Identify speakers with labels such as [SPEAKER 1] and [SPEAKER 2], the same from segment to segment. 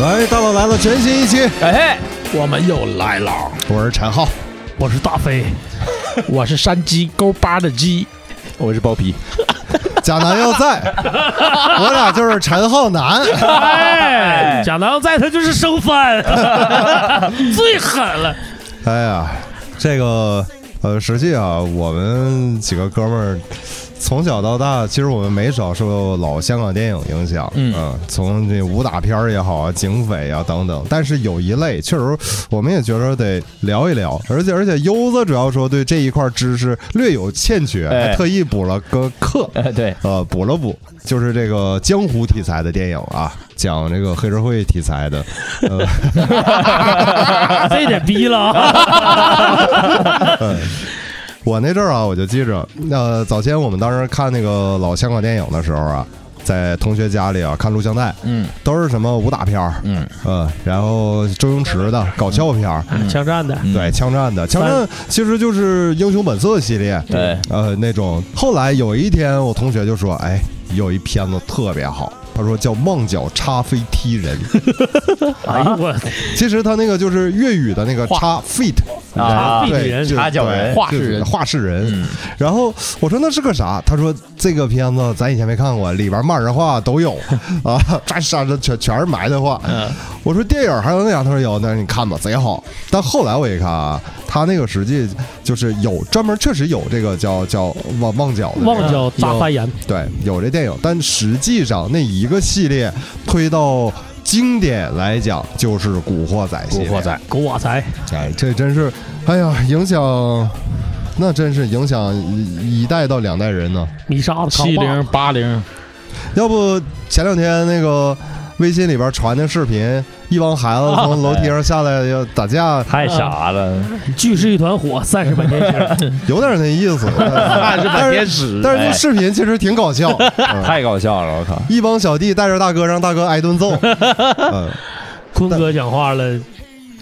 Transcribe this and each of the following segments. [SPEAKER 1] 哎，大佬来了，全新一 期，
[SPEAKER 2] 哎，
[SPEAKER 3] 我们又来了，
[SPEAKER 1] 我是陈浩，
[SPEAKER 3] 我是大飞，我是山鸡勾八的鸡，
[SPEAKER 2] 我是包皮，
[SPEAKER 1] 贾南要在，我俩就是陈浩南。
[SPEAKER 3] 哎，贾南在他就是生番，最狠了，
[SPEAKER 1] 哎呀，这个呃，实际啊，我们几个哥们儿从小到大，其实我们没少受老香港电影影响，呃
[SPEAKER 2] 嗯
[SPEAKER 1] 从这武打片儿也好啊，警匪啊等等。但是有一类，确实我们也觉得得聊一聊，而且而且优子主要说对这一块知识略有欠缺，
[SPEAKER 2] 哎
[SPEAKER 1] 还特意补了个课。
[SPEAKER 2] 呃， 对，
[SPEAKER 1] 呃，补了补，就是这个江湖题材的电影啊，讲这个黑社会题材的，呃，
[SPEAKER 3] 这得逼了啊！
[SPEAKER 1] 我那阵儿啊，我就记着，呃，早先我们当时看那个老香港电影的时候啊，在同学家里啊看录像带，
[SPEAKER 2] 嗯
[SPEAKER 1] 都是什么武打片儿，
[SPEAKER 2] 嗯，
[SPEAKER 1] 呃，然后周星驰的搞笑片儿，
[SPEAKER 3] 枪战的，
[SPEAKER 2] 嗯
[SPEAKER 1] 对，枪战的，枪战其实就是《英雄本色》系列，
[SPEAKER 2] 对，
[SPEAKER 1] 呃，那种。后来有一天，我同学就说，哎，有一片子特别好。他说叫《梦脚叉飞踢人》，
[SPEAKER 3] 哎呦我
[SPEAKER 1] 其实他那个就是粤语的那个叉 feet 哎
[SPEAKER 2] 啊
[SPEAKER 3] 地
[SPEAKER 1] 对，
[SPEAKER 3] 人
[SPEAKER 1] 就是
[SPEAKER 2] 插脚人
[SPEAKER 1] 对
[SPEAKER 2] 画事
[SPEAKER 1] 就是
[SPEAKER 2] 人
[SPEAKER 1] 画事人，
[SPEAKER 2] 嗯，
[SPEAKER 1] 然后我说那是个啥？他说这个片子咱以前没看过，里边骂人话都 有啊，啥啥的全全是埋汰话。
[SPEAKER 2] 嗯
[SPEAKER 1] 我说电影还有那样，他说有，那你看吧，贼好。但后来我一看啊，他那个实际就是有专门确实有这个叫叫忘忘脚的这个、
[SPEAKER 3] 忘脚扎发言，
[SPEAKER 1] 对，有这电影，但实际上那一个系列推到。经典来讲就是《古惑仔》系列，
[SPEAKER 3] 狗瓦财，
[SPEAKER 1] 哎，这真是，哎呀，影响，那真是影响一一代到两代人呢。
[SPEAKER 3] 米沙子
[SPEAKER 4] 七零八零，
[SPEAKER 1] 要不前两天那个微信里边传的视频，一帮孩子从楼梯上下来要打架，
[SPEAKER 2] 太傻了，
[SPEAKER 3] 聚是一团火，散是满天星。
[SPEAKER 1] 有点那意 思。
[SPEAKER 3] 啊
[SPEAKER 1] 但是哎但是
[SPEAKER 4] 使
[SPEAKER 1] 但是这视频其实挺搞笑，嗯
[SPEAKER 2] 哎太搞笑了，我靠，
[SPEAKER 1] 一帮小弟带着大哥让大哥挨 顿揍。嗯，
[SPEAKER 3] 坤哥讲话了，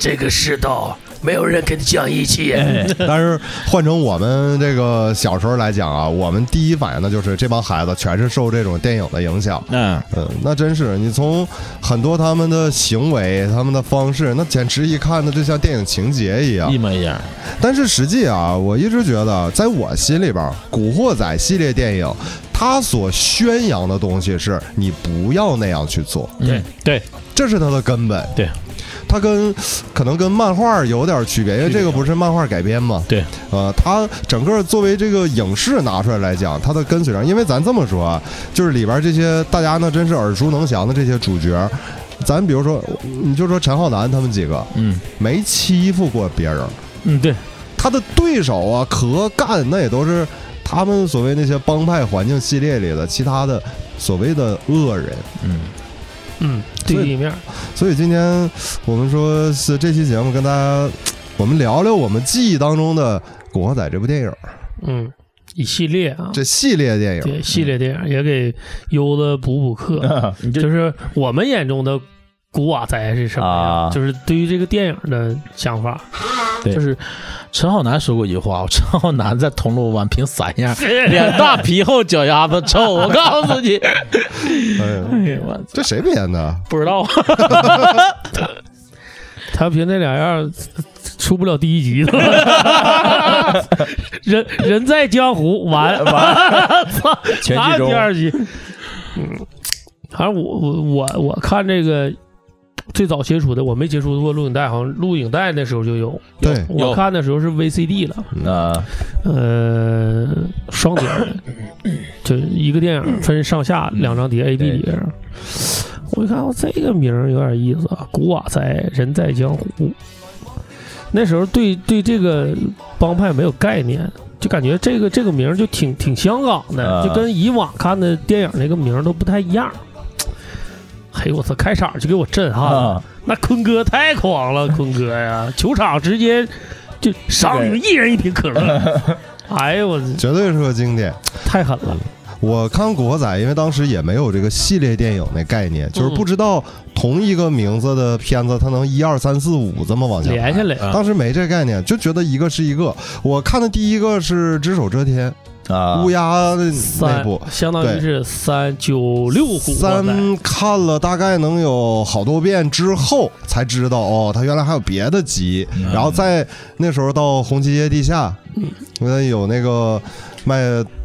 [SPEAKER 3] 这个世道没有人跟你讲义气。
[SPEAKER 1] 但是换成我们这个小时候来讲啊，我们第一反应的就是这帮孩子全是受这种电影的影响。
[SPEAKER 4] 嗯，
[SPEAKER 1] 嗯，那真是你从很多他们的行为、他们的方式，那简直一看那就像电影情节一样
[SPEAKER 3] 嗯
[SPEAKER 4] 一。模一样，
[SPEAKER 1] 但是实际啊，我一直觉得，在我心里边，《古惑仔》系列电影，它所宣扬的东西是你不要那样去做，
[SPEAKER 4] 对对，
[SPEAKER 1] 这是它的根本。
[SPEAKER 4] 对。
[SPEAKER 1] 它跟可能跟漫画有点区别，因为这个不是漫画改编嘛。
[SPEAKER 4] 对，
[SPEAKER 1] 呃，它整个作为这个影视拿出来来讲，它的跟随上，因为咱这么说啊，就是里边这些大家呢真是耳熟能详的这些主角，咱比如说，你就说陈浩南他们几个
[SPEAKER 4] 嗯
[SPEAKER 1] 没欺负过别人，
[SPEAKER 4] 嗯对，
[SPEAKER 1] 他的对手啊，可干那也都是他们所谓那些帮派环境系列里的其他的所谓的恶人。
[SPEAKER 4] 嗯，
[SPEAKER 3] 嗯，对立面，
[SPEAKER 1] 所以今天我们说是这期节目跟大家，我们聊聊我们记忆当中的《古惑仔》这部电影，
[SPEAKER 3] 嗯，一系列啊，
[SPEAKER 1] 这系列电影。
[SPEAKER 4] 嗯
[SPEAKER 3] 对系列电影也给优子补补课，
[SPEAKER 4] 啊
[SPEAKER 2] 你就
[SPEAKER 3] 就是我们眼中的古瓦仔是什么
[SPEAKER 2] 啊
[SPEAKER 3] 样？就是对于这个电影的想法。
[SPEAKER 4] 对就是陈浩南说过一句话，陈浩南在铜锣湾凭三 样，脸大皮厚，脚丫子臭，我告诉你，
[SPEAKER 1] 嗯，
[SPEAKER 4] 哎呀我
[SPEAKER 1] 这谁编的？
[SPEAKER 4] 不知道，
[SPEAKER 3] 他凭这俩样儿出不了第一集 人人在江湖完完，操，
[SPEAKER 2] 全
[SPEAKER 3] 哪 有
[SPEAKER 2] 剧终
[SPEAKER 3] 第二集？嗯，反正我我我我看这个最早接触的，我没接触过录影带，好像录影带那时候就有。
[SPEAKER 1] 对
[SPEAKER 3] 我
[SPEAKER 4] 有
[SPEAKER 3] 看的时候是 VCD 了，
[SPEAKER 2] 啊，
[SPEAKER 3] 呃，双碟儿的，就一个电影分上下两张碟 A、B 碟。我一看，我这个名儿有点意思啊，古瓦仔人在江湖。那时候对对这个帮派没有概念，就感觉这个这个名儿就挺挺香港的，
[SPEAKER 2] 啊
[SPEAKER 3] 就跟以往看的电影那个名儿都不太一样。嘿，我操！开场就给我震撼了，
[SPEAKER 2] 啊，
[SPEAKER 3] 那坤哥太狂了，坤哥呀，球场直接就赏你们一人一瓶可乐。 哎呦我
[SPEAKER 1] 绝对是个经典。
[SPEAKER 3] 太狠了，
[SPEAKER 1] 我看《古惑仔》，因为当时也没有这个系列电影那概念，就是不知道同一个名字的片子，它能一二三四五这么往下
[SPEAKER 3] 连
[SPEAKER 1] 排
[SPEAKER 3] 下来
[SPEAKER 4] 啊
[SPEAKER 1] 当时没这概念，就觉得一个是一个。我看的第一个是《只手遮天》，
[SPEAKER 2] 啊，
[SPEAKER 1] 乌鸦那
[SPEAKER 3] 三
[SPEAKER 1] 部，
[SPEAKER 3] 相当于
[SPEAKER 1] 对
[SPEAKER 3] 是三九六虎旺仔
[SPEAKER 1] 三看了大概能有好多遍之后，才知道哦，他原来还有别的集。然后在那时候到红旗街地下，那有那个卖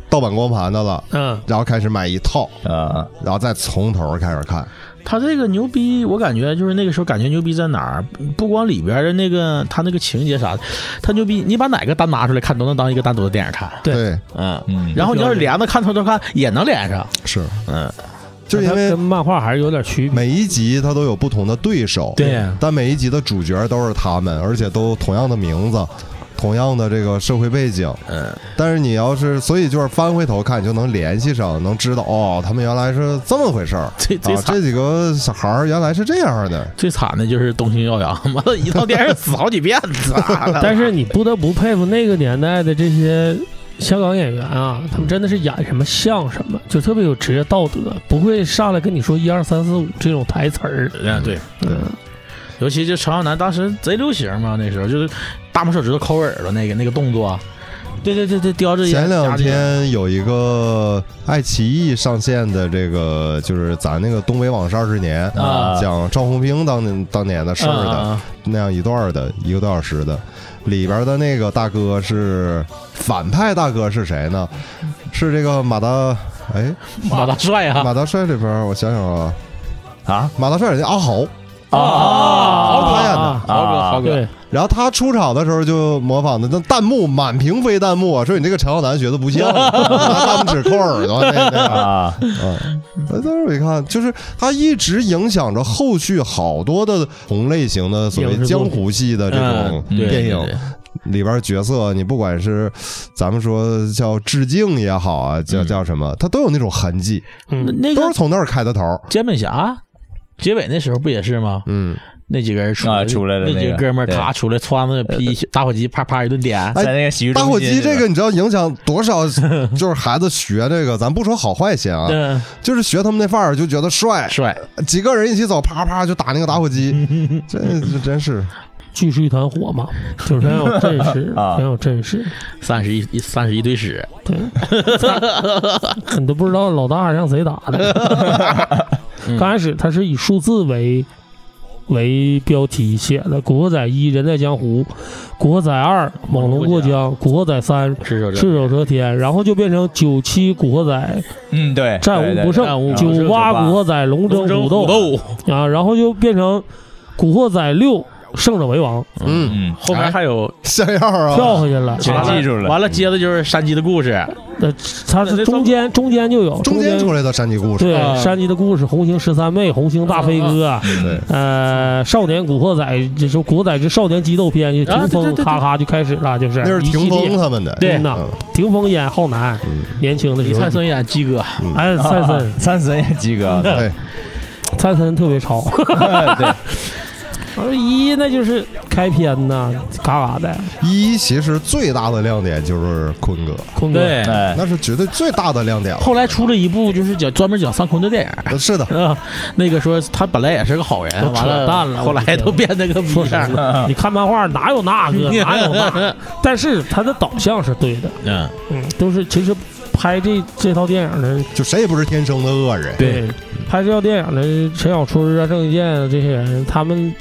[SPEAKER 1] 盗版光盘的了，
[SPEAKER 3] 嗯，
[SPEAKER 1] 然后开始买一套，
[SPEAKER 2] 啊，
[SPEAKER 1] 然后再从头开始看。
[SPEAKER 4] 他这个牛逼，我感觉就是那个时候感觉牛逼在哪儿？不光里边的那个他那个情节啥的，他牛逼，你把哪个单拿出来看都能当一个单独的电影看，
[SPEAKER 3] 对
[SPEAKER 1] 对，
[SPEAKER 4] 嗯。
[SPEAKER 2] 嗯，
[SPEAKER 4] 然后你要是连着看、偷偷看也能连上，
[SPEAKER 1] 是，
[SPEAKER 4] 嗯，
[SPEAKER 1] 就因
[SPEAKER 3] 它
[SPEAKER 1] 为
[SPEAKER 3] 跟漫画还是有点区别。
[SPEAKER 1] 每一集它都有不同的对手，
[SPEAKER 4] 对
[SPEAKER 1] 但每一集的主角都是他们，而且都同样的名字，同样的这个社会背景。
[SPEAKER 4] 嗯，
[SPEAKER 1] 但是你要是，所以就是翻回头看，你就能联系上，能知道哦，他们原来是这么回事儿。
[SPEAKER 4] 最最
[SPEAKER 1] 啊，
[SPEAKER 4] 惨
[SPEAKER 3] 哦
[SPEAKER 1] 这几个小孩儿原来是这样的，
[SPEAKER 4] 最惨的就是东星耀阳，完了，一套电影死好几遍，咋了？
[SPEAKER 3] 但是你不得不佩服那个年代的这些香港演员啊，他们真的是演什么像什么，就特别有职业道德，不会上来跟你说一二三四五这种台词儿。
[SPEAKER 4] 嗯，对，
[SPEAKER 3] 嗯，
[SPEAKER 4] 尤其就陈浩南当时贼流行嘛，那时候就是大拇手指头抠耳朵那个那个动作，啊对对对对，叼着烟
[SPEAKER 1] 前两
[SPEAKER 4] 夹着烟
[SPEAKER 1] 天有一个爱奇艺上线的这个，就是咱那个《东北往事二十年》
[SPEAKER 4] 啊
[SPEAKER 1] 讲赵红兵当年当年的事儿的、
[SPEAKER 4] 啊
[SPEAKER 1] 那样一段儿的一个多小时的，里边的那个大哥是反派大哥是谁呢？是这个马大哎
[SPEAKER 4] 马大帅啊
[SPEAKER 1] 马大帅里边儿，我想想啊，
[SPEAKER 2] 啊
[SPEAKER 1] 马大帅里的阿豪，豪哥演的
[SPEAKER 3] 啊
[SPEAKER 2] 啊
[SPEAKER 4] 豪哥
[SPEAKER 2] 啊
[SPEAKER 4] 豪哥，
[SPEAKER 3] 对，
[SPEAKER 1] 然后他出场的时候就模仿的那弹幕满屏飞弹幕啊，说你这个陈浩南学的不像，啊 拿弹幕指抠耳朵那那样。
[SPEAKER 2] 啊，
[SPEAKER 1] 嗯，哎，但是我一看，就是他一直影响着后续好多的同类型的所谓
[SPEAKER 3] 影视
[SPEAKER 1] 江
[SPEAKER 3] 作品
[SPEAKER 1] 湖系的这种
[SPEAKER 4] 嗯对
[SPEAKER 1] 电影
[SPEAKER 4] 对对
[SPEAKER 1] 里边角色，你不管是咱们说叫致敬也好啊，叫
[SPEAKER 4] 嗯
[SPEAKER 1] 叫什么，他都有那种痕迹，
[SPEAKER 4] 那
[SPEAKER 3] 嗯，
[SPEAKER 4] 那
[SPEAKER 1] 都是
[SPEAKER 4] 个
[SPEAKER 1] 从那儿开的头。
[SPEAKER 4] 煎饼侠。结尾那时候不也是吗？
[SPEAKER 1] 嗯，
[SPEAKER 4] 那几个人出来，
[SPEAKER 2] 啊出来了
[SPEAKER 4] 那几
[SPEAKER 2] 那个
[SPEAKER 4] 哥们儿
[SPEAKER 2] 对
[SPEAKER 4] 咔出来，穿着披打火机，啪啪一顿点。
[SPEAKER 1] 哎
[SPEAKER 2] 在那个洗浴
[SPEAKER 1] 打
[SPEAKER 2] 中
[SPEAKER 1] 火
[SPEAKER 2] 心
[SPEAKER 1] 机
[SPEAKER 2] 里边，
[SPEAKER 1] 这个，你知道影响多少？ 就是孩子学这个，咱不说好坏先啊，
[SPEAKER 4] 嗯，
[SPEAKER 1] 就是学他们那范儿就觉得帅，
[SPEAKER 4] 帅，
[SPEAKER 1] 几个人一起走，啪啪就打那个打火机，这这真是
[SPEAKER 3] 聚是一团火 嘛，就是很有阵势
[SPEAKER 2] 啊
[SPEAKER 3] 很有阵势。
[SPEAKER 4] 三十一三十一堆屎，
[SPEAKER 3] 对，你都不知道老大让谁打的。刚开始他是以数字为为标题写的，《古惑仔一》人在江湖，《古惑仔二》猛龙过江，《古惑仔三》
[SPEAKER 4] 是手
[SPEAKER 3] 赤手遮天，然后就变成九七《古惑仔
[SPEAKER 2] 嗯，对，
[SPEAKER 3] 战
[SPEAKER 2] 对
[SPEAKER 3] 无
[SPEAKER 2] 对
[SPEAKER 3] 不胜
[SPEAKER 4] 战无》，不胜
[SPEAKER 3] 九八《古惑仔龙争虎斗》
[SPEAKER 4] 斗，
[SPEAKER 3] 啊，然后就变成《古惑仔六》胜者为王，
[SPEAKER 1] 嗯
[SPEAKER 2] 嗯，
[SPEAKER 4] 后面还有
[SPEAKER 1] 像样儿啊！
[SPEAKER 3] 跳回去了。
[SPEAKER 2] 全
[SPEAKER 4] 完了
[SPEAKER 2] 记住了
[SPEAKER 4] 完了，接着就是山鸡的故事，
[SPEAKER 3] 呃，它是中间中间就有
[SPEAKER 1] 中间出来的山鸡故事，
[SPEAKER 3] 对
[SPEAKER 4] 啊
[SPEAKER 3] 《山鸡的故事》《红星十三妹》《红星大飞哥》啊
[SPEAKER 1] 对，
[SPEAKER 3] 呃，《少年古惑仔》这是《古惑仔之少年激斗篇》，就霆
[SPEAKER 4] 啊对对
[SPEAKER 3] 锋
[SPEAKER 4] 对对
[SPEAKER 3] 咔咔就开始了，就是
[SPEAKER 1] 那是
[SPEAKER 3] 一系
[SPEAKER 1] 霆锋
[SPEAKER 3] 列。
[SPEAKER 1] 他们的，
[SPEAKER 3] 对呐
[SPEAKER 1] 嗯，
[SPEAKER 3] 霆锋演浩南，年轻的
[SPEAKER 4] 李
[SPEAKER 3] 时
[SPEAKER 4] 灿
[SPEAKER 3] 候，
[SPEAKER 4] 森演鸡哥，
[SPEAKER 3] 哎，蔡森，
[SPEAKER 2] 啊三森也及 格，
[SPEAKER 1] 对，
[SPEAKER 3] 蔡森特别潮。
[SPEAKER 2] 对，
[SPEAKER 3] 而一哎那就是开篇呐，嘎嘎的，
[SPEAKER 1] 一其实最大的亮点就是坤哥，
[SPEAKER 3] 坤哥，
[SPEAKER 2] 哎，
[SPEAKER 1] 那是绝对最大的亮点了。
[SPEAKER 4] 后来出了一部就是讲专门讲三坤的电影。
[SPEAKER 1] 是的，
[SPEAKER 4] 啊，那个说他本来也是个好
[SPEAKER 3] 都
[SPEAKER 4] 人，
[SPEAKER 3] 扯
[SPEAKER 4] 完了
[SPEAKER 3] 淡了
[SPEAKER 4] 后来都变得个逼
[SPEAKER 3] 说实
[SPEAKER 4] 样了。
[SPEAKER 3] 话，你看漫画哪有那 个，哪有那，但是他的导向是对的，
[SPEAKER 4] 嗯，
[SPEAKER 3] 嗯，都是其实拍这这套电影的
[SPEAKER 1] 就谁也不是天生的恶人，
[SPEAKER 4] 对，
[SPEAKER 3] 拍这套电影的陈小春啊、郑伊健啊这些人，他们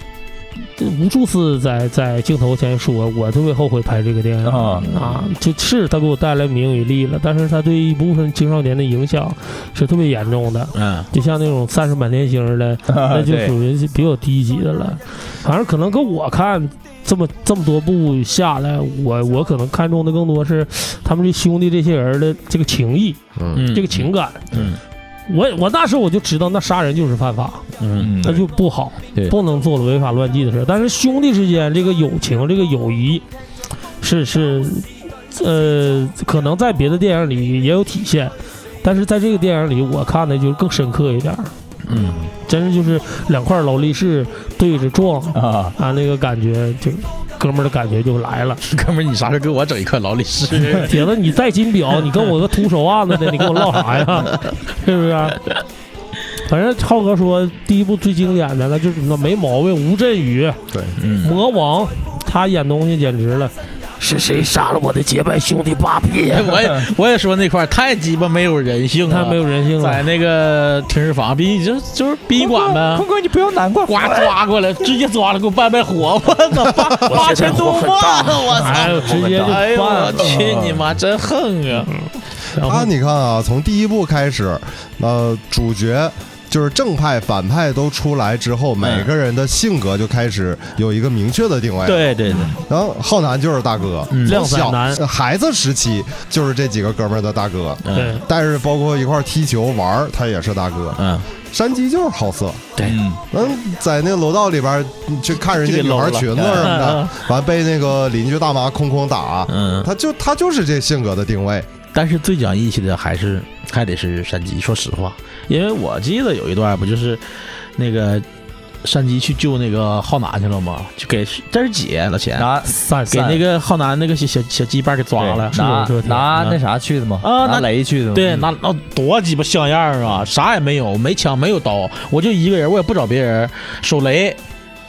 [SPEAKER 3] 无数次在在镜头前说，我特别后悔拍这个电影、
[SPEAKER 2] 啊
[SPEAKER 3] 啊，就是他给我带来名与利了，但是他对一部分青少年的影响是特别严重的，
[SPEAKER 4] 嗯，
[SPEAKER 3] 就像那种三十满天星似的，那就
[SPEAKER 2] 对
[SPEAKER 3] 属于是比较低级的了。反正可能跟我看这么这么多部下来，我我可能看中的更多是他们这兄弟这些人的这个情谊、
[SPEAKER 1] 嗯，
[SPEAKER 3] 这个情感。
[SPEAKER 4] 嗯，
[SPEAKER 3] 我我那时候我就知道，那杀人就是犯法，
[SPEAKER 4] 嗯
[SPEAKER 3] 那就不好
[SPEAKER 2] 对，
[SPEAKER 3] 不能做了违法乱纪的事儿。但是兄弟之间这个友情、这个友谊，是是，呃，可能在别的电影里也有体现，但是在这个电影里，我看的就更深刻一点儿。
[SPEAKER 4] 嗯，
[SPEAKER 3] 真是就是两块劳力士对着撞
[SPEAKER 2] 啊，
[SPEAKER 3] 啊，那个感觉就哥们儿的感觉就来了。
[SPEAKER 4] 哥们儿，你啥时候给我整一块劳力士？
[SPEAKER 3] 铁子，你戴金表，你跟我个秃手腕子的，你跟我唠啥呀？是不是、反正浩哥说，第一部最经典的那就是那没毛病，吴镇宇、
[SPEAKER 1] 对，
[SPEAKER 4] 嗯，啊
[SPEAKER 3] 魔王，他演东西简直了，是谁杀了我的结拜兄弟八比？
[SPEAKER 4] 哎 我也我也说那块儿太鸡巴没有人性了，
[SPEAKER 3] 啊太没有人性
[SPEAKER 4] 在
[SPEAKER 3] 了。
[SPEAKER 4] 那个停尸房殡仪就就是殡仪馆呗
[SPEAKER 2] 坤，哥，你不要难过，
[SPEAKER 4] 呱抓过来，直接抓了，给我办卖火，我操，八八千多万，我
[SPEAKER 3] 哎
[SPEAKER 4] 操！
[SPEAKER 3] 呦，直接就
[SPEAKER 4] 哎呦，
[SPEAKER 3] 办
[SPEAKER 4] 我
[SPEAKER 3] 了。
[SPEAKER 4] 去你妈，真横啊！
[SPEAKER 3] 然
[SPEAKER 1] 他
[SPEAKER 3] 后
[SPEAKER 1] 你看啊，从第一部开始，呃，主角就是正派、反派都出来之后，每个人的性格就开始有一个明确的
[SPEAKER 3] 哎
[SPEAKER 1] 定位。，
[SPEAKER 4] 对对对，
[SPEAKER 1] 然后浩南就是大哥，
[SPEAKER 4] 嗯
[SPEAKER 3] 靓仔
[SPEAKER 1] 小呃
[SPEAKER 3] 男，
[SPEAKER 1] 孩子时期就是这几个哥们儿的大哥，
[SPEAKER 3] 对，
[SPEAKER 1] 但是包括一块儿踢球玩儿，他也是大哥。
[SPEAKER 4] 嗯，
[SPEAKER 1] 山鸡就是好色，
[SPEAKER 3] 哎
[SPEAKER 4] 对
[SPEAKER 2] 嗯，
[SPEAKER 1] 嗯，在那个楼道里边儿你去看人家
[SPEAKER 4] 就给
[SPEAKER 1] 女
[SPEAKER 4] 搂
[SPEAKER 1] 孩
[SPEAKER 4] 了
[SPEAKER 1] 裙子什么
[SPEAKER 3] 嗯
[SPEAKER 1] 的，完被那个邻居大妈空空打，
[SPEAKER 4] 嗯，
[SPEAKER 1] 他就他就是这性格的定位。
[SPEAKER 4] 但是最讲义气的还是还得是山鸡。说实话，因为我记得有一段不就是那个山鸡去救那个浩南去了吗？就给这是姐老钱
[SPEAKER 2] 拿
[SPEAKER 3] 散
[SPEAKER 4] 给
[SPEAKER 3] 散
[SPEAKER 4] 那个浩南那个小小小鸡巴给抓了
[SPEAKER 2] 对。拿
[SPEAKER 3] 是有这条
[SPEAKER 2] 拿
[SPEAKER 4] 嗯
[SPEAKER 2] 那啥去的吗？
[SPEAKER 4] 啊
[SPEAKER 2] 拿
[SPEAKER 4] 那
[SPEAKER 2] 雷去的吗？
[SPEAKER 4] 对，
[SPEAKER 2] 嗯
[SPEAKER 4] 那那多鸡巴像样儿啊！啥也没有，没枪，没有刀，我就一个人，我也不找别人，手雷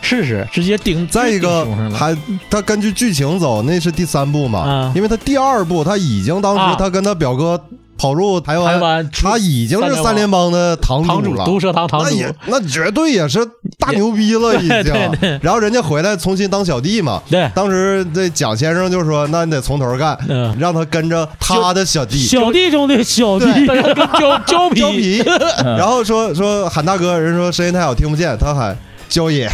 [SPEAKER 4] 试试，直接顶。
[SPEAKER 1] 再一个
[SPEAKER 4] 顶胸上，了
[SPEAKER 1] 还他根据剧情走，那是第三部嘛
[SPEAKER 4] 啊，
[SPEAKER 1] 因为他第二部他已经当
[SPEAKER 4] 啊
[SPEAKER 1] 时他跟他表哥跑入台
[SPEAKER 4] 台
[SPEAKER 1] 湾，
[SPEAKER 4] 湾
[SPEAKER 1] 他已经是三联帮的堂
[SPEAKER 4] 堂
[SPEAKER 1] 主
[SPEAKER 4] 主
[SPEAKER 1] 了。
[SPEAKER 4] 嗯毒蛇堂堂
[SPEAKER 1] 那
[SPEAKER 4] 主，
[SPEAKER 1] 也那绝对也是大牛逼了， 已经。然后人家回来重新当小弟嘛。
[SPEAKER 4] 对，
[SPEAKER 1] 当时这蒋先生就说：“那你得从头干，
[SPEAKER 4] 嗯，
[SPEAKER 1] 让他跟着他的小弟
[SPEAKER 3] 小弟中的小弟，
[SPEAKER 1] 对
[SPEAKER 4] 胶
[SPEAKER 1] 胶
[SPEAKER 4] 胶
[SPEAKER 1] 皮。”
[SPEAKER 4] 皮， 嗯
[SPEAKER 1] 然后说说喊大哥，人说声音太小听不见，他喊焦爷。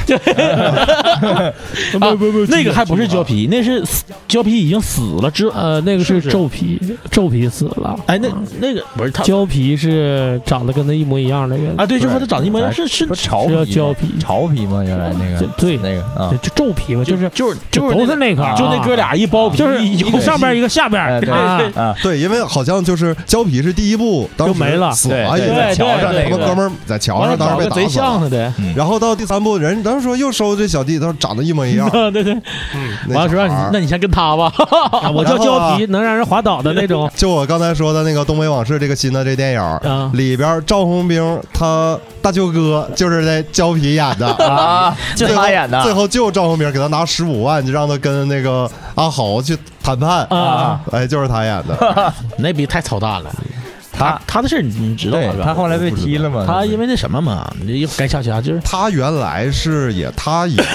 [SPEAKER 3] 不不不，
[SPEAKER 4] 啊那个还不是胶皮，那是死胶皮已经死了之后，
[SPEAKER 3] 呃，那个
[SPEAKER 4] 是
[SPEAKER 3] 是
[SPEAKER 4] 不是
[SPEAKER 3] 皱皮，皱皮死了。
[SPEAKER 4] 哎，那那个不是他
[SPEAKER 3] 胶皮是长得跟他一模一样那个
[SPEAKER 4] 啊，对，就
[SPEAKER 2] 对
[SPEAKER 4] 和他长得一模一样，
[SPEAKER 2] 咱
[SPEAKER 4] 是是
[SPEAKER 2] 不，潮
[SPEAKER 3] 是要
[SPEAKER 2] 皮
[SPEAKER 3] 胶
[SPEAKER 2] 吗？
[SPEAKER 3] 皮，
[SPEAKER 2] 潮皮吗？原来那个
[SPEAKER 3] 对
[SPEAKER 2] 那个啊
[SPEAKER 3] 就，就皱皮嘛，就是
[SPEAKER 4] 就是
[SPEAKER 3] 就
[SPEAKER 4] 就是
[SPEAKER 3] 都
[SPEAKER 4] 那
[SPEAKER 3] 是那个
[SPEAKER 2] 啊
[SPEAKER 3] 啊，
[SPEAKER 4] 就那哥俩一包皮，
[SPEAKER 3] 就是
[SPEAKER 4] 一
[SPEAKER 3] 一个上边一个下边
[SPEAKER 2] 哎对
[SPEAKER 3] 啊，
[SPEAKER 2] 啊，
[SPEAKER 1] 对，因为好像就是胶皮是第一部，当时
[SPEAKER 3] 就没了
[SPEAKER 1] 死
[SPEAKER 2] 对
[SPEAKER 1] 了也
[SPEAKER 4] 对
[SPEAKER 2] 在
[SPEAKER 1] 在
[SPEAKER 2] 桥
[SPEAKER 4] 对
[SPEAKER 1] 他
[SPEAKER 2] 上那
[SPEAKER 1] 们
[SPEAKER 2] 个。
[SPEAKER 1] 哥们儿在桥
[SPEAKER 4] 完了
[SPEAKER 1] 上当
[SPEAKER 4] 找
[SPEAKER 1] 时被打
[SPEAKER 4] 个贼
[SPEAKER 1] 死了。
[SPEAKER 4] 像他的，。
[SPEAKER 1] 然后到第三部，人当时说又收这小弟，他说长得一模一样
[SPEAKER 4] 对对，
[SPEAKER 1] 那
[SPEAKER 4] 完了说
[SPEAKER 1] 小
[SPEAKER 4] 让
[SPEAKER 1] 孩
[SPEAKER 4] 你
[SPEAKER 1] 儿
[SPEAKER 4] 那你先跟他吧，
[SPEAKER 3] 啊我叫
[SPEAKER 1] 然后啊
[SPEAKER 3] 胶皮，能让人滑倒的那种
[SPEAKER 1] 就我刚才说的那个《东北往事》这个新的这电影儿
[SPEAKER 3] 啊。
[SPEAKER 1] 里边儿，赵红兵他大舅哥就是那胶皮演的
[SPEAKER 2] 啊，就
[SPEAKER 1] 最后
[SPEAKER 2] 他演的
[SPEAKER 1] 最后就赵红兵给他拿十五万，就让他跟那个阿豪去谈判。
[SPEAKER 2] 啊，
[SPEAKER 1] 哎，就是他演的，
[SPEAKER 4] 那逼太操蛋了。
[SPEAKER 2] 他
[SPEAKER 4] 他的事儿你你知道
[SPEAKER 2] 对
[SPEAKER 4] 吧？
[SPEAKER 2] 他后来被踢了嘛？
[SPEAKER 4] 他因为那什么嘛，你该下去啊，就是
[SPEAKER 1] 他原来是也他一个，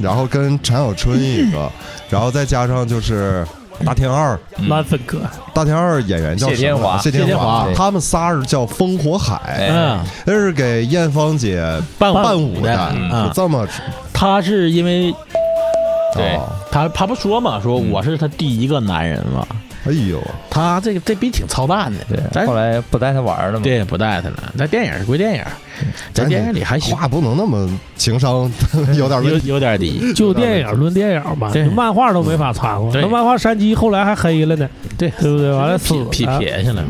[SPEAKER 1] 然后跟陈小春一个，然后再加上就是大天二，
[SPEAKER 4] 嗯
[SPEAKER 3] 蓝粉哥，
[SPEAKER 1] 大天二演员叫
[SPEAKER 2] 谢
[SPEAKER 1] 什
[SPEAKER 2] 天
[SPEAKER 1] 么
[SPEAKER 2] 华
[SPEAKER 1] 谢
[SPEAKER 2] 谢天
[SPEAKER 1] 华
[SPEAKER 2] 华对，
[SPEAKER 1] 他们仨是叫烽火海，
[SPEAKER 2] 哎
[SPEAKER 4] 嗯，
[SPEAKER 1] 那是给艳芳姐
[SPEAKER 4] 伴
[SPEAKER 1] 伴
[SPEAKER 4] 舞
[SPEAKER 1] 舞的，
[SPEAKER 4] 嗯
[SPEAKER 1] 就，这么
[SPEAKER 4] 他是因为
[SPEAKER 2] 对
[SPEAKER 1] 哦
[SPEAKER 4] 他他不说嘛，说我是他第一个男人嘛，
[SPEAKER 1] 哎呦，
[SPEAKER 4] 他这个这逼挺操蛋的，
[SPEAKER 2] 对，
[SPEAKER 4] 咱
[SPEAKER 2] 后来不带他玩了嘛？
[SPEAKER 4] 对不带他了，咱电影是归电影，在电影里还哎行，
[SPEAKER 1] 话不能那么情商 有点
[SPEAKER 4] 有
[SPEAKER 1] 问题。
[SPEAKER 4] 有点低，
[SPEAKER 3] 就电影论电影嘛
[SPEAKER 4] 对，
[SPEAKER 3] 漫画都没法掺和。
[SPEAKER 4] 对
[SPEAKER 3] 那漫画山鸡后来还黑了呢，
[SPEAKER 4] 对
[SPEAKER 3] 对不对？完了死
[SPEAKER 4] 撇
[SPEAKER 3] 了，啊
[SPEAKER 4] 撇撇下来，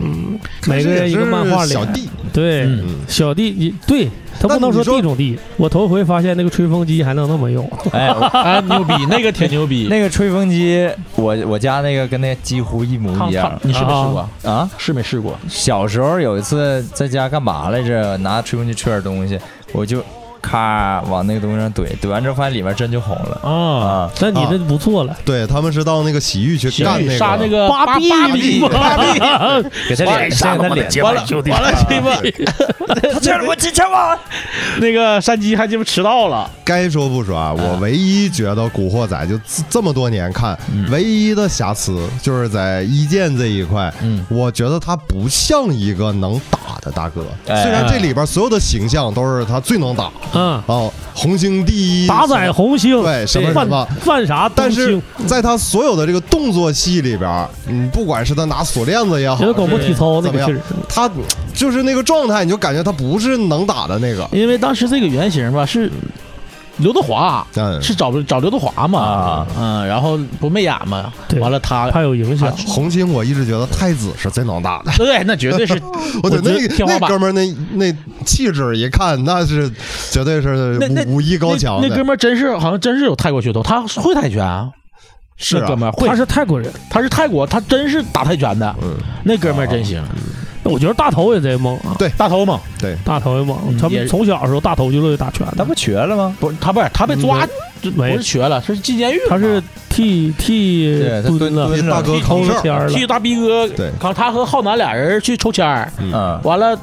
[SPEAKER 3] 每个人一个漫画脸
[SPEAKER 1] 小弟，
[SPEAKER 3] 对
[SPEAKER 4] 嗯，
[SPEAKER 3] 小弟，你对他
[SPEAKER 1] 那
[SPEAKER 3] 不能
[SPEAKER 1] 你
[SPEAKER 3] 说
[SPEAKER 1] 说
[SPEAKER 3] 地种地。我头回发现那个吹风机还能那么用，
[SPEAKER 2] 哎，我
[SPEAKER 4] 啊牛逼，那个挺牛逼，
[SPEAKER 2] 那个吹风机，我我家那个跟那几乎一模一样
[SPEAKER 4] 你试没试过？
[SPEAKER 2] 啊。
[SPEAKER 4] 是没试过？
[SPEAKER 2] 小时候有一次在家干嘛来着，拿吹风机吹点东西，我就咔往那个东西上怼，怼完之后发现里面真就红了
[SPEAKER 4] 啊，
[SPEAKER 2] 啊。
[SPEAKER 3] 那你这不错了。
[SPEAKER 1] 对他们是到那个洗浴去干那
[SPEAKER 4] 杀那
[SPEAKER 1] 个，
[SPEAKER 4] 个八
[SPEAKER 3] 比
[SPEAKER 4] 八比八比，
[SPEAKER 2] 给他脸上他脸
[SPEAKER 4] 完了完了，这巴
[SPEAKER 2] 他这我几千万，
[SPEAKER 4] 那个山鸡还鸡巴迟到了，
[SPEAKER 1] 该说不说啊，我唯一觉得《古惑仔》就这这么多年看，唯一的瑕疵就是在一剑这一块，
[SPEAKER 4] 嗯
[SPEAKER 1] 我觉得他不像一个能打的大哥。
[SPEAKER 2] 哎
[SPEAKER 1] 虽然这里边所有的形象都是他最能打
[SPEAKER 3] 嗯，
[SPEAKER 1] 哦，红星第一，
[SPEAKER 3] 打仔红星，
[SPEAKER 1] 对什么
[SPEAKER 3] 犯
[SPEAKER 1] 什么。
[SPEAKER 3] 犯啥东
[SPEAKER 1] 但是
[SPEAKER 3] 星？
[SPEAKER 1] 在他所有的这个动作戏里边，嗯，不管是他拿锁链子也好
[SPEAKER 3] 觉，得广播体操那
[SPEAKER 1] 怎么
[SPEAKER 3] 个
[SPEAKER 1] 样
[SPEAKER 3] 劲儿，
[SPEAKER 1] 他就是那个状态，你就感觉他不是能打的那个。
[SPEAKER 4] 因为当时这个原型吧是刘德华，
[SPEAKER 1] 嗯，
[SPEAKER 4] 是找找刘德华嘛，
[SPEAKER 2] 啊
[SPEAKER 4] 嗯，然后不媚眼嘛，
[SPEAKER 3] 对
[SPEAKER 4] 完了他。
[SPEAKER 3] 怕有影响。
[SPEAKER 1] 红星，我一直觉得太子是最能打的。
[SPEAKER 4] 对，那绝对是
[SPEAKER 1] 我
[SPEAKER 4] 觉
[SPEAKER 1] 觉得
[SPEAKER 4] 得天花
[SPEAKER 1] 那那
[SPEAKER 4] 板
[SPEAKER 1] 哥们儿那那气质，一看那是绝对是
[SPEAKER 4] 那那
[SPEAKER 1] 武武艺 高强
[SPEAKER 4] 那。那哥
[SPEAKER 1] 的。
[SPEAKER 4] 们儿真是好像真是有泰国血统，他会泰拳啊，
[SPEAKER 1] 是
[SPEAKER 4] 那哥
[SPEAKER 1] 啊，
[SPEAKER 4] 们儿会
[SPEAKER 3] 他，是泰国人，
[SPEAKER 4] 他是泰国，他真是打泰拳的，
[SPEAKER 1] 嗯，
[SPEAKER 4] 那哥们儿真行，
[SPEAKER 3] 我觉得大头也贼猛啊，
[SPEAKER 4] 啊大头嘛，
[SPEAKER 1] 对，
[SPEAKER 3] 大头也猛
[SPEAKER 4] 嗯。
[SPEAKER 3] 他
[SPEAKER 4] 也
[SPEAKER 3] 们从小的时候，大头就乐意打拳
[SPEAKER 2] 他不瘸了吗？
[SPEAKER 4] 不是他不是他被抓这不
[SPEAKER 3] 嗯没
[SPEAKER 4] 是瘸了，是进监狱了嘛。
[SPEAKER 3] 他是替替
[SPEAKER 2] 对他
[SPEAKER 3] 蹲了
[SPEAKER 2] 蹲
[SPEAKER 1] 替大哥
[SPEAKER 3] 抽
[SPEAKER 1] 扛事儿，
[SPEAKER 3] 签儿了，
[SPEAKER 4] 替大逼哥，
[SPEAKER 1] 对，
[SPEAKER 4] 扛他和浩南俩人去抽签儿，
[SPEAKER 2] 嗯，
[SPEAKER 4] 完了，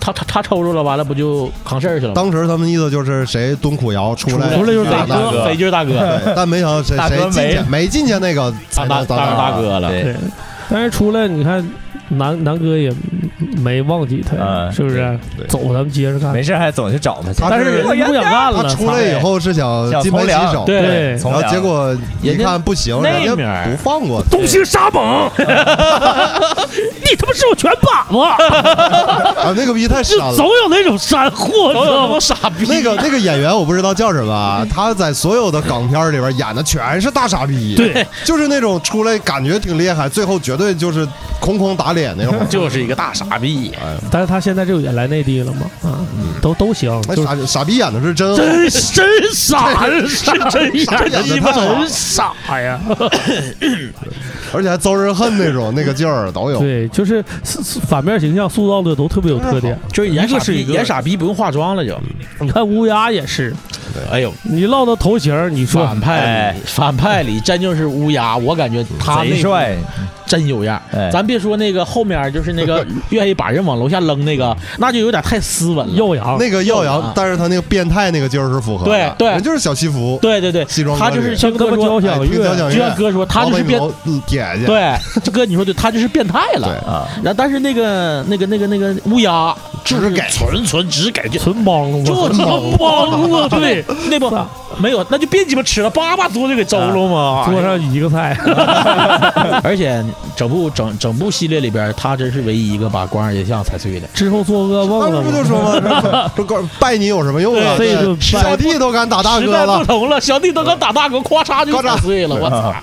[SPEAKER 4] 他他他抽着了，完了不就扛事儿去了吗？
[SPEAKER 1] 当时他们意思就是谁蹲苦窑出来，
[SPEAKER 3] 出来就是
[SPEAKER 1] 大
[SPEAKER 3] 大
[SPEAKER 1] 哥
[SPEAKER 2] 哥
[SPEAKER 4] 谁就是大 哥，
[SPEAKER 1] 对但没想到谁
[SPEAKER 2] 大
[SPEAKER 1] 谁
[SPEAKER 2] 哥
[SPEAKER 1] 进去
[SPEAKER 2] 没
[SPEAKER 1] 没进去那个才
[SPEAKER 4] 大
[SPEAKER 1] 能
[SPEAKER 4] 大
[SPEAKER 1] 当
[SPEAKER 4] 大
[SPEAKER 1] 大
[SPEAKER 4] 大哥了。
[SPEAKER 2] 对，
[SPEAKER 3] 对，但是出来你看，南南哥也没忘记他，
[SPEAKER 2] 嗯
[SPEAKER 3] 是不是
[SPEAKER 1] 对对？
[SPEAKER 3] 走，咱们接着干。
[SPEAKER 2] 没事还总去找他去，
[SPEAKER 1] 他
[SPEAKER 3] 但
[SPEAKER 1] 是
[SPEAKER 3] 是人家不想干
[SPEAKER 1] 他
[SPEAKER 3] 了，
[SPEAKER 1] 出来以后是想
[SPEAKER 2] 想
[SPEAKER 1] 金盆
[SPEAKER 2] 从
[SPEAKER 1] 洗
[SPEAKER 2] 良
[SPEAKER 1] 手，
[SPEAKER 4] 对
[SPEAKER 3] 对
[SPEAKER 2] 从
[SPEAKER 1] 然后
[SPEAKER 2] 良
[SPEAKER 1] 结果一
[SPEAKER 4] 人家
[SPEAKER 1] 看不行，
[SPEAKER 4] 那
[SPEAKER 1] 人
[SPEAKER 4] 面
[SPEAKER 1] 家
[SPEAKER 4] 儿
[SPEAKER 1] 不放过他。
[SPEAKER 3] 东兴沙猛，你他妈是我拳靶子，
[SPEAKER 1] 啊，那个逼太
[SPEAKER 3] 就
[SPEAKER 1] 闪了
[SPEAKER 3] 总。有那种山货，你
[SPEAKER 4] 都
[SPEAKER 3] 知
[SPEAKER 4] 有
[SPEAKER 3] 道吗
[SPEAKER 4] 那么？傻逼，
[SPEAKER 1] 那个那个演员我不知道叫什么啊，他在所有的港片里边演的全是大傻逼，
[SPEAKER 3] 对，
[SPEAKER 1] 就是那种出来感觉挺厉害，最后绝对就是空空打脸那种。
[SPEAKER 4] 就是一个大傻逼。
[SPEAKER 3] 但是他现在这也来内地了嘛，啊，都都行，
[SPEAKER 1] 那
[SPEAKER 3] 就是
[SPEAKER 1] 傻傻逼演的是真好，
[SPEAKER 3] 真真傻，是真演的鸡巴真傻呀！
[SPEAKER 1] 而且还遭人恨那种，那个劲儿都有。
[SPEAKER 3] 对，就是是是反面形象塑造的都特别有特点。
[SPEAKER 4] 就是演傻
[SPEAKER 3] 一个是一
[SPEAKER 4] 逼，
[SPEAKER 3] 个
[SPEAKER 4] 演傻逼不用化妆了就。
[SPEAKER 3] 你看乌鸦也是，
[SPEAKER 4] 哎呦，
[SPEAKER 3] 你唠到头型儿，你说
[SPEAKER 4] 反派
[SPEAKER 3] 哎
[SPEAKER 4] 里反派里真就是乌鸦，我感觉他
[SPEAKER 2] 贼
[SPEAKER 4] 那
[SPEAKER 2] 帅，
[SPEAKER 4] 真有样儿。
[SPEAKER 2] 哎，
[SPEAKER 4] 咱别说那个后面就是那个愿意把人往楼下扔那个，那就有点太斯文了。
[SPEAKER 3] 耀阳，
[SPEAKER 1] 那个耀
[SPEAKER 4] 耀
[SPEAKER 1] 阳
[SPEAKER 4] 阳，
[SPEAKER 1] 但是他那个变态那个劲儿是符合的，
[SPEAKER 4] 对对
[SPEAKER 1] 人就是小西服，
[SPEAKER 4] 对对对
[SPEAKER 1] 西装，
[SPEAKER 4] 他
[SPEAKER 1] 革
[SPEAKER 4] 就
[SPEAKER 1] 履
[SPEAKER 4] 是
[SPEAKER 3] 像
[SPEAKER 4] 像
[SPEAKER 3] 他
[SPEAKER 4] 哥
[SPEAKER 3] 妈交
[SPEAKER 4] 说，
[SPEAKER 3] 响
[SPEAKER 1] 听交
[SPEAKER 3] 乐，
[SPEAKER 1] 响
[SPEAKER 4] 就像
[SPEAKER 1] 乐，
[SPEAKER 4] 哥说，他就是变
[SPEAKER 1] 老北毛铁去，
[SPEAKER 4] 对，这哥你说对，他就是变态了。
[SPEAKER 2] 啊，
[SPEAKER 4] 然后但是那个那个那个那个乌鸦
[SPEAKER 1] 只
[SPEAKER 4] 就是
[SPEAKER 1] 给
[SPEAKER 4] 纯纯只给就
[SPEAKER 3] 纯帮子，
[SPEAKER 4] 就
[SPEAKER 3] 纯
[SPEAKER 4] 他妈
[SPEAKER 3] 帮子，对，
[SPEAKER 4] 啊那不
[SPEAKER 3] 操
[SPEAKER 4] 没有，那就别鸡巴吃了，叭叭桌就给周了 嘛。
[SPEAKER 3] 桌上一个菜，
[SPEAKER 4] 而且整部整整部系列里边，他真是唯一一个把关二爷像踩碎的。
[SPEAKER 3] 之后做噩梦
[SPEAKER 1] 当时
[SPEAKER 3] 了
[SPEAKER 1] 不
[SPEAKER 3] 嘛
[SPEAKER 1] 就说吗？说说拜你有什么用啊？
[SPEAKER 3] 对这
[SPEAKER 1] 对
[SPEAKER 3] 就
[SPEAKER 1] 小弟都敢打大
[SPEAKER 4] 时
[SPEAKER 1] 哥
[SPEAKER 4] 代不
[SPEAKER 1] 了，
[SPEAKER 4] 同了，小弟都敢打大哥，咵嚓就
[SPEAKER 1] 咔嚓
[SPEAKER 4] 打碎了，我操！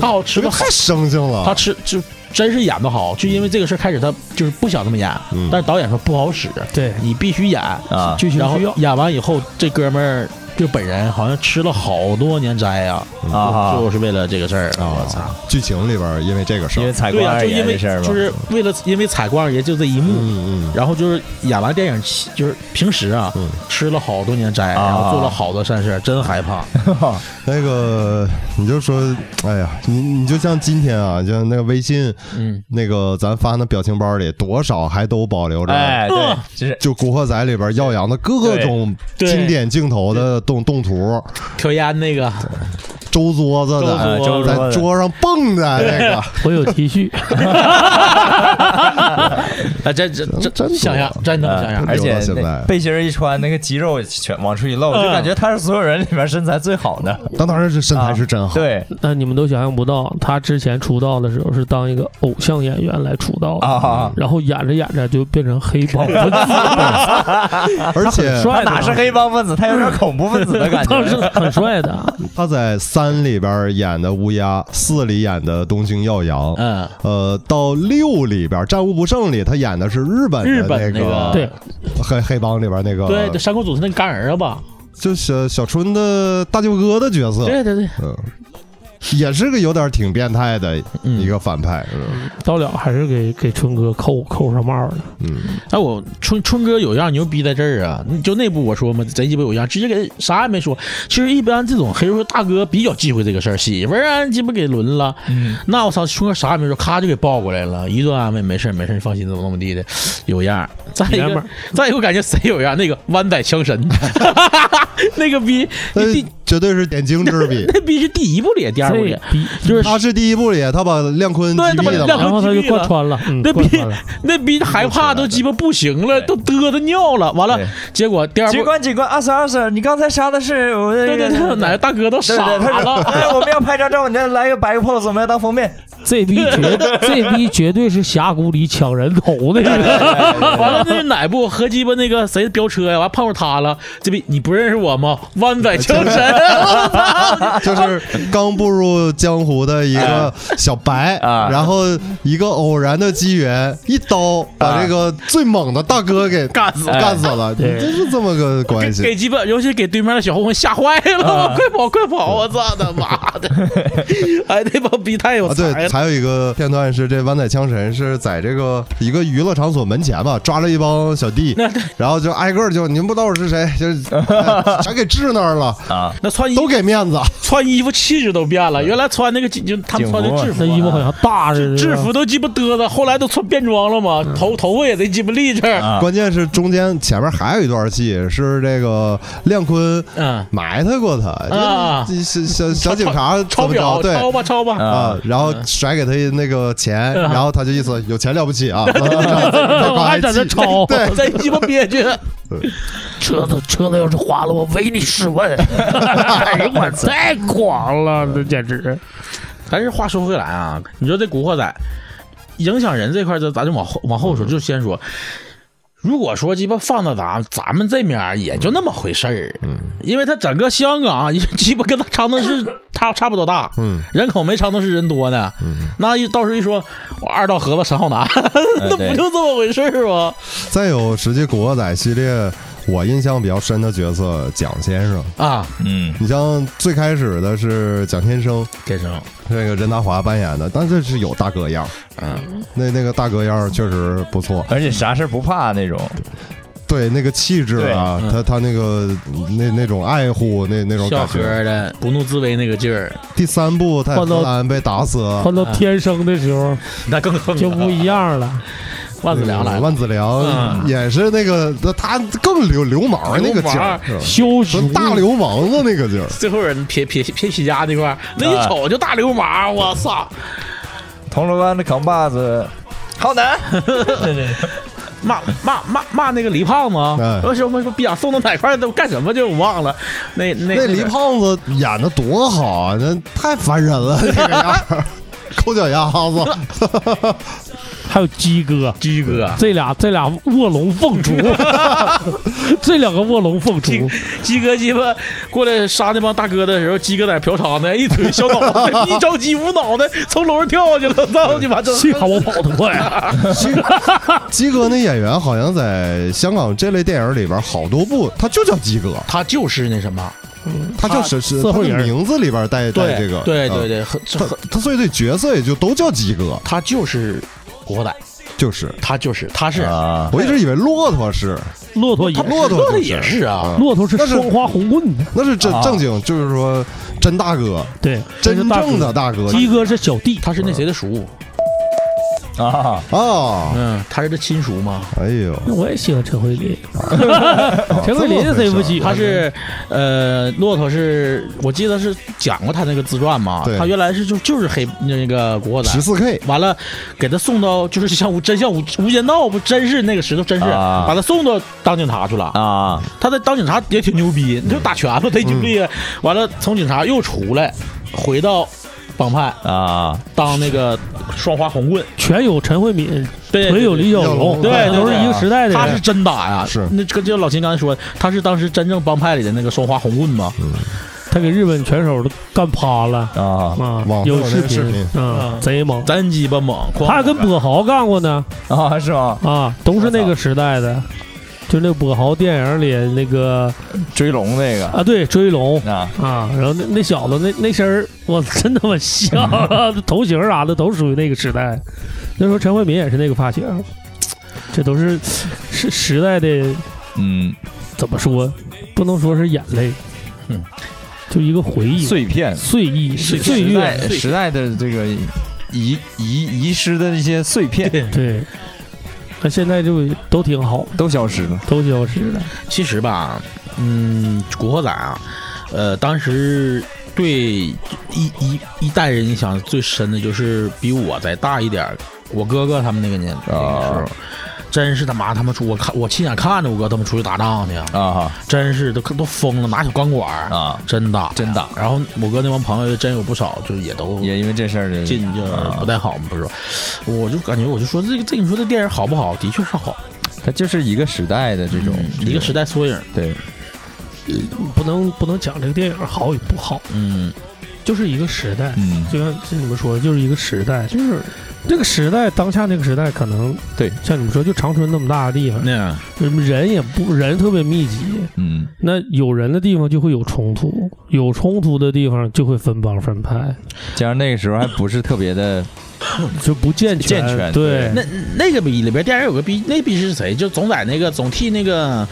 [SPEAKER 4] 他好吃
[SPEAKER 1] 这
[SPEAKER 4] 吗？
[SPEAKER 1] 太生性了
[SPEAKER 4] 他。吃就真是演的好，就因为这个事儿开始他就是不想这么演，
[SPEAKER 1] 嗯
[SPEAKER 4] 但是导演说不好使，
[SPEAKER 3] 对，
[SPEAKER 4] 你必须演
[SPEAKER 2] 啊
[SPEAKER 3] 剧情
[SPEAKER 4] 然后
[SPEAKER 3] 需要
[SPEAKER 4] 演完以后，这哥们儿就本人好像吃了好多年斋呀，
[SPEAKER 2] 啊哈
[SPEAKER 4] 就是为了这个事儿
[SPEAKER 1] 啊
[SPEAKER 4] 我操！
[SPEAKER 1] 剧情里边因为这个事
[SPEAKER 2] 因为
[SPEAKER 1] 儿，
[SPEAKER 2] 采
[SPEAKER 4] 对
[SPEAKER 2] 光
[SPEAKER 4] 呀、
[SPEAKER 2] 二
[SPEAKER 4] 就
[SPEAKER 2] 爷
[SPEAKER 4] 因为
[SPEAKER 2] 这事儿嘛，
[SPEAKER 4] 就是为了因为采光二爷就这一幕，
[SPEAKER 1] 嗯嗯，
[SPEAKER 4] 然后就是演完电影，就是平时啊，
[SPEAKER 1] 嗯
[SPEAKER 4] 吃了好多年斋，
[SPEAKER 2] 啊
[SPEAKER 4] 然后做了好多善事，真害怕。
[SPEAKER 1] 那个你就说，哎呀，你你就像今天啊，就像那个微信
[SPEAKER 4] 嗯，
[SPEAKER 1] 那个咱发那表情包里，多少还都保留着。
[SPEAKER 2] 哎，对，就是
[SPEAKER 1] 就《古惑仔》里边耀阳的各种
[SPEAKER 4] 对对
[SPEAKER 1] 经典镜头的动动图，
[SPEAKER 4] 挑烟那个，
[SPEAKER 1] 周桌子
[SPEAKER 4] 哎周
[SPEAKER 1] 的，
[SPEAKER 2] 呃
[SPEAKER 4] 桌
[SPEAKER 2] 周
[SPEAKER 4] 子
[SPEAKER 1] 在
[SPEAKER 2] 桌子
[SPEAKER 1] 桌上蹦的那个，
[SPEAKER 3] 我有 T 恤，
[SPEAKER 4] 啊，这这这
[SPEAKER 1] 真多
[SPEAKER 4] 想想，真能想
[SPEAKER 2] 嗯
[SPEAKER 4] 想。
[SPEAKER 2] 而
[SPEAKER 1] 留
[SPEAKER 2] 且
[SPEAKER 1] 到现在
[SPEAKER 2] 那背心儿一穿，那个肌肉全往出一露，
[SPEAKER 4] 嗯
[SPEAKER 2] 就感觉他是所有人里面身材最好的。
[SPEAKER 1] 当当然是身材是真好，
[SPEAKER 2] 对
[SPEAKER 3] 那你们都想象不到，他之前出道的时候是当一个偶像演员来出道的
[SPEAKER 2] 啊，
[SPEAKER 3] 然后演着演着就变成黑帮分子了，
[SPEAKER 4] 啊
[SPEAKER 1] 而且
[SPEAKER 3] 很
[SPEAKER 2] 他
[SPEAKER 3] 帅的，
[SPEAKER 2] 哪是黑帮分子，他有点恐怖分子的感
[SPEAKER 3] 当时
[SPEAKER 2] 觉。
[SPEAKER 3] 很帅的，
[SPEAKER 1] 他在三里边演的乌鸦，四里演的东京耀阳，
[SPEAKER 4] 嗯，
[SPEAKER 1] 呃，到六里边《战无不胜》里，他演的是日本
[SPEAKER 4] 日
[SPEAKER 1] 的
[SPEAKER 4] 本那
[SPEAKER 1] 个
[SPEAKER 4] 个
[SPEAKER 3] 对，
[SPEAKER 1] 黑黑帮里边那个，
[SPEAKER 4] 对，这山口组是那个干儿啊吧？
[SPEAKER 1] 就小小春的大舅哥的角色，
[SPEAKER 4] 对对对，
[SPEAKER 1] 嗯，也是个有点挺变态的一
[SPEAKER 4] 嗯。
[SPEAKER 1] 个反派，嗯
[SPEAKER 3] 到了还是给给春哥扣扣上帽了。
[SPEAKER 1] 嗯，
[SPEAKER 4] 哎，我春春哥有样牛逼在这儿啊！你就那部我说嘛，贼鸡巴有样，直接给啥也没说。其实一般这种黑社会大哥比较忌讳这个事儿，媳妇儿啊鸡巴给轮了，
[SPEAKER 2] 嗯，
[SPEAKER 4] 那我操，春哥啥也没说，咔就给抱过来了，一顿安慰，没事儿没事儿，你放心，怎么怎么地的，有样儿。再一
[SPEAKER 3] 爷们
[SPEAKER 4] 个
[SPEAKER 3] 儿，
[SPEAKER 4] 再一个，我感觉谁有样儿？那个湾仔枪神， 那个逼，
[SPEAKER 1] 那
[SPEAKER 4] 第
[SPEAKER 1] 绝对是点睛之笔。
[SPEAKER 4] 那逼是第一部里，第二部里
[SPEAKER 3] 这，逼，
[SPEAKER 4] 就是
[SPEAKER 1] 他是第一部里，他把亮坤击
[SPEAKER 4] 对他把
[SPEAKER 1] 毙了
[SPEAKER 4] 亮
[SPEAKER 1] 嘛，
[SPEAKER 3] 然后他就贯穿了，嗯
[SPEAKER 4] 那
[SPEAKER 3] 贯
[SPEAKER 4] 逼
[SPEAKER 3] 穿了。
[SPEAKER 4] 那逼害怕都鸡巴不行了，都嘚的尿了。完了
[SPEAKER 2] 对，
[SPEAKER 4] 结果第二部
[SPEAKER 2] 警，官，警官，阿 Sir，阿 Sir，你刚才杀的是我的
[SPEAKER 4] 对
[SPEAKER 2] 一个
[SPEAKER 4] 对对，哪个大哥都
[SPEAKER 2] 对
[SPEAKER 4] 傻
[SPEAKER 2] 对，他说，
[SPEAKER 4] 了。
[SPEAKER 2] 哎，我们要拍张照，你再来个摆个 pose，我们要当封面。
[SPEAKER 3] 这逼绝 这逼绝对是峡谷里抢人头的人，
[SPEAKER 4] 完了，那是哪部和鸡巴那个谁飙车呀？完碰上他了，这逼你不认识我吗？湾仔枪神，啊
[SPEAKER 1] 就是刚步入江湖的一个小白，
[SPEAKER 2] 啊
[SPEAKER 1] 然后一个偶然的机缘，一刀把这个最猛的大哥给
[SPEAKER 4] 啊 干死
[SPEAKER 1] 干死了，你
[SPEAKER 3] 对
[SPEAKER 1] 就是这么个关系。
[SPEAKER 4] 给鸡巴，尤其给对面的小混混吓 坏了，快跑快跑！我操他妈的！哎，那帮逼太有
[SPEAKER 1] 啊，对，
[SPEAKER 4] 才了，
[SPEAKER 1] 还有一个片段是这湾仔枪神是在这个一个娱乐场所门前吧，抓了一帮小弟，然后就挨个就你们不知道我是谁，就是、哎全给治那儿了，
[SPEAKER 2] 啊，
[SPEAKER 4] 那穿衣
[SPEAKER 1] 都给面子。
[SPEAKER 4] 穿衣服气质都变了，原来穿那个就他们穿的制 服
[SPEAKER 3] 那
[SPEAKER 4] 啊，
[SPEAKER 3] 衣服好像大啊似的，
[SPEAKER 4] 制服都鸡巴嘚瑟，后来都穿便装了嘛，头头发也得鸡巴立正。
[SPEAKER 2] 啊
[SPEAKER 1] 关键是中间前面还有一段戏是这个亮坤
[SPEAKER 4] 嗯，
[SPEAKER 1] 埋汰过他，
[SPEAKER 4] 啊
[SPEAKER 1] 这小小小警察怎
[SPEAKER 4] 抄
[SPEAKER 1] 么着？
[SPEAKER 4] 表
[SPEAKER 1] 对
[SPEAKER 4] 抄吧抄吧，
[SPEAKER 1] 啊，然后甩给他那个钱，然后他就意思有钱了不起啊，我
[SPEAKER 3] 我还哎在这抄
[SPEAKER 1] 对，
[SPEAKER 4] 真哦鸡巴憋屈。
[SPEAKER 3] 车子车子要是花了，我唯你是 问。哎呦，我太狂了，这简直！
[SPEAKER 4] 但是话说回来啊，你说这《古惑仔》影响人这块儿，咱咱就往后往后说，就先说。如果说鸡巴放到咱咱们这面儿也就那么回事儿，嗯，因为他整个香港也 鸡巴跟他长春市差差不多大，
[SPEAKER 1] 嗯，
[SPEAKER 4] 人口没长春市人多呢，嗯，那一到时候一说我二道河子沈浩南， 那
[SPEAKER 2] 对
[SPEAKER 4] 不就这么回事儿吗？
[SPEAKER 1] 再有实际《古惑仔》系列，我印象比较深的角色蒋先生，
[SPEAKER 4] 啊，
[SPEAKER 2] 嗯，
[SPEAKER 1] 你像最开始的是蒋先生，
[SPEAKER 4] 天生，
[SPEAKER 1] 那个任达华扮演的，但这是有大哥样儿，
[SPEAKER 4] 嗯，
[SPEAKER 1] 那那个大哥样儿确实不错，
[SPEAKER 2] 而且啥事儿不怕那种，
[SPEAKER 1] 对那个气质啊，
[SPEAKER 4] 对嗯
[SPEAKER 1] 他他那个那那种爱护那那种
[SPEAKER 4] 笑
[SPEAKER 1] 感
[SPEAKER 4] 呵
[SPEAKER 1] 觉。
[SPEAKER 4] 的不怒自威那个劲儿，
[SPEAKER 1] 第三部他在荷兰被打死，
[SPEAKER 3] 换到天生的时候
[SPEAKER 4] 那更横
[SPEAKER 3] 就不一样了。
[SPEAKER 4] 万子良来了，
[SPEAKER 1] 万子良
[SPEAKER 4] 嗯
[SPEAKER 1] 也是那个他更流流氓那个劲儿，
[SPEAKER 3] 羞
[SPEAKER 1] 是
[SPEAKER 3] 辱
[SPEAKER 1] 吧大流氓的那个劲儿。
[SPEAKER 4] 最后人撇撇撇皮夹那块儿，那一瞅就大流氓，我操！
[SPEAKER 2] 铜锣湾的扛把子，浩南，
[SPEAKER 4] 骂骂骂骂那个黎胖子
[SPEAKER 1] 哎
[SPEAKER 4] 啊！我说我说逼养送到哪块儿都干什么去？我忘了。那那
[SPEAKER 1] 那黎胖子演的多好啊，那太烦人了，那个样儿，抠脚丫子，
[SPEAKER 3] 还有鸡哥，
[SPEAKER 4] 鸡哥，
[SPEAKER 3] 这俩这俩卧龙凤 雏，这两个卧龙凤
[SPEAKER 4] 鸡
[SPEAKER 3] 雏，
[SPEAKER 4] 鸡哥鸡巴过来杀那帮大哥的时候，鸡哥在嫖娼呢，一腿小脑袋，一着急捂脑袋从楼上跳下去了，操你妈！这
[SPEAKER 3] 幸好我跑得快。
[SPEAKER 1] 鸡哥那演员好像在香港这类电影里边好多部，他就叫鸡哥，
[SPEAKER 4] 他就是那什么，
[SPEAKER 1] 他就是是
[SPEAKER 3] 社
[SPEAKER 1] 他
[SPEAKER 3] 会
[SPEAKER 1] 的
[SPEAKER 3] 人
[SPEAKER 1] 名字里边带带这个，
[SPEAKER 4] 对
[SPEAKER 1] 啊
[SPEAKER 4] 对，对，很
[SPEAKER 1] 他
[SPEAKER 4] 很
[SPEAKER 1] 他所以这角色也就都叫鸡哥，
[SPEAKER 4] 他就是古惑仔，
[SPEAKER 1] 就是。
[SPEAKER 4] 他就是他是
[SPEAKER 2] 啊，
[SPEAKER 1] 我一直以为骆驼是，
[SPEAKER 3] 骆驼也
[SPEAKER 1] 他，骆驼
[SPEAKER 4] 说的
[SPEAKER 1] 就
[SPEAKER 4] 也是啊，
[SPEAKER 3] 骆驼是
[SPEAKER 1] 但是
[SPEAKER 3] 双花红棍的，
[SPEAKER 1] 那是真
[SPEAKER 2] 啊
[SPEAKER 1] 正经，就是说真大哥，
[SPEAKER 3] 对，这是
[SPEAKER 1] 真
[SPEAKER 3] 大
[SPEAKER 1] 正
[SPEAKER 3] 哥
[SPEAKER 1] 的大哥
[SPEAKER 3] 鸡哥是小弟，
[SPEAKER 4] 他是那谁的叔，
[SPEAKER 2] 啊，
[SPEAKER 1] 啊！
[SPEAKER 4] 嗯，他是他亲叔吗？
[SPEAKER 1] 哎呦，
[SPEAKER 3] 那我也喜欢陈慧琳，陈
[SPEAKER 1] 这
[SPEAKER 3] 慧琳
[SPEAKER 1] 么
[SPEAKER 3] 谁不
[SPEAKER 1] 回事
[SPEAKER 3] 喜欢？
[SPEAKER 4] 他是，呃，骆驼是我记得是讲过他那个自传嘛
[SPEAKER 1] 对，
[SPEAKER 4] 他原来是就就是黑那个古惑
[SPEAKER 1] 十
[SPEAKER 4] 仔，
[SPEAKER 1] 四 K，
[SPEAKER 4] 完了给他送到就是像无真像无无间道不真是那个石头真是、
[SPEAKER 2] 啊
[SPEAKER 4] 把他送到当警察去了，
[SPEAKER 2] 啊，
[SPEAKER 4] 他在当警察也挺牛逼，
[SPEAKER 1] 嗯
[SPEAKER 4] 就打拳头贼牛逼，完了从警察又出来回到帮派
[SPEAKER 2] 啊，
[SPEAKER 4] 当那个双花红棍，
[SPEAKER 3] 全有陈慧敏，
[SPEAKER 4] 对，
[SPEAKER 3] 纯有李小
[SPEAKER 1] 对
[SPEAKER 3] 龙，
[SPEAKER 1] 对
[SPEAKER 4] 对
[SPEAKER 3] 都是
[SPEAKER 4] 对
[SPEAKER 3] 一个时代的
[SPEAKER 4] 他是
[SPEAKER 3] 人。
[SPEAKER 4] 真打呀，
[SPEAKER 1] 是
[SPEAKER 4] 那跟就老秦刚才说，他是当时真正帮派里的那个双花红棍嘛，
[SPEAKER 3] 他给日本拳手都干趴了
[SPEAKER 2] 啊
[SPEAKER 3] 啊
[SPEAKER 1] 网上！有
[SPEAKER 3] 有
[SPEAKER 1] 那
[SPEAKER 3] 视
[SPEAKER 1] 个视频
[SPEAKER 3] 啊，贼猛。
[SPEAKER 4] 真鸡巴猛，哐
[SPEAKER 3] 他还跟跛豪干过呢
[SPEAKER 2] 啊，是吗？
[SPEAKER 3] 啊，都是那个时代的，就那跛豪电影里那个
[SPEAKER 2] 追龙那个
[SPEAKER 3] 啊，对，追龙。
[SPEAKER 2] 啊，
[SPEAKER 3] 啊，然后那那小子那那身儿，我真他妈像啊，头型啥的都属于那个时代。那时候陈慧敏也是那个发型，这都是是时代的
[SPEAKER 2] 嗯，
[SPEAKER 3] 怎么说？不能说是眼泪，
[SPEAKER 4] 嗯，
[SPEAKER 3] 就一个回忆
[SPEAKER 2] 碎片，
[SPEAKER 3] 碎意
[SPEAKER 4] 碎
[SPEAKER 3] 岁
[SPEAKER 2] 时
[SPEAKER 3] 月，
[SPEAKER 2] 代时代的这个遗遗遗失的那些碎片
[SPEAKER 3] 对。那现在就都挺好，
[SPEAKER 2] 都消失了，
[SPEAKER 3] 都消失了。
[SPEAKER 4] 其实吧，嗯，《古惑仔》啊，呃，当时对一一一代人影响最深的就是比我再大一点儿，我哥哥他们那个年那个
[SPEAKER 2] 啊
[SPEAKER 4] 时候。真是他妈他们出我看我亲眼看着我哥他们出去打仗去，
[SPEAKER 2] 啊
[SPEAKER 4] 真是都都疯了，拿小钢管儿
[SPEAKER 2] 啊，
[SPEAKER 4] 真打
[SPEAKER 2] 真打。
[SPEAKER 4] 然后我哥那帮朋友真有不少，就是也都
[SPEAKER 2] 也因为这事儿就
[SPEAKER 4] 进去了不太好嘛，不是说？我就感觉我就说这个这你说这电影好不好？的确是好，
[SPEAKER 2] 它就是一个时代嗯的这种
[SPEAKER 4] 一个时代缩影。
[SPEAKER 2] 对
[SPEAKER 3] 不能不能讲这个电影好与不好，
[SPEAKER 4] 嗯，
[SPEAKER 3] 就是一个时代。
[SPEAKER 2] 嗯
[SPEAKER 3] 就像就你们说的，就是一个时代，就是这个时代当下那个时代，可能
[SPEAKER 2] 对，
[SPEAKER 3] 像你们说，就长春那么大的地方，
[SPEAKER 4] 那样
[SPEAKER 3] 人也不人特别密集，
[SPEAKER 2] 嗯
[SPEAKER 3] 那有人的地方就会有冲突，有冲突的地方就会分帮分派。
[SPEAKER 2] 加上那个时候还不是特别的
[SPEAKER 3] 就不健全，
[SPEAKER 2] 健全
[SPEAKER 3] 对，
[SPEAKER 4] 那那个逼里边电影有个逼，那逼是谁？就总在那个总替那个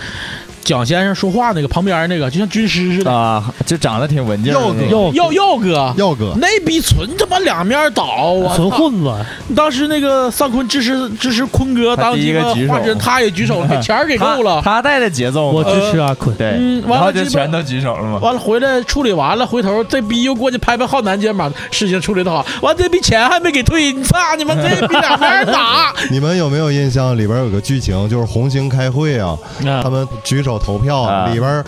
[SPEAKER 4] 蒋先生说话那个旁边那个，就像军师似的。
[SPEAKER 2] 啊，就长得挺文静的
[SPEAKER 1] 要
[SPEAKER 2] 那个，
[SPEAKER 3] 要
[SPEAKER 4] 耀耀哥，
[SPEAKER 1] 耀哥，
[SPEAKER 4] 那逼纯他妈两面倒，我
[SPEAKER 3] 纯
[SPEAKER 4] 操！
[SPEAKER 3] 混子，
[SPEAKER 4] 当时那个尚坤支持支持坤哥
[SPEAKER 2] 他
[SPEAKER 4] 当
[SPEAKER 2] 第一
[SPEAKER 4] 这
[SPEAKER 2] 个举手
[SPEAKER 4] 化身，他也 举手，给钱儿给够
[SPEAKER 2] 他
[SPEAKER 4] 了。
[SPEAKER 2] 他带的节奏
[SPEAKER 3] 我
[SPEAKER 2] 嘛，
[SPEAKER 3] 支持阿坤。
[SPEAKER 2] 对，
[SPEAKER 4] 嗯完了
[SPEAKER 2] 然后就
[SPEAKER 4] 基本
[SPEAKER 2] 全都举手了嘛。
[SPEAKER 4] 完了回来处理完了，回头这逼又过去拍拍浩南肩膀，事情处理的好。完这逼钱还没给退，你操你们这逼两边打！
[SPEAKER 1] 你们有没有印象？里边有个剧情，就是红星开会啊，他
[SPEAKER 3] 啊，
[SPEAKER 1] 们举手投票，
[SPEAKER 2] 啊
[SPEAKER 1] 里边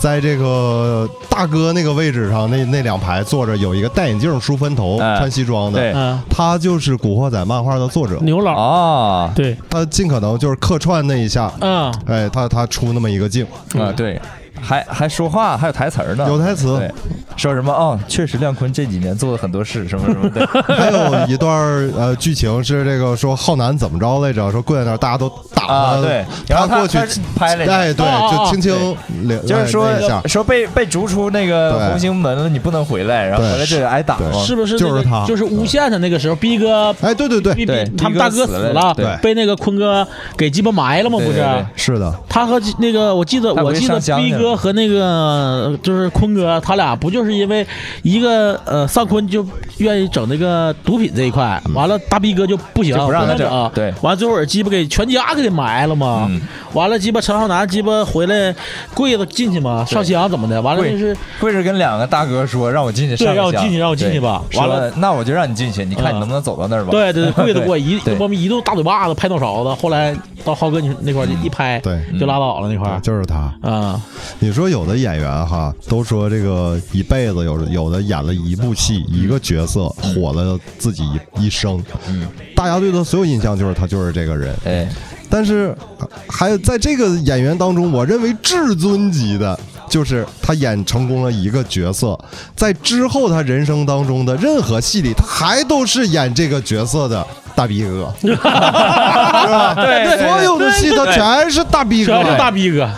[SPEAKER 1] 在这个大哥那个位置上，那那两排坐着有一个戴眼镜、梳分头、
[SPEAKER 2] 哎
[SPEAKER 1] 穿西装的，
[SPEAKER 2] 对，
[SPEAKER 3] 啊，
[SPEAKER 1] 他就是《古惑仔》漫画的作者，
[SPEAKER 3] 牛佬，
[SPEAKER 2] 哦，
[SPEAKER 3] 对，
[SPEAKER 1] 他尽可能就是客串那一下，
[SPEAKER 3] 啊
[SPEAKER 4] 嗯，
[SPEAKER 1] 哎，他他出那么一个镜，
[SPEAKER 2] 啊，对，还还说话，还有台词儿呢，
[SPEAKER 1] 有台词，
[SPEAKER 2] 啊对，说什么哦，确实亮坤这几年做了很多事，什么什么的，
[SPEAKER 1] 还有一段儿呃剧情是这个说浩南怎么着来着？说跪在那儿，大家都打他，
[SPEAKER 2] 啊，对，然后
[SPEAKER 1] 他过去
[SPEAKER 2] 他是拍了一下。
[SPEAKER 1] 哎，对，
[SPEAKER 4] 哦哦
[SPEAKER 1] 就
[SPEAKER 4] 哦
[SPEAKER 1] 轻轻两
[SPEAKER 2] 就是说
[SPEAKER 1] 哎那一下，
[SPEAKER 2] 说被被逐出那个
[SPEAKER 1] 对
[SPEAKER 2] 红星门了，你不能回来，然后
[SPEAKER 1] 对
[SPEAKER 2] 回来就得挨打嘛。
[SPEAKER 1] 对
[SPEAKER 4] 是不是、那
[SPEAKER 1] 就
[SPEAKER 4] 个？
[SPEAKER 1] 是他
[SPEAKER 4] 就是诬陷他那个时候，逼哥
[SPEAKER 1] 哎，对对对，
[SPEAKER 4] 逼
[SPEAKER 2] 对
[SPEAKER 4] 逼他们大哥死
[SPEAKER 2] 逼哥死
[SPEAKER 4] 了，
[SPEAKER 2] 了
[SPEAKER 1] 对
[SPEAKER 4] 被那个坤哥给鸡巴埋了吗？
[SPEAKER 2] 对
[SPEAKER 4] 不是，
[SPEAKER 2] 对对
[SPEAKER 1] 是的，
[SPEAKER 4] 他和那个我记得
[SPEAKER 2] 他不
[SPEAKER 4] 我
[SPEAKER 2] 是
[SPEAKER 4] 记得
[SPEAKER 2] 上香去
[SPEAKER 4] 逼
[SPEAKER 2] 了
[SPEAKER 4] 哥和那个就是坤哥，他俩不就是因为一个呃尚坤就愿意整那个毒品这一块，完了大逼哥就不行，
[SPEAKER 2] 嗯就不让他整
[SPEAKER 4] 整，
[SPEAKER 2] 对
[SPEAKER 4] 完了最后儿鸡巴给全家给他埋了嘛，
[SPEAKER 2] 嗯
[SPEAKER 4] 完了鸡巴陈浩南鸡巴回来跪着进去嘛，上香怎么的，完了
[SPEAKER 2] 跪
[SPEAKER 4] 就是
[SPEAKER 2] 跪着跟两个大哥说，让我进去上个
[SPEAKER 4] 对让我
[SPEAKER 2] 香
[SPEAKER 4] 进去让我进去
[SPEAKER 2] 对
[SPEAKER 4] 吧
[SPEAKER 2] 说
[SPEAKER 4] 完了，嗯
[SPEAKER 2] 那我就让你进去，你看你能不能走到那儿吧。
[SPEAKER 4] 对对对跪着给我一
[SPEAKER 2] 对
[SPEAKER 4] 我们一顿大嘴巴子拍脑勺子，后来到浩哥你那块儿就一拍
[SPEAKER 1] 对
[SPEAKER 2] 嗯
[SPEAKER 4] 就拉倒了那块儿
[SPEAKER 1] 就是他。
[SPEAKER 4] 啊，
[SPEAKER 1] 你说有的演员哈，都说这个一辈子有有的演了一部戏一个角色，火了自己一一生。嗯，大家对他所有印象就是他就是这个人。
[SPEAKER 2] 哎，
[SPEAKER 1] 但是呃还有在这个演员当中，我认为至尊级的就是他演成功了一个角色，在之后他人生当中的任何戏里，他还都是演这个角色的大逼哥，是吧？
[SPEAKER 2] 对对
[SPEAKER 1] 所有的戏他全是大逼
[SPEAKER 4] 主
[SPEAKER 1] 哥。
[SPEAKER 4] 要是大逼哥，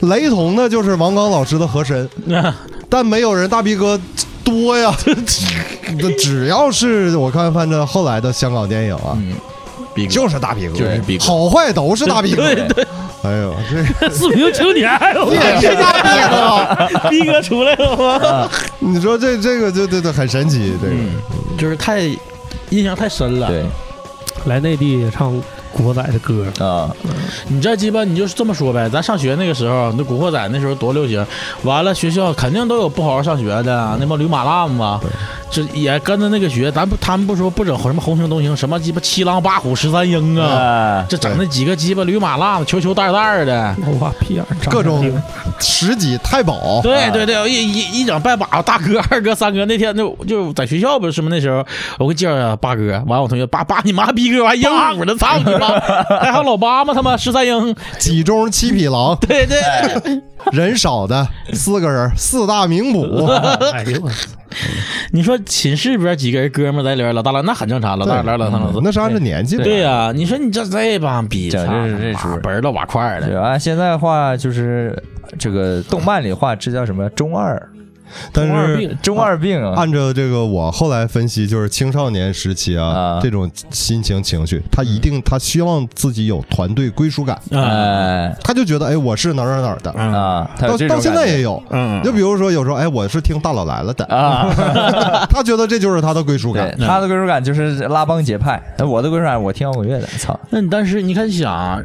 [SPEAKER 1] 雷同的就是王刚老师的和珅，但没有人大逼哥多 呀。那只要是我看，反正后来的香港电影啊，
[SPEAKER 4] 逼哥
[SPEAKER 1] 就是大逼哥，
[SPEAKER 4] 就是逼哥
[SPEAKER 1] 好坏都是大逼哥。
[SPEAKER 4] 对对
[SPEAKER 1] 哎呦，这
[SPEAKER 3] 四平青年，我啊
[SPEAKER 1] 你也是
[SPEAKER 3] 操
[SPEAKER 1] 大逼哥啊，
[SPEAKER 3] 逼哥出来了吗？
[SPEAKER 1] 你说这这个就对对很神奇，这个
[SPEAKER 4] 就是太印象太深了。
[SPEAKER 2] 对
[SPEAKER 3] 来内地唱《古惑仔》的歌，
[SPEAKER 2] 啊，
[SPEAKER 4] 你这鸡巴你就是这么说呗，咱上学那个时候，那《古惑仔》那时候多流行，完了学校肯定都有不好好上学的，那帮驴马烂子，这也跟着那个学，咱不他们不说不整什么红星东星，什么鸡巴七郎八虎十三英啊，
[SPEAKER 2] 啊，
[SPEAKER 4] 这整那几个鸡巴驴马烂子，球球蛋蛋的。
[SPEAKER 3] 哇屁眼儿长
[SPEAKER 1] 各种
[SPEAKER 3] 得挺
[SPEAKER 1] 十几太保，
[SPEAKER 4] 对对对，一一一整拜把大哥、 二哥、三哥，那天就就在学校不是吗？那时候我给介绍一下八哥，完了我同学八八你妈逼哥，完鹦鹉的，操你妈！还有老八嘛，他妈十三英，
[SPEAKER 1] 几中七匹狼，
[SPEAKER 4] 对对，
[SPEAKER 1] 人少的四个人，四大名 捕。
[SPEAKER 3] 哎呦，我
[SPEAKER 4] 你说寝室里边几个人哥们儿在里边，老大老那很正常，老
[SPEAKER 1] 对嗯
[SPEAKER 4] 大
[SPEAKER 1] 啊
[SPEAKER 4] 老老三老四，
[SPEAKER 1] 那是按照年纪的，
[SPEAKER 4] 对呀、你说你这这帮逼，
[SPEAKER 2] 整
[SPEAKER 4] 操
[SPEAKER 2] 这是这出
[SPEAKER 4] 妈本儿都瓦块儿
[SPEAKER 2] 对，
[SPEAKER 4] 的，
[SPEAKER 2] 按啊现在的话就是这个动漫里话，这叫什么中二，
[SPEAKER 1] 但
[SPEAKER 3] 中二
[SPEAKER 1] 是
[SPEAKER 3] 病
[SPEAKER 2] 中二病啊，
[SPEAKER 1] 按照这个，我后来分析，就是青少年时期啊，
[SPEAKER 2] 啊
[SPEAKER 1] 这种心情情绪，他一定他希望自己有团队归属感，
[SPEAKER 4] 啊嗯
[SPEAKER 2] 哎
[SPEAKER 1] 他就觉得哎，我是哪儿哪儿哪儿的，
[SPEAKER 2] 啊，他
[SPEAKER 1] 到
[SPEAKER 2] 有这种
[SPEAKER 1] 到现在
[SPEAKER 2] 感觉
[SPEAKER 1] 也有。
[SPEAKER 4] 嗯
[SPEAKER 1] 就比如说，有时候，哎，我是听大佬来了的，
[SPEAKER 2] 啊，
[SPEAKER 1] 他觉得这就是他的归属
[SPEAKER 2] 对
[SPEAKER 1] 感，，
[SPEAKER 2] 他的归属感就是拉帮结派，那我的归属感我听摇滚乐的，操，
[SPEAKER 4] 那你当时你看你想，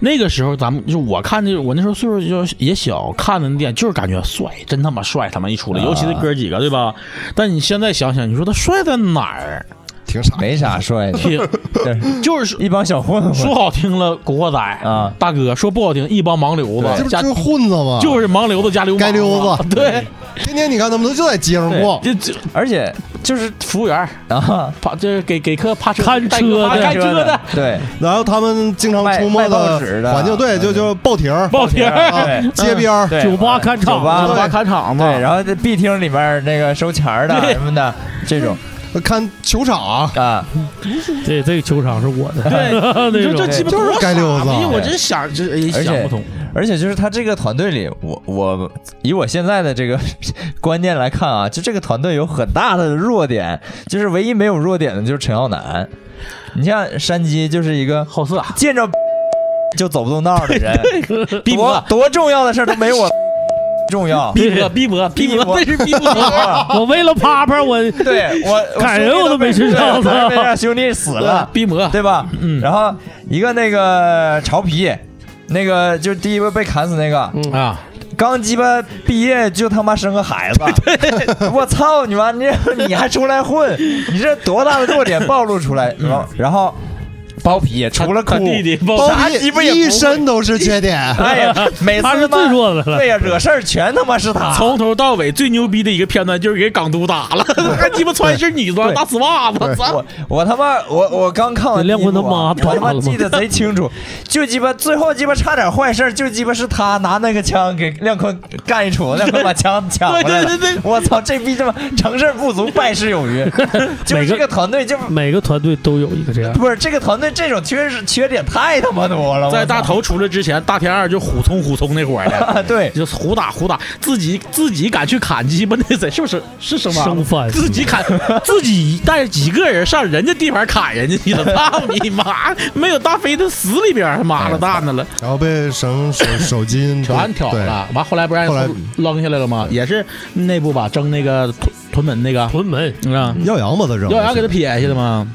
[SPEAKER 4] 那个时候咱们就我看那我那时候岁数就也小，看的那电影就是感觉帅，真他妈帅，他妈一出来，
[SPEAKER 2] 啊
[SPEAKER 4] 尤其是哥几个对吧？但你现在想想，你说他帅在哪儿？
[SPEAKER 1] 挺傻。
[SPEAKER 2] 没啥帅的，
[SPEAKER 4] 挺就是
[SPEAKER 2] 一帮小混混
[SPEAKER 4] 说好听了，古惑仔
[SPEAKER 2] 啊
[SPEAKER 4] 大哥；说不好听，一帮盲流
[SPEAKER 1] 这
[SPEAKER 4] 子
[SPEAKER 1] 不
[SPEAKER 4] 加
[SPEAKER 1] 就是混子吗？
[SPEAKER 4] 就是盲流子加流氓，
[SPEAKER 1] 街溜子
[SPEAKER 4] 对，
[SPEAKER 1] 天天你看他们都就在街上逛，
[SPEAKER 4] 这这
[SPEAKER 2] 而且
[SPEAKER 4] 就是服务员
[SPEAKER 2] 啊，
[SPEAKER 4] 趴，就是给给客趴车
[SPEAKER 3] 看
[SPEAKER 4] 带
[SPEAKER 3] 车
[SPEAKER 4] 个
[SPEAKER 3] 的
[SPEAKER 4] 趴看车的，
[SPEAKER 2] 对，
[SPEAKER 1] 然后他们经常
[SPEAKER 2] 卖
[SPEAKER 1] 出没
[SPEAKER 2] 卖报纸的
[SPEAKER 1] 环境，对，就就报亭儿、
[SPEAKER 4] 报哎亭儿
[SPEAKER 1] 啊
[SPEAKER 2] 对嗯
[SPEAKER 1] 街边儿，
[SPEAKER 2] 对
[SPEAKER 3] 酒
[SPEAKER 4] 哎
[SPEAKER 3] 吧看场
[SPEAKER 2] 酒吧
[SPEAKER 4] 酒吧看场嘛，
[SPEAKER 2] 对，然后这 B 厅里面那个收钱儿的什么的这种，
[SPEAKER 1] 看球场，
[SPEAKER 2] 啊，
[SPEAKER 3] 这这个球场是我的，
[SPEAKER 2] 对
[SPEAKER 3] 那
[SPEAKER 4] 你
[SPEAKER 3] 种
[SPEAKER 4] 说这鸡巴
[SPEAKER 1] 就是
[SPEAKER 4] 多
[SPEAKER 1] 该溜子
[SPEAKER 4] 傻逼我
[SPEAKER 2] 对
[SPEAKER 4] 真想这也
[SPEAKER 2] 哎而且
[SPEAKER 4] 想不通。
[SPEAKER 2] 而且就是他这个团队里，我我以我现在的这个 观念来看啊，就这个团队有很大的弱点，就是唯一没有弱点的就是陈浩南。你像山鸡就是一个
[SPEAKER 4] 好色啊，
[SPEAKER 2] 见着 就走不动道 的人，
[SPEAKER 4] 逼
[SPEAKER 2] 多
[SPEAKER 4] 迫，
[SPEAKER 2] 多重要的事儿都没我 重要。
[SPEAKER 4] 逼迫，逼迫， 逼迫，那是逼 迫。
[SPEAKER 3] 我为了啪啪，我
[SPEAKER 2] 对我，我
[SPEAKER 3] 感人
[SPEAKER 2] 兄弟
[SPEAKER 3] 我都没
[SPEAKER 2] 被
[SPEAKER 3] 吃
[SPEAKER 2] 对
[SPEAKER 3] 上
[SPEAKER 2] 我都
[SPEAKER 3] 呢
[SPEAKER 2] 没让兄弟死了
[SPEAKER 4] 啊，，逼魔，
[SPEAKER 2] 对吧？
[SPEAKER 3] 嗯
[SPEAKER 2] 然后一个那个曹皮，那个就第一个被砍死那个，
[SPEAKER 3] 嗯
[SPEAKER 4] 啊，
[SPEAKER 2] 刚鸡巴毕业就他妈生个孩子， 我操你妈！你这你还出来混，你这多大的弱点暴露出
[SPEAKER 3] 嗯
[SPEAKER 2] 来？然后然后包皮除了哭
[SPEAKER 4] 他，弟弟包
[SPEAKER 1] 包
[SPEAKER 2] 啥
[SPEAKER 1] 皮
[SPEAKER 2] 鸡巴也不会。
[SPEAKER 1] 一身都是缺点
[SPEAKER 2] 哎 呀，每次
[SPEAKER 3] 他是
[SPEAKER 2] 妈
[SPEAKER 3] 最弱的了。
[SPEAKER 2] 对呀，惹事儿全他妈是他。
[SPEAKER 4] 从头到尾最牛逼的一个片段就是给港督打了， 还鸡巴穿一身女装
[SPEAKER 2] 对
[SPEAKER 4] 大丝袜子，操！
[SPEAKER 2] 我我他妈我我刚看完
[SPEAKER 3] 你
[SPEAKER 2] 第一
[SPEAKER 3] 练过
[SPEAKER 2] 部
[SPEAKER 3] 他
[SPEAKER 2] 啊
[SPEAKER 3] 妈
[SPEAKER 2] 我他妈
[SPEAKER 3] 打了吗
[SPEAKER 2] 记得贼清楚，就鸡巴最后鸡巴差点坏事儿，就鸡巴是他拿那个枪给亮坤干一杵，亮坤把枪抢回来了。
[SPEAKER 4] 对对对
[SPEAKER 2] 我操，这逼他妈成事不足败事 有余，就是
[SPEAKER 3] 每
[SPEAKER 2] 这
[SPEAKER 3] 个
[SPEAKER 2] 个团队就
[SPEAKER 3] 每个团队都有一个这样，
[SPEAKER 2] 不是这个团队这种缺失缺点太他妈多了。
[SPEAKER 4] 在大
[SPEAKER 2] 头
[SPEAKER 4] 头出来之前，大天二就虎冲虎冲那伙儿 的，
[SPEAKER 2] 啊， 对，
[SPEAKER 4] 就是胡打胡打，自己自己敢去砍鸡巴那谁是不是是什么？啊
[SPEAKER 3] 生番
[SPEAKER 4] 自己砍，自己带几个人上人家地盘砍人家去了，操你妈！没有大飞他死里边儿，妈了蛋的了，
[SPEAKER 1] 然后被绳手手筋都
[SPEAKER 4] 全挑了。完后来不让
[SPEAKER 1] 后来
[SPEAKER 4] 扔下来了吗？也是内部吧，争那个屯屯门那个，
[SPEAKER 3] 屯门
[SPEAKER 4] 嗯啊，
[SPEAKER 1] 对耀阳把他扔了，
[SPEAKER 4] 耀阳给他撇下的吗？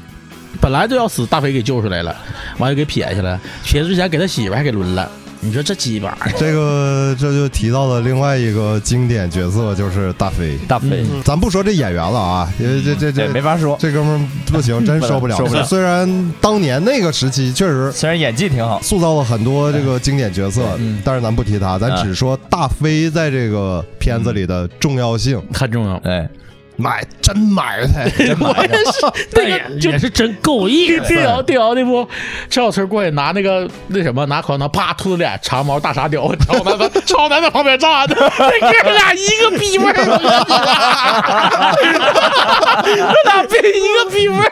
[SPEAKER 4] 本来就要死，大飞给救出来了，完又给撇下了，撇之前给他媳妇儿还给抡了，你说这鸡巴
[SPEAKER 1] 这个这就提到了另外一个经典角色，就是大飞。
[SPEAKER 2] 大飞
[SPEAKER 4] 嗯
[SPEAKER 1] 咱不说这演员了啊，因为这这
[SPEAKER 2] 这嗯哎没
[SPEAKER 1] 这
[SPEAKER 2] 法说，
[SPEAKER 1] 这哥们儿不行，真受不了。
[SPEAKER 2] 受不了
[SPEAKER 1] 虽然当年那个时期确实
[SPEAKER 2] 虽然演技挺好，
[SPEAKER 1] 塑造了很多这个经典角色
[SPEAKER 4] 嗯，
[SPEAKER 1] 但是咱不提他，咱只说大飞在这个片子里的重要性。
[SPEAKER 4] 很重要。
[SPEAKER 2] 哎，
[SPEAKER 1] 买真埋汰，
[SPEAKER 4] 我也是，那
[SPEAKER 3] 哎也
[SPEAKER 4] 个就
[SPEAKER 3] 也是真够意思。
[SPEAKER 4] 电摇电摇那不，陈小春过去拿那个那什么拿口香糖，啪吐他脸长毛大傻屌，超男在超男在旁边站着，这哥俩一个逼味儿，这俩被一个逼味儿，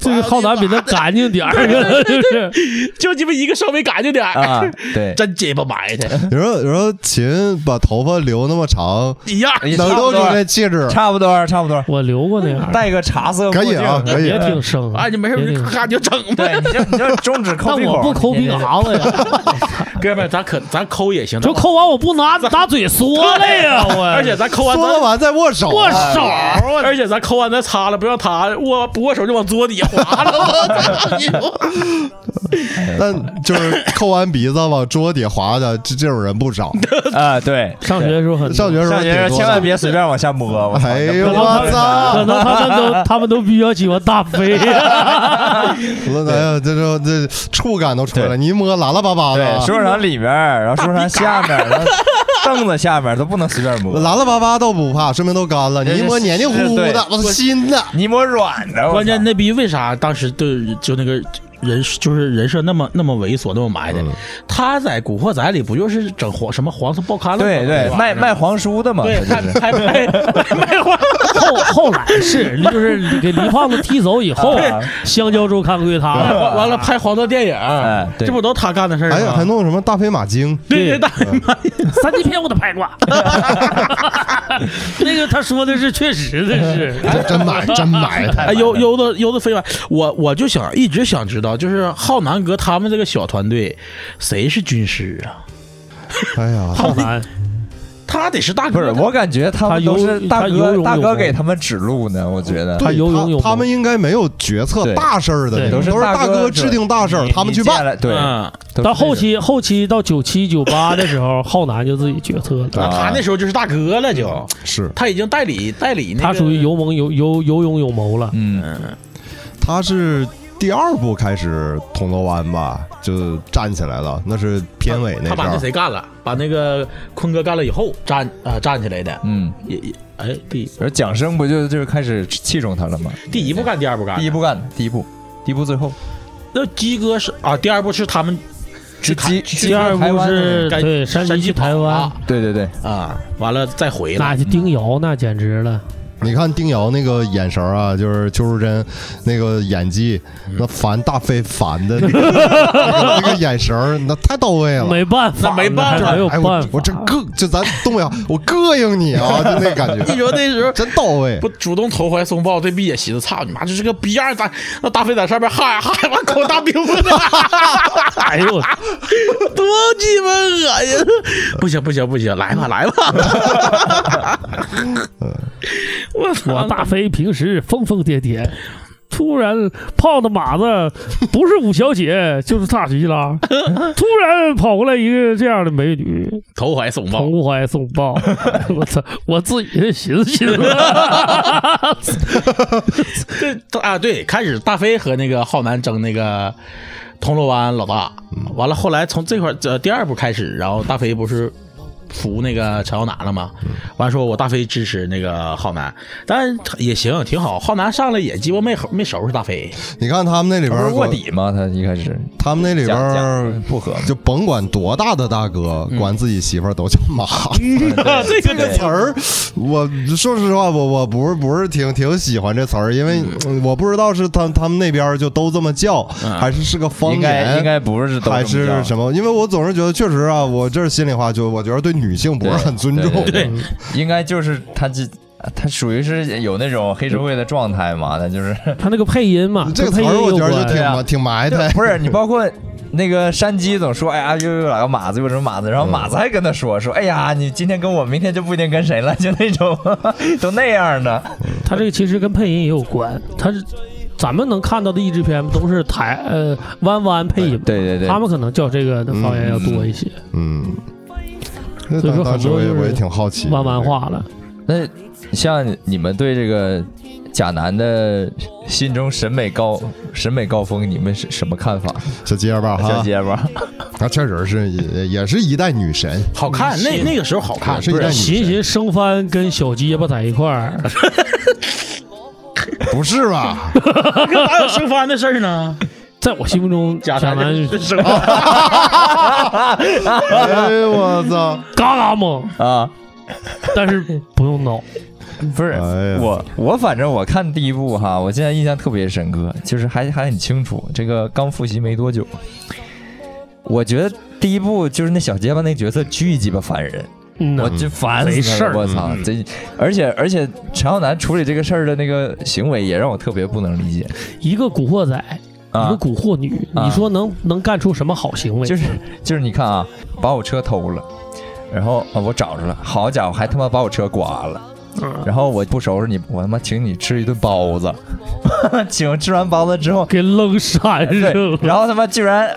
[SPEAKER 3] 这个浩南比他干净点儿， 就是
[SPEAKER 4] 就鸡巴一个稍微干净点儿
[SPEAKER 2] 啊，对，
[SPEAKER 4] 哎真鸡巴埋汰，
[SPEAKER 1] 你说你说秦把头发留那么长，
[SPEAKER 4] 一样。
[SPEAKER 2] 也
[SPEAKER 1] 能
[SPEAKER 2] 差不
[SPEAKER 1] 露出
[SPEAKER 2] 多
[SPEAKER 1] 这气质，
[SPEAKER 2] 差不多，差不多，
[SPEAKER 3] 我留过那样儿，
[SPEAKER 2] 戴个茶色
[SPEAKER 1] 可
[SPEAKER 2] 墨
[SPEAKER 1] 以
[SPEAKER 2] 镜。
[SPEAKER 1] 啊，可以
[SPEAKER 3] 也。挺生
[SPEAKER 4] 啊，
[SPEAKER 3] 啊。
[SPEAKER 4] 你没事
[SPEAKER 3] 也
[SPEAKER 4] 你
[SPEAKER 3] 挺
[SPEAKER 4] 咔咔你就整
[SPEAKER 2] 对，
[SPEAKER 4] 呗，
[SPEAKER 2] 你就你就中指抠
[SPEAKER 3] 但
[SPEAKER 2] 鼻
[SPEAKER 3] 我
[SPEAKER 2] 孔，
[SPEAKER 3] 不抠鼻
[SPEAKER 2] 你这
[SPEAKER 3] 梁子 呀，
[SPEAKER 4] 哥们儿，咱可咱抠也行，
[SPEAKER 3] 就抠完我不拿拿 嘴嗦了呀，我
[SPEAKER 4] 而且咱抠完
[SPEAKER 1] 说了
[SPEAKER 4] 咱
[SPEAKER 1] 完再握手，啊
[SPEAKER 3] 握手儿，
[SPEAKER 4] 而且咱抠完咱擦了，不让他握不握手就往桌底下滑了，我操你妈！
[SPEAKER 1] 但就是抠完鼻子往桌底滑的，这这种人不 少。
[SPEAKER 2] 啊，对，
[SPEAKER 3] 上学的时候很多
[SPEAKER 1] 上学时候
[SPEAKER 2] 上
[SPEAKER 1] 挺
[SPEAKER 2] 学
[SPEAKER 1] 多的
[SPEAKER 2] 时候千万别随便往下摸，我操！
[SPEAKER 1] 哎
[SPEAKER 2] 你
[SPEAKER 1] 呦
[SPEAKER 2] 不能
[SPEAKER 1] 我操
[SPEAKER 3] 可！能他们 都他们都比较喜欢大飞，
[SPEAKER 1] 我哎呀，这这这触感都出来了，
[SPEAKER 2] 对
[SPEAKER 1] 你一摸拉拉巴巴
[SPEAKER 2] 对，
[SPEAKER 1] 的，啊
[SPEAKER 2] 书场里面，然后书场下面， 然后凳子下面都不能随便摸，
[SPEAKER 1] 拉拉巴巴倒不怕，说明都干了。
[SPEAKER 2] 对
[SPEAKER 1] 你一摸
[SPEAKER 2] 是
[SPEAKER 1] 黏黏糊糊
[SPEAKER 2] 对
[SPEAKER 1] 的，我操新的。
[SPEAKER 2] 你摸软的，我操
[SPEAKER 4] 关键那逼为啥当时对就那个人就是人设那么那么猥琐那么埋汰？
[SPEAKER 2] 嗯
[SPEAKER 4] 他在《古惑仔》里不就是整黄什么黄色报刊了吗？
[SPEAKER 2] 对对
[SPEAKER 4] 吧
[SPEAKER 2] 卖卖黄书的嘛，
[SPEAKER 4] 对
[SPEAKER 2] 他
[SPEAKER 4] 拍
[SPEAKER 2] 就是
[SPEAKER 4] 拍 拍卖黄，
[SPEAKER 3] 后后来是就是给黎胖子踢走以后
[SPEAKER 2] 啊，
[SPEAKER 3] 香蕉州看归他了，
[SPEAKER 4] 完 了拍黄色电影，
[SPEAKER 2] 哎对
[SPEAKER 4] 这不都他干的事儿
[SPEAKER 1] 还有哎
[SPEAKER 2] 啊
[SPEAKER 1] 还
[SPEAKER 4] 吗？
[SPEAKER 1] 弄什么大飞马 精？
[SPEAKER 4] 对 对，大
[SPEAKER 3] 三级片我都拍 过，那个他说的是确实 的是，
[SPEAKER 1] 这真埋真埋汰。
[SPEAKER 4] 哎，悠悠的悠的飞完，我我就想一直想知道，就是浩南哥他们这个小团队，谁是军师啊？
[SPEAKER 1] 哎呀，
[SPEAKER 3] 浩南
[SPEAKER 4] 他得是大
[SPEAKER 2] 不是
[SPEAKER 4] 哥，，
[SPEAKER 2] 我感觉他们都是大
[SPEAKER 3] 他游他游
[SPEAKER 2] 哥
[SPEAKER 3] 泳
[SPEAKER 2] 大
[SPEAKER 3] 有
[SPEAKER 2] 哥
[SPEAKER 3] 功
[SPEAKER 2] 给他们指路呢，我觉得
[SPEAKER 1] 对
[SPEAKER 3] 他游泳有
[SPEAKER 1] 他他们应该没有决策
[SPEAKER 2] 对
[SPEAKER 1] 大事儿的
[SPEAKER 3] 对
[SPEAKER 1] 那种，
[SPEAKER 2] 都是
[SPEAKER 1] 都是
[SPEAKER 2] 大
[SPEAKER 1] 大
[SPEAKER 2] 哥
[SPEAKER 1] 哥制定大事儿，
[SPEAKER 2] 你
[SPEAKER 1] 他们去
[SPEAKER 2] 你见
[SPEAKER 1] 办。
[SPEAKER 2] 了对，
[SPEAKER 4] 嗯，
[SPEAKER 2] 都是
[SPEAKER 3] 到后
[SPEAKER 2] 这种
[SPEAKER 3] 期后期到九七九八的时候，浩南就自己决策了。
[SPEAKER 4] 那
[SPEAKER 2] 啊
[SPEAKER 4] 他那时候就是大哥了，
[SPEAKER 2] 嗯
[SPEAKER 4] 就是他已经代理代理那个，
[SPEAKER 3] 他属于有猛有有有勇有谋了，
[SPEAKER 2] 嗯，
[SPEAKER 1] 他是第二部开始铜锣湾吧，就站起来了，那是片尾那
[SPEAKER 4] 他
[SPEAKER 1] 阵
[SPEAKER 4] 把那
[SPEAKER 1] 儿。
[SPEAKER 4] 谁干了，把那个坤哥干了以后站啊站起来的，
[SPEAKER 2] 嗯，
[SPEAKER 4] 也也哎第
[SPEAKER 2] 而蒋生不就就是开始器重他了吗？
[SPEAKER 4] 第一部干，第二部
[SPEAKER 3] 啊
[SPEAKER 4] 干，
[SPEAKER 2] 第一部干的，第一部，第一部最后，
[SPEAKER 4] 那鸡哥是啊，第二部是他们去看
[SPEAKER 2] 第
[SPEAKER 4] 去
[SPEAKER 2] 第二
[SPEAKER 3] 部
[SPEAKER 2] 台湾的
[SPEAKER 3] 是
[SPEAKER 2] 那
[SPEAKER 4] 该
[SPEAKER 3] 对山鸡
[SPEAKER 4] 山
[SPEAKER 3] 去台湾
[SPEAKER 4] 跑啊
[SPEAKER 2] 对对对，
[SPEAKER 4] 啊，完了再回来
[SPEAKER 3] 那就丁瑶那简直了，
[SPEAKER 1] 你看丁瑶那个眼神儿啊，就是邱淑贞那个演技，那烦大飞烦的那个那个眼神儿，那太到位了。
[SPEAKER 3] 没办法，
[SPEAKER 4] 那没办法
[SPEAKER 3] 哪有
[SPEAKER 1] 哎，
[SPEAKER 3] 办
[SPEAKER 1] 我
[SPEAKER 3] 法。
[SPEAKER 1] 我真膈，就咱东北话，我膈应你啊，就那感
[SPEAKER 4] 你
[SPEAKER 1] 觉，
[SPEAKER 4] 说那时候
[SPEAKER 1] 真到位。
[SPEAKER 4] 不主动投怀送抱，对比也寻思，操你妈，这是个逼样！大那大飞在上面哈呀哈呀，完口大冰子，
[SPEAKER 3] 哎呦，我
[SPEAKER 4] 多鸡巴恶心！ 不行不行不行，来吧来 吧！ 我操！
[SPEAKER 1] 啊
[SPEAKER 3] 我大飞平时疯疯癫癫，突然泡的马子不是五小姐就是大吉 拉，突然跑过来一个这样的美女，
[SPEAKER 4] 投怀送抱，
[SPEAKER 3] 投怀送抱， 我操！我自己寻思寻思，
[SPEAKER 4] 对啊对，开始大飞和那个浩南争那个铜锣湾老大，完了后来从这块儿呃第二部开始，然后大飞不是服那个陈浩南了吗？完说我大飞支持那个浩南，但也行挺好，浩南上来也鸡巴没没收拾大飞，
[SPEAKER 1] 你看他们那里
[SPEAKER 2] 不
[SPEAKER 1] 边
[SPEAKER 2] 是
[SPEAKER 1] 儿
[SPEAKER 2] 卧底吗？他一开始
[SPEAKER 1] 他们那里边
[SPEAKER 2] 讲
[SPEAKER 1] 儿
[SPEAKER 2] 讲 不合，
[SPEAKER 1] 就甭管多大的大哥，管自己媳妇儿都叫妈。
[SPEAKER 4] 这
[SPEAKER 1] 这个词儿，我说实话，我我不是不是挺挺喜欢这词儿，因为嗯我不知道是他他们那边儿就都这么叫，还是是个方
[SPEAKER 2] 应该应
[SPEAKER 1] 言。
[SPEAKER 2] 该不是都
[SPEAKER 1] 还是什
[SPEAKER 2] 么
[SPEAKER 1] 么？因为我总是觉得，确实啊，我这是心里话，就我觉得对女性不是很尊重。嗯
[SPEAKER 2] 对对应该就是他这他属于是有那种黑社会的状态嘛，他就是
[SPEAKER 3] 他那个配音嘛，
[SPEAKER 1] 这个
[SPEAKER 3] 跟
[SPEAKER 1] 词
[SPEAKER 3] 配音
[SPEAKER 1] 儿我
[SPEAKER 3] 有
[SPEAKER 1] 觉得
[SPEAKER 3] 关
[SPEAKER 1] 就挺
[SPEAKER 2] 对
[SPEAKER 1] 埋
[SPEAKER 2] 啊
[SPEAKER 1] 挺埋汰。
[SPEAKER 2] 不是你包括。那个山鸡总说：“哎呀，又又来个马子，又什么马子？”然后马子还跟他说：“说哎呀，你今天跟我，明天就不一定跟谁了，就那种 都那样的。
[SPEAKER 3] 他这个其实跟配音也有关，他是咱们能看到的译制片都是台呃弯弯配音”，
[SPEAKER 2] 对对对，
[SPEAKER 3] 他们可能叫这个的方言要多一些，
[SPEAKER 1] 嗯，那
[SPEAKER 3] 所以说
[SPEAKER 1] 当
[SPEAKER 3] 很
[SPEAKER 1] 时
[SPEAKER 3] 多
[SPEAKER 1] 我也
[SPEAKER 3] 就是
[SPEAKER 1] 我也挺好奇。
[SPEAKER 3] 弯弯化了。
[SPEAKER 2] 那像你们对这个贾南的心中审美高审美高峰，你们是什么看法？
[SPEAKER 1] 小结巴
[SPEAKER 2] 小
[SPEAKER 1] 哈，
[SPEAKER 2] 结 巴，
[SPEAKER 1] 她确实是也也是一代女神，
[SPEAKER 4] 好看，那那个时候好看
[SPEAKER 1] 也，是一代女
[SPEAKER 3] 寻
[SPEAKER 1] 神，
[SPEAKER 3] 寻生番跟小结巴在一块儿，
[SPEAKER 1] 不是 吧？
[SPEAKER 4] 哪有升番的事儿呢？
[SPEAKER 3] 在我心目中，
[SPEAKER 4] 贾
[SPEAKER 3] 贾
[SPEAKER 4] 南
[SPEAKER 3] 南
[SPEAKER 4] 升番，
[SPEAKER 1] 哎呦我操！
[SPEAKER 3] 嘎嘎猛，
[SPEAKER 2] 啊，
[SPEAKER 3] 但是不用 挠。
[SPEAKER 2] 不是、
[SPEAKER 1] 哎呀
[SPEAKER 2] 我，我反正我看第一部哈，我现在印象特别深刻，就是还还很清楚，这个刚复习没多久，我觉得第一部就是那小结巴那角色巨鸡巴烦人，
[SPEAKER 3] 嗯呐
[SPEAKER 2] 我就烦
[SPEAKER 3] 没
[SPEAKER 2] 死
[SPEAKER 3] 事
[SPEAKER 2] 他了，
[SPEAKER 3] 儿嗯
[SPEAKER 2] 我操，这而且而且陈浩南处理这个事儿的那个行为也让我特别不能理解
[SPEAKER 3] 一个古惑仔，一
[SPEAKER 2] 啊
[SPEAKER 3] 个，古惑女，
[SPEAKER 2] 啊
[SPEAKER 3] 你说能能干出什么好行为
[SPEAKER 2] 就？是就是你看啊，把我车偷了，然后啊我找着了，好家伙，还他妈把我车刮了。
[SPEAKER 3] 嗯
[SPEAKER 2] 然后我不收拾你，我他妈请你吃一顿包子， 请吃完包子之后，
[SPEAKER 3] 给扔山 上
[SPEAKER 2] 哎对
[SPEAKER 3] 了，，
[SPEAKER 2] 然后他妈居然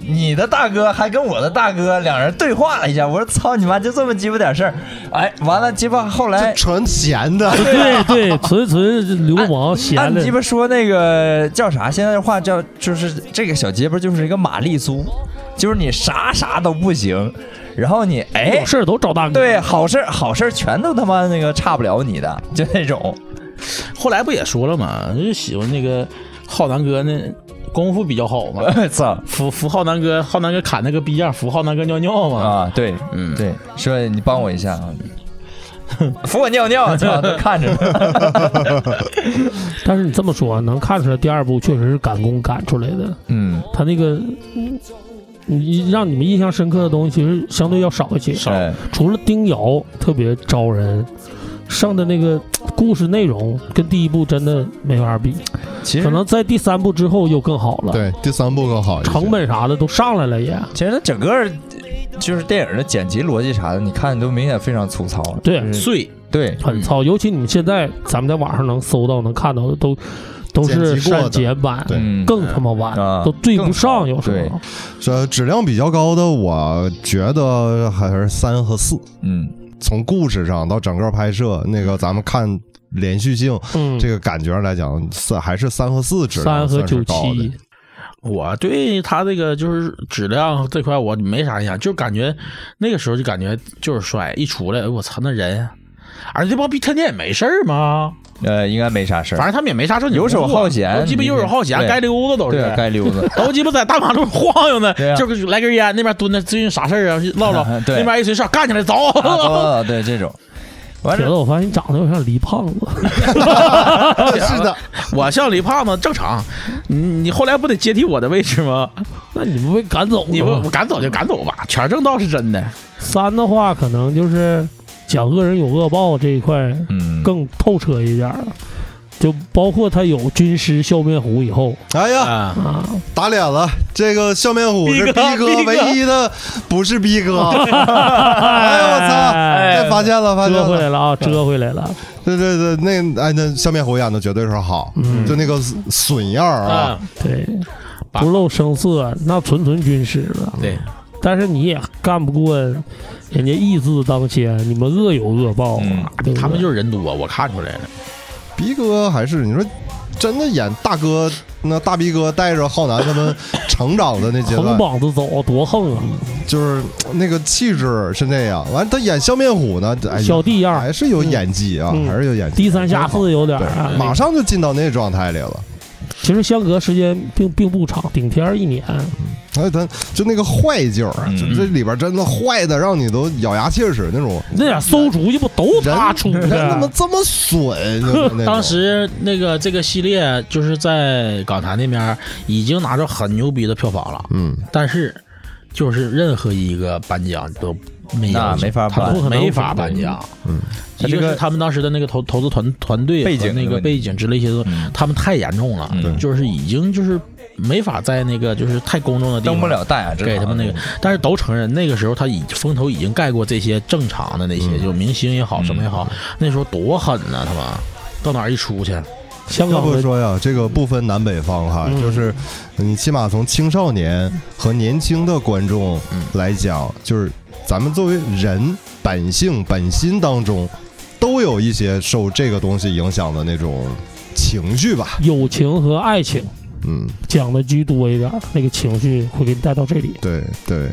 [SPEAKER 2] 你的大哥还跟我的大哥两人对话了一下，我说操你妈，就这么鸡巴点事儿，哎，完了鸡巴后来
[SPEAKER 1] 这纯闲 的，
[SPEAKER 3] 对对，纯纯流氓闲
[SPEAKER 2] 按
[SPEAKER 3] 的
[SPEAKER 2] 鸡，巴说那个叫啥，现在的话叫就是这个小结巴就是一个玛丽苏，就是你啥啥都不行，然后你哎
[SPEAKER 3] 有事儿都找大哥。
[SPEAKER 2] 对，好事儿好事儿全都他妈那个差不了你的，就那种。
[SPEAKER 4] 后来不也说了嘛，就喜欢那个浩南哥那功夫比较好 嘛，
[SPEAKER 2] 操
[SPEAKER 4] 扶扶浩南哥，浩南哥砍那个逼样，扶浩南哥尿尿嘛。
[SPEAKER 2] 啊！对，
[SPEAKER 4] 嗯，
[SPEAKER 2] 对，说你帮我一下 啊，扶我尿尿，操，都看着呢。
[SPEAKER 3] 但是你这么说，能看出来第二部确实是赶工赶出来的，
[SPEAKER 2] 嗯，
[SPEAKER 3] 他那个。嗯你让你们印象深刻的东西，其实相对要 少一些。
[SPEAKER 2] 哎，
[SPEAKER 3] 除了丁瑶特别招人，剩的那个故事内容跟第一部真的没法比，
[SPEAKER 2] 其
[SPEAKER 3] 可
[SPEAKER 2] 实
[SPEAKER 3] 能在第三部之后又更好了，
[SPEAKER 1] 对，第三部更好一些。
[SPEAKER 3] 啊成本啥的都上来了也。
[SPEAKER 2] 其实它整个就是电影的剪辑逻辑啥的，你看都明显非常粗糙了。
[SPEAKER 3] 对
[SPEAKER 1] 嗯
[SPEAKER 2] 就是
[SPEAKER 4] 碎
[SPEAKER 2] 对，
[SPEAKER 3] 很糙，尤其你们现在咱们在网上能搜到、能看到的都都
[SPEAKER 1] 剪
[SPEAKER 3] 是
[SPEAKER 1] 辑过的
[SPEAKER 3] 删减版，
[SPEAKER 1] 对
[SPEAKER 2] 嗯
[SPEAKER 3] 更他妈完，
[SPEAKER 2] 啊
[SPEAKER 3] 都对不上，
[SPEAKER 2] 更
[SPEAKER 3] 有时
[SPEAKER 2] 对
[SPEAKER 3] 候。
[SPEAKER 1] 这质量比较高的，我觉得还是三和四。
[SPEAKER 2] 嗯，
[SPEAKER 1] 从故事上到整个拍摄，那个咱们看连续性
[SPEAKER 3] 嗯，
[SPEAKER 1] 这个感觉来讲，四还是三和四质
[SPEAKER 3] 三
[SPEAKER 1] 量
[SPEAKER 3] 和
[SPEAKER 1] 算是
[SPEAKER 3] 九
[SPEAKER 1] 高的
[SPEAKER 3] 七。，
[SPEAKER 4] 我对他这个就是质量这块我没啥印象，就感觉那个时候就感觉就是帅，一出来，哎我操那人，而这帮逼天天也没事儿嘛，
[SPEAKER 2] 呃，应该没啥事儿。
[SPEAKER 4] 反正他们也没啥正经
[SPEAKER 2] 游手
[SPEAKER 4] 工作
[SPEAKER 2] 好闲
[SPEAKER 4] 都鸡巴游手好闲，
[SPEAKER 2] 对
[SPEAKER 4] 街溜子都是
[SPEAKER 2] 对，，该溜 达。
[SPEAKER 4] 都鸡巴在大马路上晃悠呢
[SPEAKER 2] 对啊，
[SPEAKER 4] 就是来根烟，那边蹲着，最近啥事儿啊，去唠唠
[SPEAKER 2] ，对啊
[SPEAKER 4] 那边一群上干起来，走，
[SPEAKER 2] 啊，对对，这种。完
[SPEAKER 3] 铁子，
[SPEAKER 2] 了，
[SPEAKER 3] 我发现你长得有点像黎胖子，
[SPEAKER 1] 是的，
[SPEAKER 4] 我像李胖子正常，你你后来不得接替我的位置吗？
[SPEAKER 3] 那你不被赶走了吗？
[SPEAKER 4] 你不我赶走就赶走吧，全正道是真的。
[SPEAKER 3] 三的话，可能就是讲恶人有恶报这一块
[SPEAKER 2] 嗯，
[SPEAKER 3] 更透彻一点儿了，就包括他有军师笑面虎以后
[SPEAKER 1] 哎呀，
[SPEAKER 4] 啊，
[SPEAKER 3] 啊，
[SPEAKER 1] 打脸了！这个笑面虎是逼哥唯一的不是逼 哥，哎呦我操！哎，发现了，发现
[SPEAKER 3] 折回
[SPEAKER 1] 了，
[SPEAKER 3] 来了啊，折回来了，
[SPEAKER 1] 对对对，那哎那笑面虎演的绝对是好，
[SPEAKER 3] 嗯
[SPEAKER 1] 就那个损样儿啊，
[SPEAKER 3] 对，不露声色，那纯纯军师了。
[SPEAKER 4] 对，
[SPEAKER 3] 但是你也干不过人家义字当先，你们恶有恶报
[SPEAKER 1] 嗯
[SPEAKER 3] 啊，
[SPEAKER 2] 嗯
[SPEAKER 3] 对不对
[SPEAKER 4] 他们就是人多，我看出来了。
[SPEAKER 1] 逼哥还是你说真的演大哥，那大逼哥带着浩南他们成长的那阶
[SPEAKER 3] 横
[SPEAKER 1] 段，嗯
[SPEAKER 3] 膀子走，多横啊！
[SPEAKER 1] 就是那个气质是那样。完，他演笑面虎呢，哎呀
[SPEAKER 3] 小，弟样儿，
[SPEAKER 1] 还是有演技啊，
[SPEAKER 3] 嗯
[SPEAKER 1] 还是有演技，
[SPEAKER 3] 低三下四有点儿啊
[SPEAKER 1] 对，。马上就进到那状态里了。
[SPEAKER 3] 其实相隔时间并并不长，顶天儿一年。
[SPEAKER 1] 哎，他就那个坏劲儿啊，
[SPEAKER 2] 嗯
[SPEAKER 1] 就这里边真的坏的让你都咬牙切齿那种。
[SPEAKER 3] 那点馊主意不都
[SPEAKER 1] 人
[SPEAKER 3] 他出啊
[SPEAKER 1] 人怎么
[SPEAKER 3] 的？
[SPEAKER 1] 这么损？就是那种
[SPEAKER 4] 当时那个这个系列就是在港台那边已经拿着很牛逼的票房了，
[SPEAKER 1] 嗯，
[SPEAKER 4] 但是就是任何一个颁奖都没
[SPEAKER 2] 那
[SPEAKER 4] 有
[SPEAKER 2] 没法
[SPEAKER 4] 他
[SPEAKER 2] 办
[SPEAKER 4] 们
[SPEAKER 3] 不可能
[SPEAKER 4] 没法颁奖。
[SPEAKER 1] 嗯，
[SPEAKER 4] 一
[SPEAKER 2] 他这
[SPEAKER 4] 个
[SPEAKER 2] 个
[SPEAKER 4] 是他们当时的那个投投资团团队
[SPEAKER 2] 背景
[SPEAKER 4] 和那
[SPEAKER 2] 这个
[SPEAKER 4] 个
[SPEAKER 2] 问
[SPEAKER 4] 背景之类一些东西，
[SPEAKER 2] 嗯
[SPEAKER 4] 他们太严重了，
[SPEAKER 2] 嗯
[SPEAKER 4] 就是已经就是没法在那个就是太公众的地方
[SPEAKER 2] 登不了大雅之堂
[SPEAKER 4] 给他们那个，但是都承认那个时候他已风头已经盖过这些正常的那些，
[SPEAKER 1] 嗯
[SPEAKER 4] 就明星也好
[SPEAKER 2] 嗯
[SPEAKER 4] 什么也好，那时候多狠呐、他们到哪儿一出去，
[SPEAKER 3] 香
[SPEAKER 1] 要
[SPEAKER 3] 港
[SPEAKER 1] 不
[SPEAKER 3] 的
[SPEAKER 1] 说呀，这个不分南北方哈，
[SPEAKER 3] 嗯
[SPEAKER 1] 就是你起码从青少年和年轻的观众来讲，就是咱们作为人本性本心当中，都有一些受这个东西影响的那种情绪吧。
[SPEAKER 3] 友情和爱情
[SPEAKER 1] 嗯，
[SPEAKER 3] 讲的居多一点儿，那个情绪会给你带到这里。
[SPEAKER 1] 对对，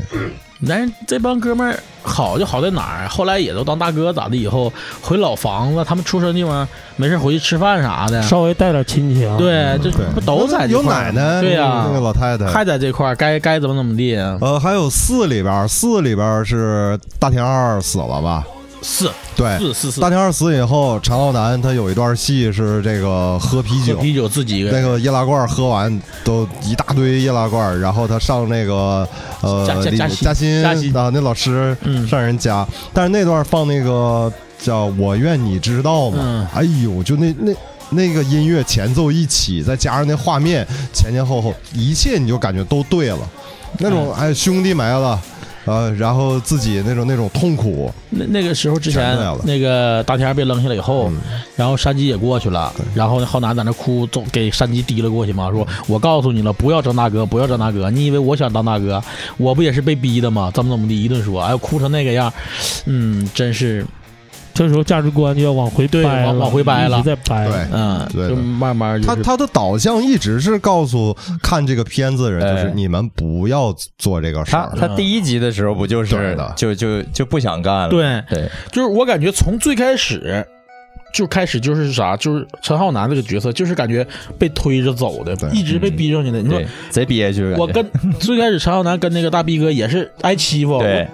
[SPEAKER 4] 但是这帮哥们儿好就好在哪儿？后来也都当大哥咋的，以后回老房子，他们出生地方没事回去吃饭啥的，
[SPEAKER 3] 稍微带点亲情，，
[SPEAKER 4] 对，这
[SPEAKER 1] 对
[SPEAKER 4] 不都在这
[SPEAKER 1] 有
[SPEAKER 4] 块
[SPEAKER 1] 奶
[SPEAKER 4] 儿
[SPEAKER 1] 奶，
[SPEAKER 4] 对呀、
[SPEAKER 1] 那个老太太，
[SPEAKER 4] 还在这块儿，该该怎么怎么地啊？
[SPEAKER 1] 呃，还有四里边儿，四里边儿是大田二死了吧？
[SPEAKER 4] 是
[SPEAKER 1] 对，
[SPEAKER 4] 是是
[SPEAKER 1] 哎
[SPEAKER 4] 是，
[SPEAKER 1] 大田二死以后，陈浩南他有一段戏是这个喝啤
[SPEAKER 4] 喝
[SPEAKER 1] 酒，
[SPEAKER 4] 啤酒自己一个
[SPEAKER 1] 那
[SPEAKER 4] 人
[SPEAKER 1] 个易拉罐喝完都一大堆易拉罐，然后他上那个呃
[SPEAKER 4] 嘉嘉
[SPEAKER 1] 李
[SPEAKER 4] 嘉欣
[SPEAKER 1] 嘉欣
[SPEAKER 4] 嘉欣
[SPEAKER 1] 啊那老师
[SPEAKER 4] 嗯
[SPEAKER 1] 上人家，但是那段放那个叫我愿你知道嘛，
[SPEAKER 4] 嗯
[SPEAKER 1] 哎呦，就那那。那个音乐前奏一起，再加上那画面前前后后，一切你就感觉都对了。那
[SPEAKER 4] 嗯
[SPEAKER 1] 种哎，兄弟没了，呃，然后自己那种那种痛苦，
[SPEAKER 4] 那那个时候之
[SPEAKER 1] 全
[SPEAKER 4] 前
[SPEAKER 1] 都有了，
[SPEAKER 4] 那个大天儿被扔下来以后，
[SPEAKER 1] 嗯
[SPEAKER 4] 然后山鸡也过去了，然后浩南在那哭，总给山鸡提了过去嘛，说我告诉你了，不要张大哥，不要张大哥，你以为我想当大哥，我不也是被逼的吗？怎么怎么地，一顿说，哎，哭成那个样儿，嗯，真是，
[SPEAKER 3] 这时候价值观就要往回掰
[SPEAKER 4] 对
[SPEAKER 3] 了，
[SPEAKER 4] 往往回掰了
[SPEAKER 3] 一直在掰。
[SPEAKER 1] 对，
[SPEAKER 4] 嗯，
[SPEAKER 1] 对的
[SPEAKER 4] 就慢慢就
[SPEAKER 1] 他
[SPEAKER 4] 是
[SPEAKER 1] 他的导向一直是告诉看这个片子的人，就
[SPEAKER 2] 哎
[SPEAKER 1] 是你们不要做这个事
[SPEAKER 2] 他
[SPEAKER 1] 儿。
[SPEAKER 2] 他第一集的时候不就
[SPEAKER 1] 对
[SPEAKER 2] 是
[SPEAKER 1] 的
[SPEAKER 2] 就就就不想干了？
[SPEAKER 4] 对，
[SPEAKER 2] 对，
[SPEAKER 4] 就是我感觉从最开始。就开始就是啥，就是陈浩南这个角色，就是感觉被推着走的
[SPEAKER 1] 对，嗯
[SPEAKER 4] 一直被逼上去的。你说
[SPEAKER 2] 对，贼憋屈感觉。
[SPEAKER 4] 我跟 最开始陈浩南跟那个大逼哥也是挨欺负，
[SPEAKER 2] 对，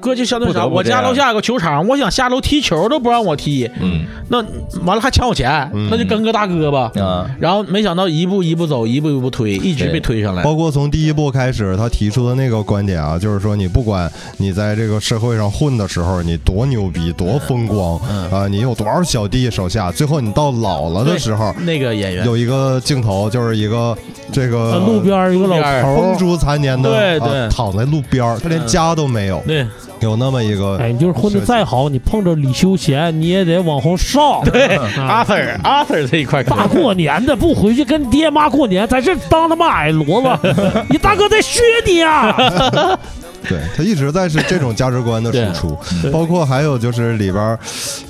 [SPEAKER 4] 哥就相当于啥，
[SPEAKER 2] 不得不
[SPEAKER 4] 我
[SPEAKER 2] 这样
[SPEAKER 4] 家楼下有个球场，我想下楼踢球都不让我踢，
[SPEAKER 2] 嗯
[SPEAKER 4] 那完了还抢我钱，
[SPEAKER 1] 嗯
[SPEAKER 4] 那就跟个大哥吧。
[SPEAKER 2] 啊，
[SPEAKER 4] 然后没想到一步一步走，一步一步推，一直
[SPEAKER 2] 对
[SPEAKER 4] 被推上来。
[SPEAKER 1] 包括从第一部开始，他提出的那个观点啊，就是说，你不管你在这个社会上混的时候，你多牛逼、多风光啊、
[SPEAKER 4] 嗯
[SPEAKER 1] 你有多少小弟手下，最后你到老了的时候，
[SPEAKER 4] 那个演员，
[SPEAKER 1] 有一个镜头就是一个这
[SPEAKER 3] 呃
[SPEAKER 1] 个
[SPEAKER 3] 路边儿有个老头
[SPEAKER 1] 风
[SPEAKER 3] 儿，
[SPEAKER 1] 烛残年的
[SPEAKER 4] 对
[SPEAKER 1] 啊
[SPEAKER 4] 对
[SPEAKER 1] 躺在路边儿，他连
[SPEAKER 4] 嗯
[SPEAKER 1] 家都没有，
[SPEAKER 4] 对，
[SPEAKER 1] 有那么一个
[SPEAKER 3] 哎，你就是混的再好，你碰着李修贤，你也得往后上。对，啊
[SPEAKER 4] 阿 Sir 阿 Sir 这一块可以，
[SPEAKER 3] 大过年的不回去跟爹妈过年，在这当他妈矮骡 子，你大哥在削你啊！
[SPEAKER 1] 对他一直在是这种价值观的输出
[SPEAKER 4] 啊
[SPEAKER 3] 对，
[SPEAKER 1] 包括还有就是里边儿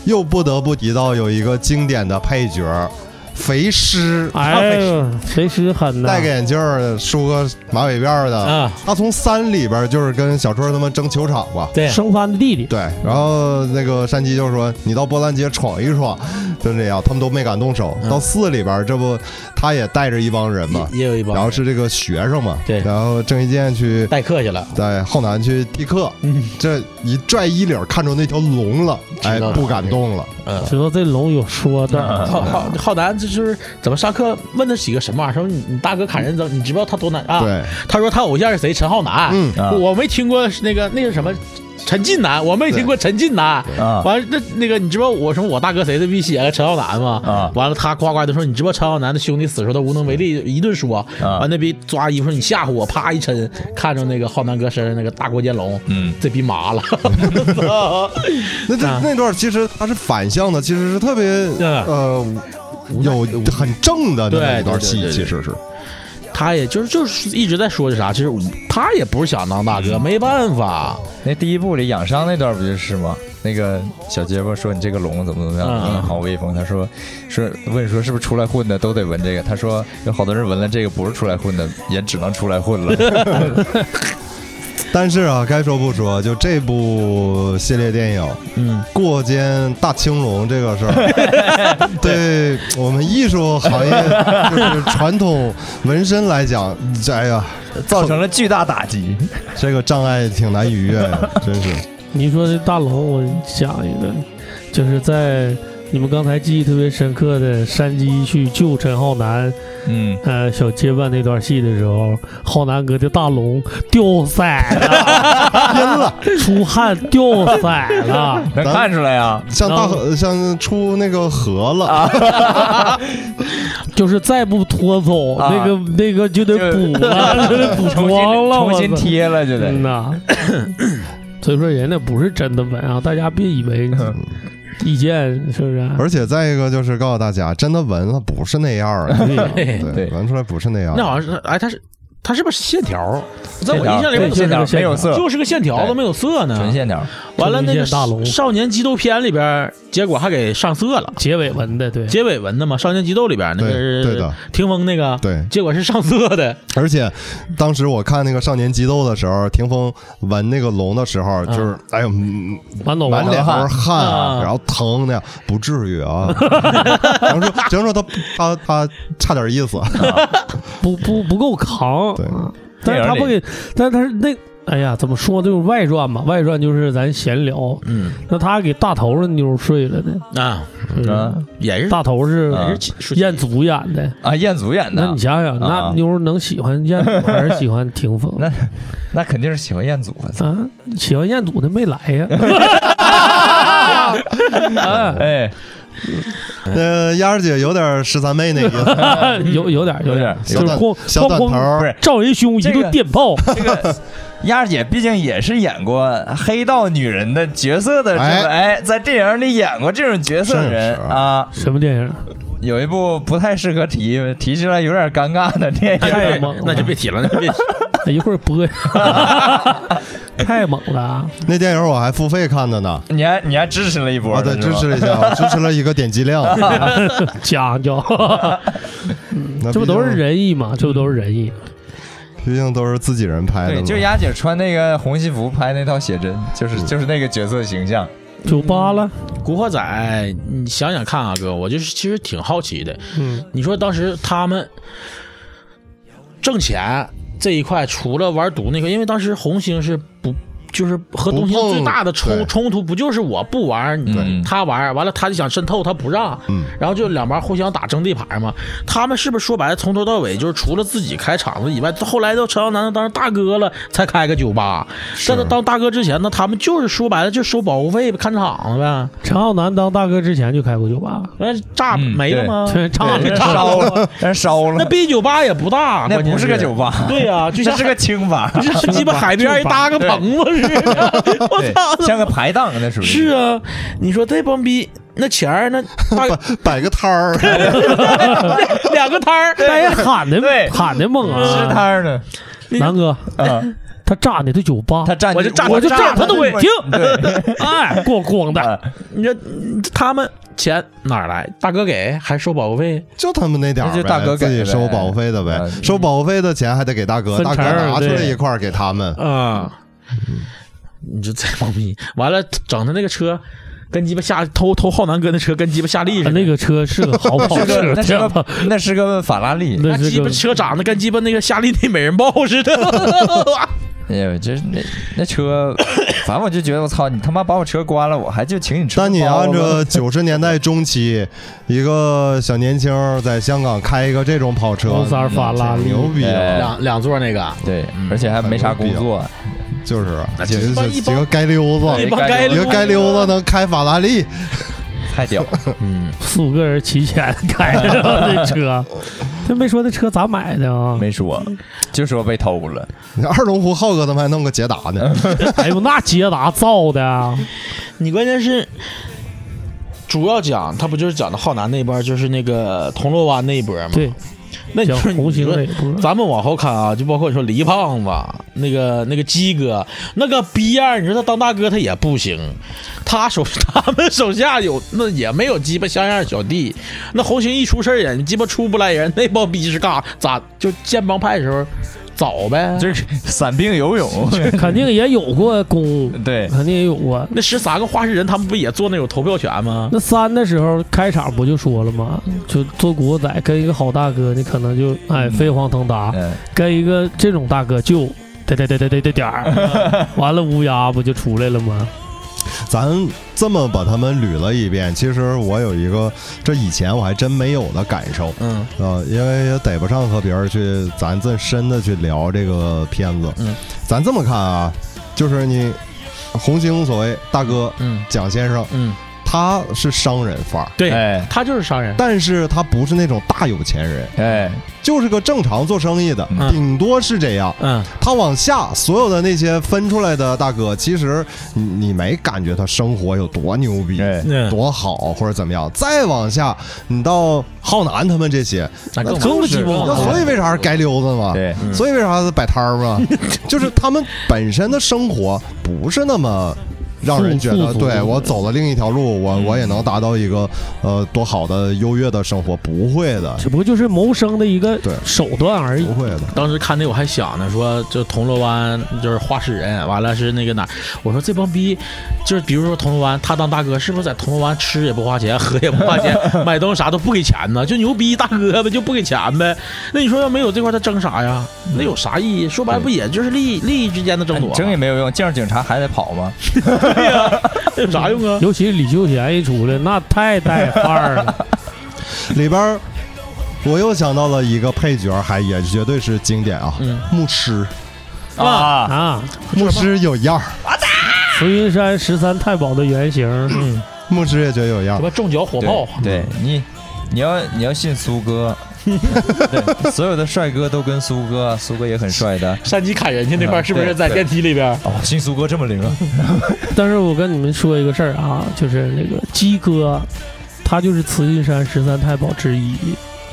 [SPEAKER 1] 又不得不提到有一个经典的配角儿，肥师，
[SPEAKER 3] 哎呦，随时狠呐！
[SPEAKER 1] 戴个眼镜儿，梳个马尾辫儿的。
[SPEAKER 4] 啊，
[SPEAKER 1] 他从三里边就是跟小春他们争球场吧。
[SPEAKER 4] 对，
[SPEAKER 3] 生番的弟弟，
[SPEAKER 1] 对，然后那个山鸡就说：“你到波兰街闯一闯，就这样。”他们都没敢动手。
[SPEAKER 4] 嗯
[SPEAKER 1] 到四里边，这不他也带着一帮人嘛，
[SPEAKER 4] 也也有一帮
[SPEAKER 1] 然后是这个学生嘛，
[SPEAKER 4] 对
[SPEAKER 1] 然后郑伊健去
[SPEAKER 4] 代课去了，
[SPEAKER 1] 在浩南去地课，
[SPEAKER 4] 嗯
[SPEAKER 1] 这一拽衣领儿看出那条龙了，哎
[SPEAKER 4] 知道，了
[SPEAKER 1] 不敢动了。
[SPEAKER 4] 嗯。
[SPEAKER 3] 知道这龙有说道，
[SPEAKER 4] 浩浩浩南，这就是怎么上课问他几个什么玩意儿？说你你大哥砍人怎么？你知不知道他多难啊？
[SPEAKER 1] 对，
[SPEAKER 4] 他说他偶像是谁？陈浩南。
[SPEAKER 1] 嗯，
[SPEAKER 2] 啊
[SPEAKER 4] 我没听过那个那个什么陈近南，我没听过陈近南。
[SPEAKER 2] 啊
[SPEAKER 4] 完了，那那个你知道我什么我大哥谁的必写个陈浩南吗？
[SPEAKER 2] 啊
[SPEAKER 4] 完了，他呱呱的说，你知不知道陈浩南的兄弟死的时候他无能为力，一顿说。完
[SPEAKER 2] 啊，
[SPEAKER 4] 那逼抓衣服说你吓唬我，啪一抻，看着那个浩南哥身上那个大郭建龙，
[SPEAKER 2] 嗯，
[SPEAKER 4] 这逼麻 了。
[SPEAKER 1] 那这
[SPEAKER 4] 啊
[SPEAKER 1] 那段其实它是反向的，其实是特别
[SPEAKER 4] 嗯
[SPEAKER 1] 呃有很正的那
[SPEAKER 4] 对
[SPEAKER 1] 一段戏，
[SPEAKER 4] 对对对
[SPEAKER 1] 其实是
[SPEAKER 4] 他也就是就是一直在说这啥，就是他也不是想当大
[SPEAKER 2] 嗯
[SPEAKER 4] 哥，没办法。
[SPEAKER 2] 那第一部里养伤那段不就是吗？那个小结巴说你这个龙怎么怎么样，
[SPEAKER 4] 嗯嗯
[SPEAKER 2] 好威风。他说说问说是不是出来混的都得闻这个？他说有好多人闻了这个不是出来混的，也只能出来混了。
[SPEAKER 1] 但是啊，该说不说，就这部系列电影
[SPEAKER 4] 嗯，
[SPEAKER 1] 过肩大青龙这 个事儿，对我们艺术 行业就是传统纹身来讲，哎呀，
[SPEAKER 2] 造成了巨大打击。
[SPEAKER 1] 这个障碍挺难逾越呀，真是。
[SPEAKER 3] 你说这大龙，我讲一个，就是在你们刚才记忆特别深刻的山鸡去救陈浩南，
[SPEAKER 2] 嗯，
[SPEAKER 3] 呃，小结巴那段戏的时候，浩南哥的大龙掉色了，出汗掉色了。
[SPEAKER 2] 能看出来啊。
[SPEAKER 1] 像大河，像出那个河了，
[SPEAKER 3] 就是再不拖走，
[SPEAKER 2] 啊
[SPEAKER 3] 那个那个就得补 了，就得补
[SPEAKER 2] 重新
[SPEAKER 3] 妆了，
[SPEAKER 2] 重新
[SPEAKER 3] 我操
[SPEAKER 2] 贴了就得。
[SPEAKER 3] 嗯 呐，所以说人家不是真的文啊，大家别以为
[SPEAKER 2] 嗯
[SPEAKER 3] 意见是啊不是？
[SPEAKER 1] 而且再一个就是告诉大家，真的纹了不是那样儿的，
[SPEAKER 4] 对
[SPEAKER 1] 对，
[SPEAKER 2] 对
[SPEAKER 1] 纹出来不是那样儿的。
[SPEAKER 4] 那好像是哎，他是他是不是线条？在
[SPEAKER 2] 线
[SPEAKER 4] 我
[SPEAKER 2] 条
[SPEAKER 4] 印象里面
[SPEAKER 3] 对
[SPEAKER 2] 线条
[SPEAKER 3] 就是
[SPEAKER 2] 没有色，
[SPEAKER 4] 就是个线条
[SPEAKER 2] 对
[SPEAKER 4] 都没有色呢。
[SPEAKER 2] 纯线条。
[SPEAKER 4] 完了，那
[SPEAKER 3] 出
[SPEAKER 4] 个
[SPEAKER 3] 一些大龙
[SPEAKER 4] 少年激斗篇里边，结果还给上色了。
[SPEAKER 3] 结尾文的对，
[SPEAKER 4] 结尾文的嘛，《少年激斗》里边那个
[SPEAKER 1] 对对
[SPEAKER 4] 是
[SPEAKER 1] 的，
[SPEAKER 4] 霆锋那个，
[SPEAKER 1] 对。
[SPEAKER 4] 结果是上色的，
[SPEAKER 1] 而且当时我看那个《少年激斗》的时候，霆锋纹那个龙的时候，就是哎呦，嗯
[SPEAKER 3] 满脑
[SPEAKER 1] 满
[SPEAKER 3] 瓜
[SPEAKER 1] 脸
[SPEAKER 3] 子
[SPEAKER 1] 都是汗啊，
[SPEAKER 4] 啊
[SPEAKER 1] 然后疼的，不至于啊。只能说，只能说他他他差点意思。啊
[SPEAKER 3] 不不不够扛
[SPEAKER 1] 对。
[SPEAKER 3] 嗯但是他不给，但是他是那，哎呀，怎么说就是外传吧，外传就是咱闲聊。
[SPEAKER 4] 嗯
[SPEAKER 3] 那他给大头的妞睡了呢，
[SPEAKER 4] 啊，
[SPEAKER 3] 是吧
[SPEAKER 2] 嗯
[SPEAKER 4] 也是
[SPEAKER 3] 大头是
[SPEAKER 2] 啊
[SPEAKER 4] 也是属于
[SPEAKER 3] 彦祖演的，
[SPEAKER 2] 啊，彦祖演
[SPEAKER 3] 那
[SPEAKER 2] 的
[SPEAKER 3] 你，想想，
[SPEAKER 2] 啊
[SPEAKER 3] 那妞能喜欢彦祖还是喜欢霆锋？
[SPEAKER 2] 那那肯定是喜欢彦祖啊。
[SPEAKER 3] 啊，喜欢彦祖的没来呀。啊，
[SPEAKER 2] 哎，
[SPEAKER 1] 呃，丫儿姐有点十三妹那意 思，
[SPEAKER 3] 有有点儿
[SPEAKER 2] 有点
[SPEAKER 3] 点
[SPEAKER 2] 儿，
[SPEAKER 3] 就
[SPEAKER 1] 小
[SPEAKER 3] 是
[SPEAKER 1] 短
[SPEAKER 3] 咣
[SPEAKER 1] 小短
[SPEAKER 3] 咣
[SPEAKER 1] 头
[SPEAKER 3] 咣
[SPEAKER 1] 儿
[SPEAKER 2] 不是
[SPEAKER 3] 照人胸一
[SPEAKER 2] 这个
[SPEAKER 3] 顿电炮，
[SPEAKER 2] 这个丫儿姐毕竟也是演过黑道女人的角色的，这么哎，在电影里演过这种角色的人
[SPEAKER 1] 是是
[SPEAKER 2] 啊，
[SPEAKER 3] 什么电影？
[SPEAKER 2] 有一部不太适合提，提起来有点尴尬的电影。
[SPEAKER 1] 哎
[SPEAKER 3] 太猛了，
[SPEAKER 4] 哎那就别提了，那就别提了
[SPEAKER 3] 哎一会儿播呀， 太猛了啊！
[SPEAKER 1] 那电影我还付费看的呢。
[SPEAKER 2] 你还你还支持了一波
[SPEAKER 1] 啊，
[SPEAKER 2] 呢，
[SPEAKER 1] 对，
[SPEAKER 2] 是
[SPEAKER 1] 支持了
[SPEAKER 2] 吧
[SPEAKER 1] 一下，我支持了一个点击量。啊
[SPEAKER 3] 讲 究，
[SPEAKER 1] 那
[SPEAKER 3] 这不
[SPEAKER 1] 毕
[SPEAKER 3] 都
[SPEAKER 1] 竟
[SPEAKER 3] 是仁义吗？这不都是仁义？
[SPEAKER 1] 毕竟都是自己人拍的
[SPEAKER 2] 对，
[SPEAKER 1] 嘛。
[SPEAKER 2] 就丫姐穿那个红西服拍那套写真，就是就是那个角色形象。
[SPEAKER 3] 酒吧了，
[SPEAKER 4] 古惑仔，你想想看啊，哥，我就是其实挺好奇的，
[SPEAKER 3] 嗯，
[SPEAKER 4] 你说当时他们挣钱这一块，除了玩毒那个，因为当时红星是不。就是和
[SPEAKER 1] 不
[SPEAKER 4] 东星
[SPEAKER 1] 碰
[SPEAKER 4] 最大的
[SPEAKER 1] 对
[SPEAKER 4] 冲冲突，不就是我不玩，
[SPEAKER 2] 嗯
[SPEAKER 4] 你他玩完了，他就想渗透，他不让，
[SPEAKER 1] 嗯
[SPEAKER 4] 然后就两帮互相打争地盘嘛。他们是不是说白了，从头到尾就是除了自己开厂子以外，后来到陈浩南当大哥了，才开个酒吧。在他当大哥之前呢，他们就是说白了就收保护费呗，看场子呗，
[SPEAKER 3] 陈浩南当大哥之前就开过酒吧，
[SPEAKER 4] 那炸
[SPEAKER 2] 嗯
[SPEAKER 4] 没了
[SPEAKER 2] 对
[SPEAKER 4] 吗？
[SPEAKER 3] 全唱
[SPEAKER 2] 对
[SPEAKER 3] 的
[SPEAKER 2] 烧 了，但是烧
[SPEAKER 4] 那
[SPEAKER 2] 了，
[SPEAKER 4] 比酒吧也不大，
[SPEAKER 2] 那
[SPEAKER 4] 关键
[SPEAKER 2] 不是个酒吧，
[SPEAKER 4] 对 呀、 就
[SPEAKER 2] 这
[SPEAKER 4] 像
[SPEAKER 2] 是个清吧。
[SPEAKER 4] 这鸡巴海边一搭个棚子似的， 我
[SPEAKER 2] 对
[SPEAKER 4] 操！，
[SPEAKER 2] 像个排档，那属于
[SPEAKER 4] 是啊，你说这帮逼那钱 儿那大
[SPEAKER 1] 摆个摊儿，
[SPEAKER 4] 两个摊儿，
[SPEAKER 3] 哎但也喊的
[SPEAKER 2] 对
[SPEAKER 3] 喊的猛
[SPEAKER 2] 吃
[SPEAKER 3] 啊！
[SPEAKER 2] 摊儿呢
[SPEAKER 3] 南哥，
[SPEAKER 2] 啊，
[SPEAKER 3] 他他炸那堆酒吧，
[SPEAKER 2] 他站
[SPEAKER 4] 我就炸
[SPEAKER 3] 我就
[SPEAKER 4] 炸
[SPEAKER 3] 炸他的
[SPEAKER 4] 他
[SPEAKER 3] 尾
[SPEAKER 4] 的
[SPEAKER 3] 听，
[SPEAKER 2] 对，
[SPEAKER 3] 哎，咣咣 的，
[SPEAKER 4] 你这他们钱哪儿来？大哥给还收保护费？
[SPEAKER 1] 就他们那点儿
[SPEAKER 2] 那就
[SPEAKER 1] 呗，
[SPEAKER 2] 大哥给
[SPEAKER 1] 自己收
[SPEAKER 2] 呗
[SPEAKER 1] 保护费的呗，
[SPEAKER 2] 嗯
[SPEAKER 1] 收保护费的钱还得给大哥，
[SPEAKER 3] 分
[SPEAKER 1] 大哥
[SPEAKER 3] 成儿
[SPEAKER 1] 拿出来
[SPEAKER 3] 对
[SPEAKER 1] 一块儿给他们。
[SPEAKER 4] 啊、你这贼懵逼！完了，整他那个车跟鸡巴下偷偷浩南哥那车跟鸡巴下力似
[SPEAKER 2] 啊
[SPEAKER 3] 他
[SPEAKER 4] 的，
[SPEAKER 3] 那个车是 个豪
[SPEAKER 2] 那
[SPEAKER 3] 跑
[SPEAKER 2] 是
[SPEAKER 3] 车，
[SPEAKER 2] 个那是
[SPEAKER 3] 知道吗
[SPEAKER 2] 个？那是个法拉利，
[SPEAKER 3] 那
[SPEAKER 4] 鸡
[SPEAKER 3] 是
[SPEAKER 4] 巴
[SPEAKER 3] 个
[SPEAKER 4] 车长得跟鸡巴那个夏利那美人豹似的。
[SPEAKER 2] 哎呦，就是那那车，反正我就觉得我操，你他妈把我车关了，我还就请你吃个包
[SPEAKER 1] 但
[SPEAKER 2] 子。
[SPEAKER 1] 你按照九十年代中期，一个小年轻儿在香港开一个这种跑车
[SPEAKER 3] 红，三儿法拉利，
[SPEAKER 1] 牛逼
[SPEAKER 2] 哎
[SPEAKER 1] 啊！
[SPEAKER 4] 两两座那个，
[SPEAKER 2] 对，而且还没啥工作，
[SPEAKER 1] 就是
[SPEAKER 4] 那
[SPEAKER 1] 几
[SPEAKER 4] 就是
[SPEAKER 1] 个几个街溜
[SPEAKER 4] 一
[SPEAKER 1] 子，
[SPEAKER 4] 帮街
[SPEAKER 1] 一
[SPEAKER 4] 哦
[SPEAKER 1] 个
[SPEAKER 4] 溜子
[SPEAKER 1] 街溜子能开法拉利，
[SPEAKER 2] 太屌了。
[SPEAKER 4] 嗯，
[SPEAKER 3] 四五个人骑钱开 着那车，就没说那车咋买的啊？
[SPEAKER 2] 没说，就说被偷了。
[SPEAKER 1] 二龙湖浩哥他们还弄个捷达呢，
[SPEAKER 3] 哎呦，那捷达造的啊，
[SPEAKER 4] 你关键是主要讲，他不就是讲的浩南那边，就是那个铜锣湾那一波吗？
[SPEAKER 3] 对，
[SPEAKER 4] 那你
[SPEAKER 3] 像
[SPEAKER 4] 说
[SPEAKER 3] 红
[SPEAKER 4] 你
[SPEAKER 3] 星
[SPEAKER 4] 说
[SPEAKER 3] 那波，
[SPEAKER 4] 咱们往后看啊，就包括你说黎胖子、那个那个鸡哥、那个逼样儿，你说他当大哥他也不行，他手 他们手下有那也没有鸡巴像样小弟。那红星一出事儿也鸡巴出不来人，那帮逼是干啥咋就建帮派的时候早呗？
[SPEAKER 2] 就是散兵游泳，
[SPEAKER 3] 肯定也有过功，
[SPEAKER 2] 对，
[SPEAKER 3] 肯定也有过。
[SPEAKER 4] 那十三个话事人，他们不也做那种投票权吗？
[SPEAKER 3] 那三的时候开场不就说了吗？就做古惑仔跟一个好大哥，你可能就哎
[SPEAKER 2] 嗯
[SPEAKER 3] 飞黄腾达；
[SPEAKER 2] 嗯，
[SPEAKER 3] 跟一个这种大哥就得得得得得得点儿，完了乌鸦不就出来了吗？
[SPEAKER 1] 咱这么把他们捋了一遍，其实我有一个这以前我还真没有的感受，
[SPEAKER 4] 嗯
[SPEAKER 1] 呃，因为也逮不上和别人去，咱这深的去聊这个片子。
[SPEAKER 4] 嗯，
[SPEAKER 1] 咱这么看啊，就是你红星所谓大哥
[SPEAKER 4] 嗯
[SPEAKER 1] 蒋先生，
[SPEAKER 4] 嗯，
[SPEAKER 1] 他是商人范儿，
[SPEAKER 4] 对，
[SPEAKER 2] 哎
[SPEAKER 4] 他就是商人。
[SPEAKER 1] 但是他不是那种大有钱人，
[SPEAKER 2] 哎，
[SPEAKER 1] 就是个正常做生意的，
[SPEAKER 4] 嗯
[SPEAKER 1] 顶多是这样。
[SPEAKER 4] 嗯，
[SPEAKER 1] 他往下所有的那些分出来的大哥，其实你你没感觉他生活有多牛逼。
[SPEAKER 2] 哎
[SPEAKER 4] 嗯
[SPEAKER 1] 多好，或者怎么样？再往下，你到浩南他们这些，
[SPEAKER 4] 那更
[SPEAKER 1] 更
[SPEAKER 4] 不
[SPEAKER 1] 鸡
[SPEAKER 4] 是
[SPEAKER 1] 那所以为啥是街溜子嘛？
[SPEAKER 2] 对，
[SPEAKER 4] 嗯
[SPEAKER 1] 所以为啥是摆摊儿 嘛？就是他们本身的生活不是那么。让人觉
[SPEAKER 3] 富
[SPEAKER 1] 得，
[SPEAKER 3] 富足
[SPEAKER 1] 对我走了另一条路，我
[SPEAKER 4] 嗯
[SPEAKER 1] 我也能达到一个呃多好的优越的生活，不会的，
[SPEAKER 3] 只不过就是谋生的一个
[SPEAKER 1] 对
[SPEAKER 3] 手段而已
[SPEAKER 1] 不。会的。
[SPEAKER 4] 当时看那我还想呢，说就铜锣湾就是画事人，完了是那个哪儿，我说这帮逼，就是比如说铜锣湾，他当大哥是不是在铜锣湾吃也不花 钱，喝也不花钱，买东西啥都不给钱呢？就牛逼大哥呗，就不给钱呗。那你说要没有这块，他争啥呀？那有啥意义？说白了不也就是利益利益之间的嗯哎争夺吗？啊
[SPEAKER 2] 争也没有用，见着警察还得跑吗？
[SPEAKER 4] 那有啥用啊？
[SPEAKER 3] 尤其是李秀贤一出来，那太带范儿了。
[SPEAKER 1] 里边儿我又想到了一个配角，还也绝对是经典啊，
[SPEAKER 4] 嗯
[SPEAKER 1] 牧师，
[SPEAKER 2] 啊，
[SPEAKER 3] 啊！
[SPEAKER 1] 牧师有样儿，
[SPEAKER 3] 慈云山十三太保的原型，嗯，
[SPEAKER 1] 牧师也觉得有样儿。
[SPEAKER 4] 什么中脚火
[SPEAKER 2] 对
[SPEAKER 4] 炮？
[SPEAKER 2] 对你，你要你要信苏哥，对，所有的帅哥都跟苏哥，苏哥也很帅的。
[SPEAKER 4] 山鸡砍人去那块儿
[SPEAKER 2] 嗯
[SPEAKER 4] 是不
[SPEAKER 2] 对
[SPEAKER 4] 是在
[SPEAKER 2] 对
[SPEAKER 4] 电梯里边？
[SPEAKER 2] 哦，信苏哥这么灵啊？
[SPEAKER 3] 但是我跟你们说一个事儿啊，就是那个鸡哥，他就是慈云山十三太保之一。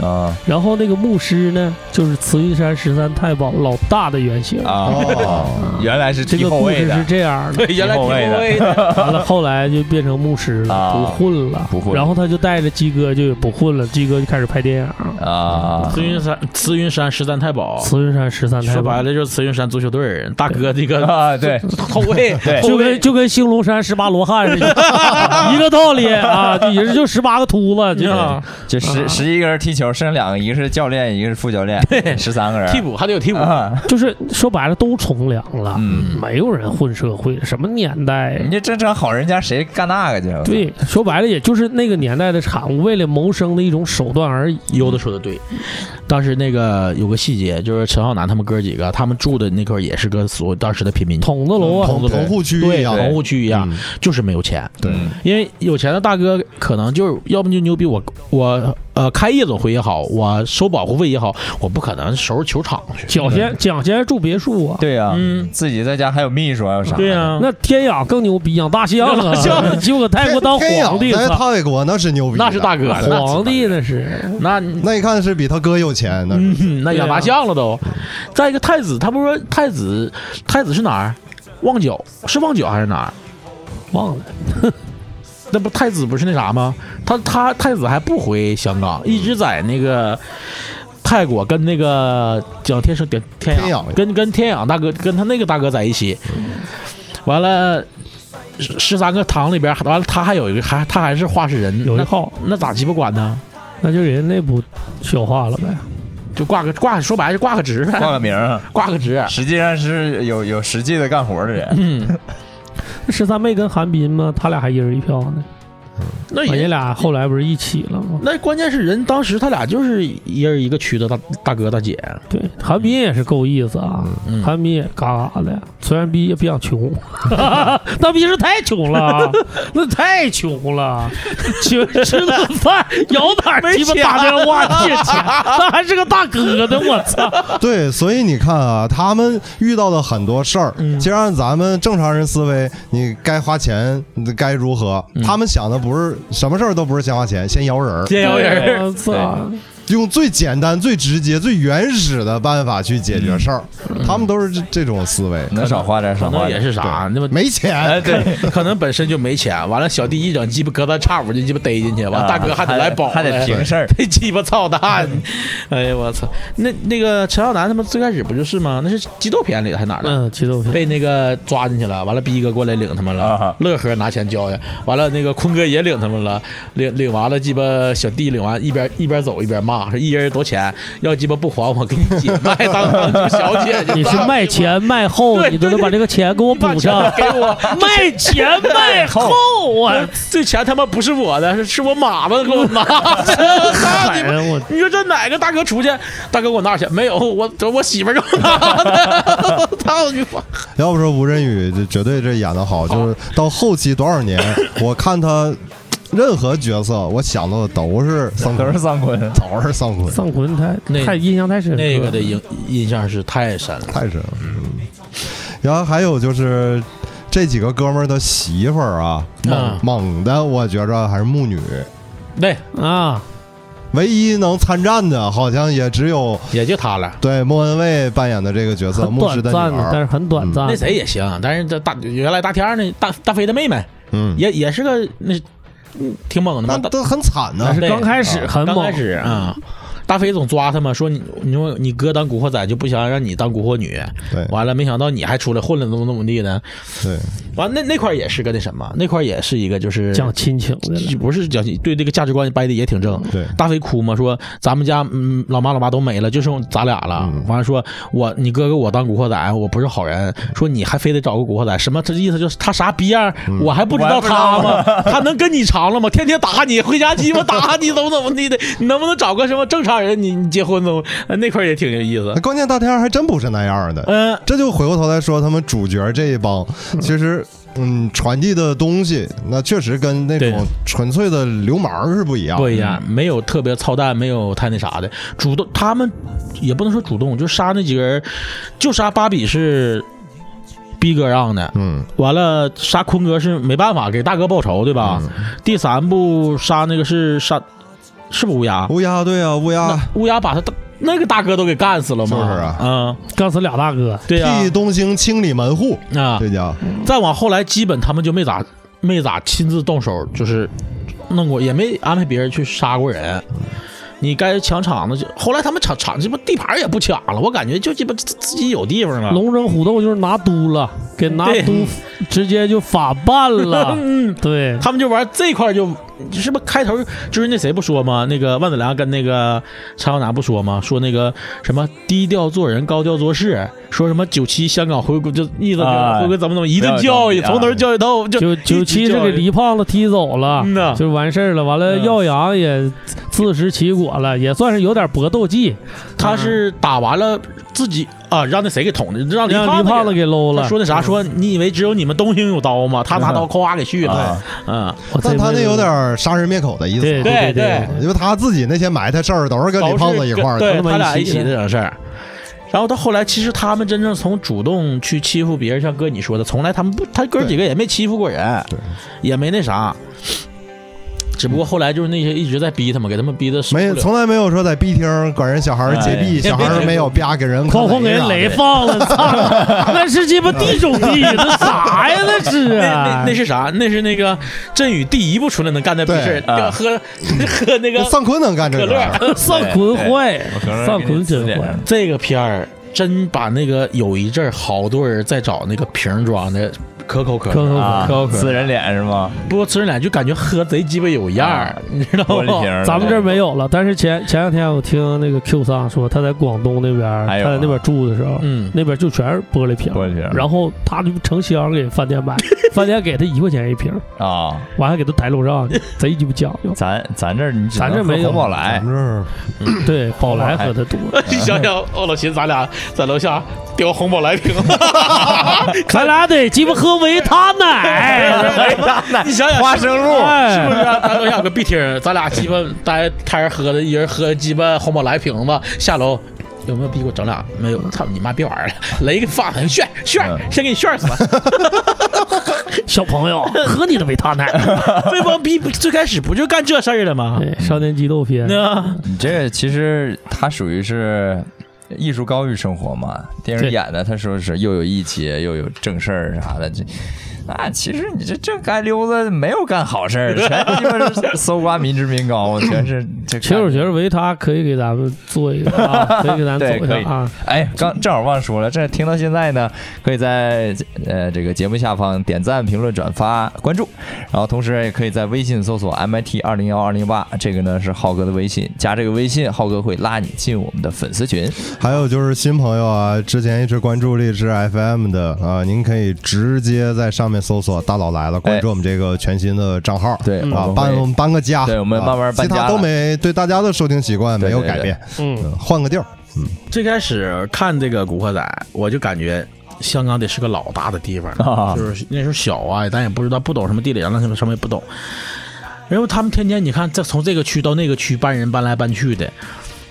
[SPEAKER 2] 啊
[SPEAKER 3] 然后那个牧师呢，就是慈云山十三太保老大的原型。
[SPEAKER 2] 啊！
[SPEAKER 1] 哦，
[SPEAKER 2] 原来是
[SPEAKER 3] 这
[SPEAKER 2] 踢
[SPEAKER 3] 个
[SPEAKER 2] 后
[SPEAKER 3] 故
[SPEAKER 2] 卫
[SPEAKER 3] 事是
[SPEAKER 2] 的，
[SPEAKER 3] 这样 的，
[SPEAKER 4] 对，原来
[SPEAKER 2] 后
[SPEAKER 4] 挺
[SPEAKER 2] 卫的
[SPEAKER 4] 后卫的。
[SPEAKER 3] 完了后来就变成牧师了，
[SPEAKER 2] 啊
[SPEAKER 3] 不混了，
[SPEAKER 2] 不混
[SPEAKER 3] 然后他就带着鸡哥就也不混了，鸡哥就开始拍电影。
[SPEAKER 2] 啊
[SPEAKER 4] 慈云山，慈云山十三太保。
[SPEAKER 3] 慈云山十三太
[SPEAKER 4] 说白
[SPEAKER 3] 保
[SPEAKER 4] 了。就是慈云山足球队儿大哥 这个
[SPEAKER 2] 啊！对，
[SPEAKER 4] 后卫，
[SPEAKER 2] 对
[SPEAKER 4] 后
[SPEAKER 3] 就
[SPEAKER 4] 卫
[SPEAKER 3] 跟就跟兴隆山十八罗汉似 的，一个道理啊，就也是就十八个秃
[SPEAKER 2] 嗯
[SPEAKER 3] 子，就
[SPEAKER 4] 你
[SPEAKER 3] 是
[SPEAKER 4] 知道吗
[SPEAKER 2] 就十
[SPEAKER 3] 啊
[SPEAKER 2] 十一个人踢球，剩下两个，一个是教练，一个是副教练，十三个人。
[SPEAKER 4] 替补还得有替补，
[SPEAKER 2] 啊，
[SPEAKER 3] 就是说白了都从良了，
[SPEAKER 2] 嗯
[SPEAKER 3] 没有人混社会，什么年代
[SPEAKER 2] 人？家正常好人家谁干那个去？
[SPEAKER 3] 对，说白了也就是那个年代的产物，为了谋生的一种手段而已。
[SPEAKER 4] 优的说的对。当时那个有个细节，就是陈浩南他们哥几个，他们住的那块儿也是个所当时的贫民区，
[SPEAKER 3] 筒子楼啊，
[SPEAKER 1] 同同户区一
[SPEAKER 4] 对，
[SPEAKER 1] 样，
[SPEAKER 4] 棚户区一样，
[SPEAKER 1] 嗯
[SPEAKER 4] 就是没有钱。
[SPEAKER 1] 对
[SPEAKER 2] 嗯
[SPEAKER 4] 因为有钱的大哥可能就是要不就牛逼我，我呃开夜总会也好，我收保护费也好，我不可能收拾球场去。
[SPEAKER 3] 蒋先蒋先生住别墅啊，
[SPEAKER 2] 对呀，
[SPEAKER 4] 嗯
[SPEAKER 2] 自己在家还有秘书，还有啥？
[SPEAKER 4] 对呀、
[SPEAKER 3] 那天养更牛逼，养大象
[SPEAKER 4] 养
[SPEAKER 3] 啊，
[SPEAKER 4] 大象
[SPEAKER 3] 就搁泰国当
[SPEAKER 1] 天
[SPEAKER 3] 皇帝
[SPEAKER 1] 天养在
[SPEAKER 3] 了，
[SPEAKER 1] 泰国那是牛逼的，
[SPEAKER 4] 那是大哥，
[SPEAKER 3] 皇帝那是
[SPEAKER 4] 那那
[SPEAKER 1] 那一看是比他哥有钱的，
[SPEAKER 4] 嗯， 那
[SPEAKER 3] 对
[SPEAKER 4] 养大
[SPEAKER 3] 啊
[SPEAKER 4] 象了都。再一个太子，他不是说太子，太子是哪儿？旺角是旺角还是哪儿？
[SPEAKER 3] 忘了，
[SPEAKER 4] 那不太子不是那啥吗？他他太子还不回香港，一直在那个泰国跟那个叫天生天天
[SPEAKER 1] 天
[SPEAKER 4] 养
[SPEAKER 1] 养
[SPEAKER 4] 跟跟天养大哥跟他那个大哥在一起，完了十十三个堂里边，完了他还有一个还他还是化石人，
[SPEAKER 3] 有一
[SPEAKER 4] 那
[SPEAKER 3] 号，
[SPEAKER 4] 那咋鸡巴管呢？
[SPEAKER 3] 那就人家内部消化了呗。
[SPEAKER 4] 就挂个挂，说白了就挂个职呗，
[SPEAKER 2] 挂个名儿，
[SPEAKER 4] 挂个 职。
[SPEAKER 2] 实际上是有有实际的干活的人。
[SPEAKER 4] 嗯，
[SPEAKER 3] 十三妹跟韩冰嘛，他俩还一人一票呢。
[SPEAKER 4] 那
[SPEAKER 3] 人
[SPEAKER 4] 也
[SPEAKER 3] 家俩后来不是一起了吗？
[SPEAKER 4] 那关键是人当时他俩就是一人一个区的大大哥大姐，
[SPEAKER 3] 对，韩冰也是够意思啊，
[SPEAKER 4] 嗯
[SPEAKER 3] 韩冰也嘎嘎的，虽然逼也比较穷， 但逼是太穷 了，那太穷了，请吃顿饭，有哪儿鸡巴打电话借钱？啊那还是个大哥呢，我操！
[SPEAKER 1] 对，所以你看啊，他们遇到的很多事儿，
[SPEAKER 3] 嗯
[SPEAKER 1] 就让咱们正常人思维，你该花钱你该如何？
[SPEAKER 3] 嗯
[SPEAKER 1] 他们想的不是什么事儿都不是先花钱，先摇人儿，
[SPEAKER 3] 哎
[SPEAKER 4] 接
[SPEAKER 2] 摇人儿
[SPEAKER 4] 呃
[SPEAKER 3] 我操！
[SPEAKER 2] 啊
[SPEAKER 1] 用最简单、最直接、最原始的办法去解决事儿。
[SPEAKER 3] 嗯
[SPEAKER 1] 他们都是这这种思维，
[SPEAKER 2] 能少花点，少
[SPEAKER 4] 可
[SPEAKER 2] 花
[SPEAKER 4] 能也
[SPEAKER 2] 点。啊
[SPEAKER 4] 是啥，那么
[SPEAKER 1] 没钱。
[SPEAKER 2] 哎，对，
[SPEAKER 4] 可能本身就没钱，完了小弟一整鸡巴隔三差五就鸡巴逮进去，完了大哥还得来保，
[SPEAKER 2] 啊还得平事儿。
[SPEAKER 4] 被 鸡巴操蛋！哎呀，我操！那那个陈浩南他们最开始不就是吗？那是激斗片里还是哪儿的？
[SPEAKER 3] 嗯，激动片，
[SPEAKER 4] 被那个抓进去了，完了逼哥过来领他们了，
[SPEAKER 2] 啊
[SPEAKER 4] 乐呵拿钱交去，完了那个坤哥也领他们了，领领完了鸡巴小弟领完一边一边走一边骂，说一人多钱，要鸡巴不还我给你姐卖当当当小姐去，
[SPEAKER 3] 你是卖钱卖 后，
[SPEAKER 4] 对
[SPEAKER 3] 你都能把这个钱给我
[SPEAKER 4] 把
[SPEAKER 3] 补
[SPEAKER 4] 钱
[SPEAKER 3] 上。
[SPEAKER 4] 给 我，
[SPEAKER 3] 卖前卖后，啊我
[SPEAKER 4] 这钱他妈不是我的，是是我马子给我拿的。
[SPEAKER 3] 哎呀，我
[SPEAKER 4] 你说这哪个大哥出去？大哥给我拿钱没有？我我媳妇儿给我拿的。操你妈！
[SPEAKER 1] 要不说吴镇宇这绝对这演的好，就是到后期多少年，我看他任何角色，我想到的都是桑
[SPEAKER 2] 都
[SPEAKER 1] 坤
[SPEAKER 2] 是，丧坤，
[SPEAKER 1] 都是桑坤，
[SPEAKER 3] 丧魂太
[SPEAKER 4] 那
[SPEAKER 3] 太印象太深刻了。
[SPEAKER 4] 那个的印印象是太深了。
[SPEAKER 1] 太神了。嗯，然后还有就是这几个哥们儿的媳妇儿啊，
[SPEAKER 4] 啊
[SPEAKER 1] 猛猛的，我觉着还是木女，
[SPEAKER 4] 对，
[SPEAKER 3] 啊，
[SPEAKER 1] 唯一能参战的，好像也只有
[SPEAKER 4] 也就他了。
[SPEAKER 1] 对莫文蔚扮演的这个角色
[SPEAKER 3] 很
[SPEAKER 1] 牧
[SPEAKER 3] 短
[SPEAKER 1] 师的女
[SPEAKER 3] 暂的，但
[SPEAKER 1] 儿。
[SPEAKER 3] 是很短暂。
[SPEAKER 4] 那谁也行，但是这大原来大天儿那大大飞的妹妹
[SPEAKER 1] 嗯，
[SPEAKER 4] 也也是个那嗯挺猛的嘛
[SPEAKER 1] 那。都很惨呢
[SPEAKER 3] 但。是
[SPEAKER 4] 啊对
[SPEAKER 3] 刚开始很
[SPEAKER 4] 刚
[SPEAKER 3] 猛
[SPEAKER 4] 开，始啊，大飞总抓他嘛，说你你说你哥当古惑仔就不想让你当古惑女，
[SPEAKER 1] 对
[SPEAKER 4] 完了没想到你还出来混了怎么怎么地的，
[SPEAKER 1] 对，
[SPEAKER 4] 完那那块儿也是个那什么，那块儿也是一个就是
[SPEAKER 3] 讲亲情的了。
[SPEAKER 4] 不是讲对这个价值观掰的也挺正。
[SPEAKER 1] 对
[SPEAKER 4] 大飞哭嘛，说咱们家嗯老妈老爸都没了，就剩咱俩了。
[SPEAKER 1] 嗯
[SPEAKER 4] 完了说我你哥哥我当古惑仔，我不是好人，说你还非得找个古惑仔，什么这意思就是他啥逼样儿，我还不知道他吗？ 他能跟你长了吗？天天打你，回家鸡巴打你，怎么怎么地的？你能不能找个什么正常人？你你结婚怎么？呃那块儿也挺有意思
[SPEAKER 1] 那。关键大天儿还真不是那样的。
[SPEAKER 4] 嗯、
[SPEAKER 1] 这就回过头来说，他们主角这一帮，其实，嗯，传递的东西，那确实跟那
[SPEAKER 4] 对
[SPEAKER 1] 种纯粹的流氓是不一样。
[SPEAKER 4] 不一样，没有特别操蛋，没有太那啥的。主动，他们也不能说主动，就杀那几个人，就杀芭比是逼哥让的，
[SPEAKER 1] 嗯，
[SPEAKER 4] 完了杀坤哥是没办法给大哥报仇，对
[SPEAKER 1] 嗯
[SPEAKER 4] 吧？第三部杀那个是杀是不是乌鸦？
[SPEAKER 1] 乌鸦对啊，乌鸦
[SPEAKER 4] 那乌鸦把他大那个大哥都给干死了嘛？
[SPEAKER 1] 就是啊
[SPEAKER 4] 嗯，
[SPEAKER 3] 刚死俩大哥，
[SPEAKER 4] 对呀、
[SPEAKER 1] 替东兴清理门户，
[SPEAKER 4] 啊，
[SPEAKER 1] 这叫
[SPEAKER 4] 再往后来，基本他们就没咋没咋亲自动手，就是弄过，也没安排别人去杀过人。
[SPEAKER 1] 嗯
[SPEAKER 4] 你该抢场子就，后来他们抢抢鸡巴地盘也不抢了，我感觉就鸡巴自自己有地方了。
[SPEAKER 3] 龙争虎斗就是拿督了，给拿
[SPEAKER 4] 对
[SPEAKER 3] 督直接就法办了。
[SPEAKER 4] 嗯，
[SPEAKER 3] 对，
[SPEAKER 4] 他们就玩这块儿就，是不是开头就是那谁不说吗？那个万梓良跟那个陈浩南不说吗？说那个什么低调做人，高调做事，说什么九七香港回归就意思就是
[SPEAKER 2] 啊
[SPEAKER 4] 回归怎么怎么一顿
[SPEAKER 2] 了解
[SPEAKER 4] 教育，
[SPEAKER 2] 啊
[SPEAKER 4] 从头教育到尾就
[SPEAKER 3] 九九七是给
[SPEAKER 4] 离
[SPEAKER 3] 黎胖子踢走了。
[SPEAKER 4] 嗯呐，
[SPEAKER 3] 就完事儿了，完了，
[SPEAKER 4] 嗯
[SPEAKER 3] 耀阳也自食其果了，也算是有点搏斗技，
[SPEAKER 4] 他是打完了自己啊，让那谁给捅的，让李
[SPEAKER 3] 让黎
[SPEAKER 4] 胖
[SPEAKER 3] 胖
[SPEAKER 4] 子
[SPEAKER 3] 子
[SPEAKER 4] 给
[SPEAKER 3] 给搂
[SPEAKER 4] 他
[SPEAKER 3] 了。
[SPEAKER 4] 说那 啥，说你以为只有你们东兴有刀吗？他 拿刀咵给续了，
[SPEAKER 2] 啊，
[SPEAKER 4] 嗯，
[SPEAKER 3] 我这
[SPEAKER 1] 但他
[SPEAKER 3] 辈
[SPEAKER 1] 那
[SPEAKER 3] 子
[SPEAKER 1] 有点杀人灭口的意思，
[SPEAKER 3] 对
[SPEAKER 4] 对
[SPEAKER 3] 对
[SPEAKER 4] 对
[SPEAKER 1] 因为他自己那些埋汰事儿都是跟
[SPEAKER 4] 都
[SPEAKER 1] 李
[SPEAKER 4] 是
[SPEAKER 1] 胖子一块儿的。
[SPEAKER 4] 对，
[SPEAKER 3] 他们
[SPEAKER 4] 他俩一
[SPEAKER 3] 一起
[SPEAKER 4] 起的整事儿。然后到后来，其实他们真正从主动去欺负别人，像哥你说的，从来他们不，他哥几个也没欺负过人
[SPEAKER 1] 对，
[SPEAKER 4] 也没那啥。只不过后来就是那些一直在逼他们，给他们逼的受
[SPEAKER 1] 没
[SPEAKER 4] 不了
[SPEAKER 1] 从来没有说在 B 厅管人小孩儿借
[SPEAKER 2] 哎
[SPEAKER 1] 币，
[SPEAKER 2] 呀
[SPEAKER 1] 小孩儿没有啪给人
[SPEAKER 3] 哐哐给人
[SPEAKER 1] 人
[SPEAKER 3] 雷放了，操！那是鸡巴地种地，那啥呀？那是啊
[SPEAKER 4] 那 那那是啥？那是那个振宇第一部出来能干的逼事
[SPEAKER 2] 对
[SPEAKER 4] 儿，
[SPEAKER 2] 啊
[SPEAKER 4] 喝 喝那个
[SPEAKER 1] 丧坤能干这个
[SPEAKER 4] 可乐
[SPEAKER 1] 事儿，
[SPEAKER 3] 丧坤坏
[SPEAKER 2] 我可能，
[SPEAKER 3] 丧坤真
[SPEAKER 2] 给你
[SPEAKER 3] 坏
[SPEAKER 2] 呲。
[SPEAKER 4] 这个片儿真把那个有一阵儿好多人在找那个瓶装的可口可
[SPEAKER 3] 可口
[SPEAKER 4] 乐，
[SPEAKER 2] 啊，
[SPEAKER 4] 可口可乐
[SPEAKER 2] 呲人脸是吗？
[SPEAKER 4] 不过吃着俩就感觉喝贼鸡巴有样儿
[SPEAKER 2] 啊，
[SPEAKER 4] 你知道
[SPEAKER 2] 玻璃
[SPEAKER 4] 吗
[SPEAKER 2] 瓶？儿的，
[SPEAKER 3] 哦咱们这儿没有了，但是前前两天我听那个 Q 桑说，他在广东那边儿，
[SPEAKER 2] 还有
[SPEAKER 3] 他在那边住的时候，
[SPEAKER 4] 嗯，
[SPEAKER 3] 那边就全是玻璃瓶儿，
[SPEAKER 2] 哎玻璃瓶儿
[SPEAKER 3] 然后他就成箱给饭店买，饭店给他一块钱一瓶儿，
[SPEAKER 2] 啊，
[SPEAKER 3] 完还给他抬楼上去，贼鸡巴讲 究。
[SPEAKER 2] 咱咱这儿你只
[SPEAKER 3] 咱
[SPEAKER 2] 能
[SPEAKER 3] 这
[SPEAKER 2] 喝
[SPEAKER 3] 没有
[SPEAKER 2] 红宝来
[SPEAKER 1] 咱，这儿
[SPEAKER 3] 对，宝来喝的多，
[SPEAKER 4] 你想想，我老寻思咱俩在楼下叼红宝来瓶，
[SPEAKER 3] 咱俩得鸡巴喝维他
[SPEAKER 2] 哎
[SPEAKER 3] 奶，
[SPEAKER 4] 你想想
[SPEAKER 2] 花
[SPEAKER 4] 是不是
[SPEAKER 2] 生 露，
[SPEAKER 4] 是不
[SPEAKER 3] 哎，
[SPEAKER 4] 是啊？咱楼下有个壁厅，咱俩鸡巴待开着喝的，一人喝鸡巴红宝来瓶子，下楼。有没有逼给我整俩？没有，操你妈！别玩儿了，雷个发他炫炫，先给你炫死 了！
[SPEAKER 3] 小朋友，喝你的维 他奶。
[SPEAKER 4] 这帮逼最开始不就干这事儿了吗？嗯
[SPEAKER 3] 对，少年激斗篇，
[SPEAKER 4] 那
[SPEAKER 2] 你这个其实它属于是艺术高于生活嘛，电影
[SPEAKER 3] 对
[SPEAKER 2] 演的，他说是又有义气，又有正事儿啥的，这。啊，其实你这这该溜子没有干好事儿，全鸡巴是搜刮民脂民膏，全是这。
[SPEAKER 3] 其实我觉得维他可以给咱们做一个 啊，可以给咱
[SPEAKER 2] 对
[SPEAKER 3] 做一
[SPEAKER 2] 可以
[SPEAKER 3] 下啊。
[SPEAKER 2] 哎，刚正好忘说了，这听到现在呢，可以在呃这个节目下方点赞、评论、转发、关注，然后同时也可以在微信搜索 MIT 二零幺二零八，这个呢是浩哥的微信，加这个微信，浩哥会拉你进我们的粉丝群。
[SPEAKER 1] 还有就是新朋友啊，之前一直关注荔枝 FM 的啊，您可以直接在上面搜索“大佬来了”，关注我们这个全新的账号。
[SPEAKER 2] 对，
[SPEAKER 3] 嗯
[SPEAKER 1] 啊
[SPEAKER 2] 我，
[SPEAKER 1] 搬我
[SPEAKER 2] 们
[SPEAKER 1] 们搬个家，
[SPEAKER 2] 对我们慢慢
[SPEAKER 1] 啊
[SPEAKER 2] 搬家
[SPEAKER 1] 其他都
[SPEAKER 2] 了
[SPEAKER 1] 没对大家的收听习惯没有
[SPEAKER 2] 对对
[SPEAKER 1] 改
[SPEAKER 2] 对
[SPEAKER 1] 变，
[SPEAKER 3] 嗯，
[SPEAKER 1] 嗯换个地儿。
[SPEAKER 4] 最开始看这个《古惑仔》，我就感觉香港得是个老大的地方，
[SPEAKER 2] 啊
[SPEAKER 4] 就是那时候小啊，咱也不知道，不懂什么地理啊，乱七八糟什么也不懂。然后他们天天你看，这从这个区到那个区搬人搬来搬去的，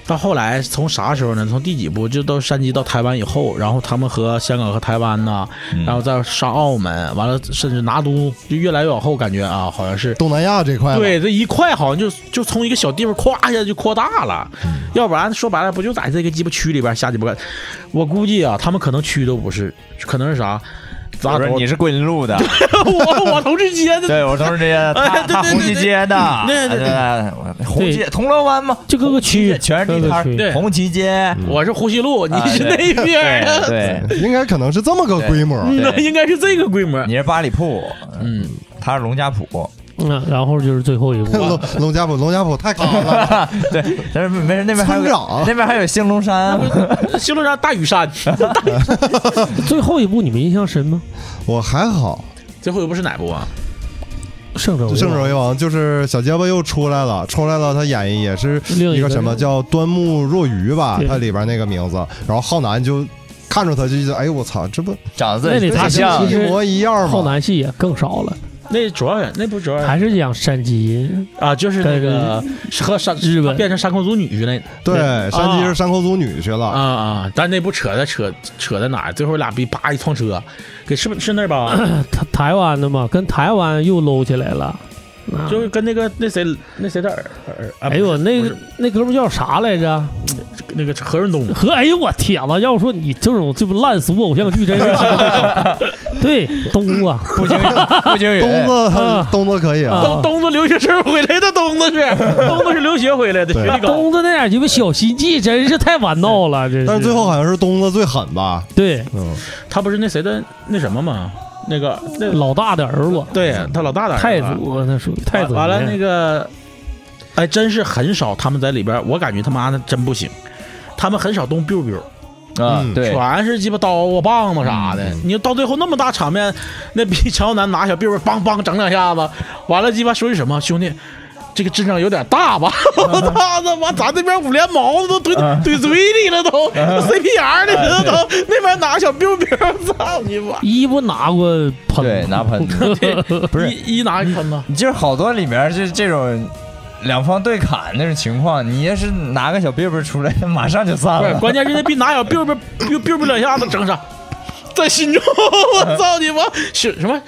[SPEAKER 4] 到后来从啥时候呢？从第几部就到山鸡到台湾以后，然后他们和香港和台湾呐，然后再上澳门，完了甚至拿督，就越来越往后感觉啊，好像是
[SPEAKER 1] 东南亚这块，，
[SPEAKER 4] 对，这一块好像就就从一个小地方咵一下就扩大了，要不然说白了不就在这个鸡巴区里边瞎鸡巴干？我估计啊，他们可能区都不是，可能是啥？
[SPEAKER 2] 我
[SPEAKER 4] 咋
[SPEAKER 2] 说你是桂林路的，
[SPEAKER 4] 我我同志街的，
[SPEAKER 2] 对我同事这些，他
[SPEAKER 4] 哎对
[SPEAKER 2] 他
[SPEAKER 4] 对
[SPEAKER 2] 红
[SPEAKER 4] 对
[SPEAKER 2] 旗
[SPEAKER 4] 对
[SPEAKER 2] 街的，
[SPEAKER 4] 对对对
[SPEAKER 2] 对，红旗铜锣湾嘛，
[SPEAKER 3] 就各个区
[SPEAKER 2] 红旗街全是地
[SPEAKER 3] 各个区
[SPEAKER 2] 摊
[SPEAKER 4] 对
[SPEAKER 2] 儿，红旗街，
[SPEAKER 4] 我是呼吸路，你是
[SPEAKER 2] 啊
[SPEAKER 4] 那边
[SPEAKER 2] 对
[SPEAKER 4] 的，
[SPEAKER 2] 对，
[SPEAKER 1] 应该可能是这么个规模。
[SPEAKER 4] 嗯
[SPEAKER 2] 对
[SPEAKER 4] 应该是这个规模。
[SPEAKER 2] 你是八里铺，
[SPEAKER 4] 嗯，
[SPEAKER 2] 他是龙家浦，
[SPEAKER 3] 嗯，然后就是最后一 部，
[SPEAKER 1] 龙龙家堡，龙家堡太高 了，
[SPEAKER 2] 对，但是没事，那边还有
[SPEAKER 1] 村长
[SPEAKER 2] 那边还有兴隆山，
[SPEAKER 4] 新路上大屿山，
[SPEAKER 3] 最后一部你们印象深吗？
[SPEAKER 1] 我还好。
[SPEAKER 4] 最后一部是哪部啊？
[SPEAKER 3] 圣手为王
[SPEAKER 1] 圣手为王就是小结巴又出来了，出来了，他演绎也是
[SPEAKER 3] 另
[SPEAKER 1] 一
[SPEAKER 3] 一
[SPEAKER 1] 个什么叫端木若愚吧
[SPEAKER 3] 对，
[SPEAKER 1] 他里边那个名字。然后浩南就看着他就觉得，哎我操，这不
[SPEAKER 2] 长得
[SPEAKER 3] 那里
[SPEAKER 2] 贼
[SPEAKER 3] 他
[SPEAKER 2] 像
[SPEAKER 3] 其
[SPEAKER 1] 一
[SPEAKER 3] 实
[SPEAKER 1] 模一样
[SPEAKER 3] 浩
[SPEAKER 1] 吗？
[SPEAKER 3] 南戏也更少了，
[SPEAKER 4] 那主要演那不是主要演
[SPEAKER 3] 还是讲山鸡，
[SPEAKER 4] 啊，就是那个是和山
[SPEAKER 3] 日本
[SPEAKER 4] 变成山口组女去那
[SPEAKER 1] 对，山鸡
[SPEAKER 4] 啊
[SPEAKER 1] 是山口组女去
[SPEAKER 4] 啊
[SPEAKER 1] 了，
[SPEAKER 4] 啊！但那不扯在扯扯在哪儿？最后俩逼啪一撞车，给是不是那儿吧？
[SPEAKER 3] 台台湾的嘛，跟台湾又搂起来了。啊
[SPEAKER 4] 就是跟那个那谁那谁的耳耳，啊
[SPEAKER 3] 哎呦，
[SPEAKER 4] 不是
[SPEAKER 3] 那
[SPEAKER 4] 不
[SPEAKER 3] 个那哥们儿叫啥来着？
[SPEAKER 4] 是那个何润东，
[SPEAKER 3] 和哎呦我天呐！要说你这种这不烂俗偶像剧， 真是对东啊，
[SPEAKER 2] 不 经不经
[SPEAKER 1] 东
[SPEAKER 2] 人，
[SPEAKER 1] 子
[SPEAKER 3] 啊
[SPEAKER 1] 东子可以啊
[SPEAKER 3] 啊，
[SPEAKER 4] 东东子留学生回来的，东子是东子是留学回来的，
[SPEAKER 1] 对
[SPEAKER 4] 学历高。
[SPEAKER 3] 东子那点鸡巴小心计真是太玩闹了，这
[SPEAKER 1] 但是最后好像是东子最狠吧？
[SPEAKER 3] 对
[SPEAKER 1] 嗯，
[SPEAKER 4] 他不是那谁的那什么吗？那个那
[SPEAKER 3] 老大的儿子
[SPEAKER 4] 对他老大的儿子
[SPEAKER 3] 太祖，那属于太祖爷。
[SPEAKER 4] 嗯完了那个，哎，真是很少他们在里边儿，我感觉他妈的真不行。他们很少动 biu biu，
[SPEAKER 2] 啊，
[SPEAKER 1] 嗯
[SPEAKER 2] 对，
[SPEAKER 4] 全是鸡巴刀啊、棒子啥的。你到最后那么大场面，那逼 陈浩南拿小 biu biu 梆梆整两下子，完了鸡巴说句什么兄弟，这个阵仗有点大吧？
[SPEAKER 3] 嗯
[SPEAKER 4] 他他妈咱这边五连毛子都怼怼嘴里了都，CPR
[SPEAKER 3] 嗯
[SPEAKER 4] 的都，那边拿小 biu biu，操 你妈！
[SPEAKER 3] 一不拿过喷，
[SPEAKER 2] 对拿喷
[SPEAKER 3] 子，
[SPEAKER 2] 不是
[SPEAKER 4] 一一拿一喷呐，
[SPEAKER 2] 你就是好多里面就是这种两方对砍那种情况，你要是拿个小别别出来，马上就散
[SPEAKER 4] 不是，
[SPEAKER 2] 了。
[SPEAKER 4] 关键是那逼拿小 biu biu biu biu biu 两下子整上，在心中，我操你妈，是什么？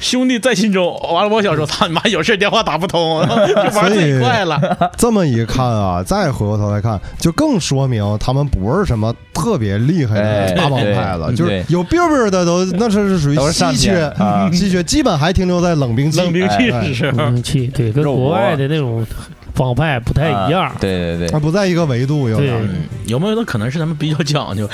[SPEAKER 4] 兄弟在心中。完了，我小时候他妈有事电话打不通，就玩最快了。
[SPEAKER 1] 这么一看啊，再回过头来看，就更说明他们不是什么特别厉害的
[SPEAKER 2] 哎
[SPEAKER 1] 大帮派了，
[SPEAKER 2] 对
[SPEAKER 1] 就是
[SPEAKER 2] 对
[SPEAKER 1] 有病病的都那是是属
[SPEAKER 2] 都
[SPEAKER 1] 于
[SPEAKER 2] 是上
[SPEAKER 1] 稀
[SPEAKER 2] 天
[SPEAKER 1] 缺
[SPEAKER 2] 啊，
[SPEAKER 1] 稀缺，基本还停留在冷兵器。
[SPEAKER 4] 冷兵器
[SPEAKER 1] 哎
[SPEAKER 4] 是是，
[SPEAKER 3] 嗯，气对，跟
[SPEAKER 2] 肉
[SPEAKER 3] 国
[SPEAKER 2] 搏
[SPEAKER 3] 外的那种帮派不太一样
[SPEAKER 2] 啊。对对
[SPEAKER 1] 它哎
[SPEAKER 2] 对，
[SPEAKER 1] 不在一个维度，有点
[SPEAKER 3] 对
[SPEAKER 4] 嗯有没有的可能是他们比较讲究？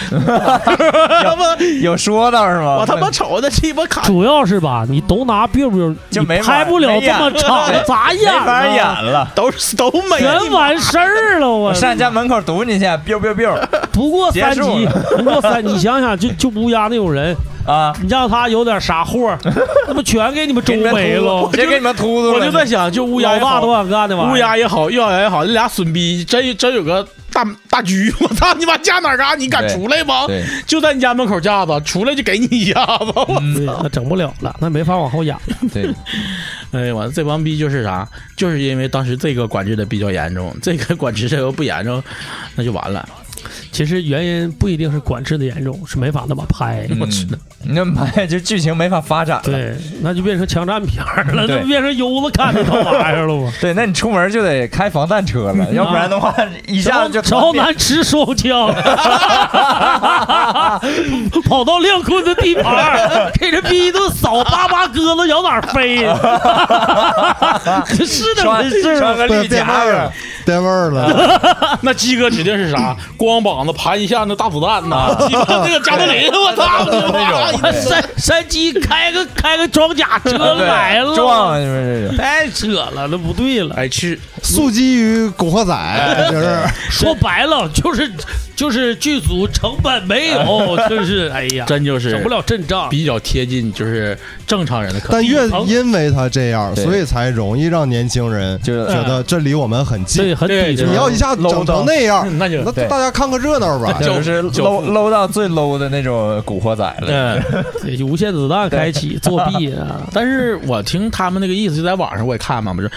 [SPEAKER 2] 有说道是吗？
[SPEAKER 4] 我他妈瞅着鸡巴卡，
[SPEAKER 3] 主要是吧，你都拿 biu biu，
[SPEAKER 2] 就
[SPEAKER 3] 你
[SPEAKER 2] 没法
[SPEAKER 3] 拍不了这么长
[SPEAKER 2] 没，
[SPEAKER 3] 咋
[SPEAKER 2] 没
[SPEAKER 3] 演
[SPEAKER 2] 法演
[SPEAKER 3] 啊？
[SPEAKER 2] 了。
[SPEAKER 4] 都是都没
[SPEAKER 3] 全完事儿了，我
[SPEAKER 2] 我上你家门口堵你去，biu biu biu
[SPEAKER 3] 不过三
[SPEAKER 2] 结束
[SPEAKER 3] 级
[SPEAKER 2] 了，
[SPEAKER 3] 不过三， 你想想，就就乌鸦那种人，
[SPEAKER 2] 啊！
[SPEAKER 3] 你让他有点啥货 儿，他妈全给你们周
[SPEAKER 2] 给你们
[SPEAKER 3] 没
[SPEAKER 2] 秃
[SPEAKER 3] 了
[SPEAKER 2] 噜，直。接给你们秃噜
[SPEAKER 4] 我
[SPEAKER 2] 了
[SPEAKER 4] 就在想，就乌鸦
[SPEAKER 3] 老
[SPEAKER 4] 也
[SPEAKER 3] 大
[SPEAKER 4] 好
[SPEAKER 3] 都，敢干的玩意儿
[SPEAKER 4] 乌鸦也好，月牙也好，那俩损逼真真有个大大狙， 我操你妈家哪嘎，你敢
[SPEAKER 2] 对
[SPEAKER 4] 出来吗？
[SPEAKER 2] 对，
[SPEAKER 4] 就在你家门口架子，出来就给你一下子。
[SPEAKER 3] 对，嗯那整不了了，那没法往后演了。
[SPEAKER 2] 对，
[SPEAKER 4] 哎呀，完了这帮逼就是啥，就是因为当时这个管制的比较严重，这个管制的又不严重，那就完了。
[SPEAKER 3] 其实原因不一定是管制的严重，是没法那么拍。
[SPEAKER 2] 嗯
[SPEAKER 4] 我去，
[SPEAKER 2] 你这拍就剧情没法发展了。
[SPEAKER 3] 对，那就变成枪战片儿了，
[SPEAKER 2] 嗯对
[SPEAKER 3] 那不变成油子看那套玩意儿了 吗？
[SPEAKER 2] 对，那你出门就得开防弹 车了，要不然的话一下
[SPEAKER 3] 朝
[SPEAKER 2] 子就
[SPEAKER 3] 朝南持双枪，跑到亮坤的地盘儿，给人逼一顿扫，叭叭鸽子往哪儿飞？ 是那么
[SPEAKER 2] 穿
[SPEAKER 3] 回事儿
[SPEAKER 2] 穿
[SPEAKER 3] 吗？
[SPEAKER 2] 个
[SPEAKER 1] 对
[SPEAKER 2] 绿
[SPEAKER 1] 变味
[SPEAKER 2] 夹
[SPEAKER 1] 儿
[SPEAKER 2] 啊克
[SPEAKER 1] 了，， 变味儿了。
[SPEAKER 4] 那鸡哥指定是啥，光膀子盘一下那大子弹呐，鸡巴那个加特林，我操你妈！
[SPEAKER 2] 那种
[SPEAKER 3] 山山鸡开个开个装甲车
[SPEAKER 2] 啊对
[SPEAKER 3] 来了，
[SPEAKER 2] 撞啊就是这种。
[SPEAKER 3] 太扯了，那不对了。
[SPEAKER 4] 哎，去，
[SPEAKER 1] 素鸡与古惑
[SPEAKER 2] 哎
[SPEAKER 1] 仔就是
[SPEAKER 3] 说白了就是就是剧组成本没有，就是哎呀，
[SPEAKER 4] 真就
[SPEAKER 3] 整
[SPEAKER 4] 是
[SPEAKER 3] 不了阵仗。
[SPEAKER 4] 比较贴近就是正常人的可
[SPEAKER 1] 但越
[SPEAKER 3] 底层
[SPEAKER 1] 因为他这样，
[SPEAKER 2] 对
[SPEAKER 1] 所以才容易让年轻人
[SPEAKER 2] 就
[SPEAKER 1] 觉得这离我们很近。
[SPEAKER 3] 对，很
[SPEAKER 4] 对
[SPEAKER 3] 底层
[SPEAKER 1] 你要一下整成那样，
[SPEAKER 2] 嗯
[SPEAKER 4] 那就
[SPEAKER 1] 那
[SPEAKER 2] 对
[SPEAKER 1] 大家看个热闹吧。
[SPEAKER 2] 啊就是 low low 到最 low 的那种古惑仔了，
[SPEAKER 4] 嗯。
[SPEAKER 3] 对无限子弹开启作弊 啊！
[SPEAKER 4] 但是我听他们那个意思，就在网上我也看嘛，不是，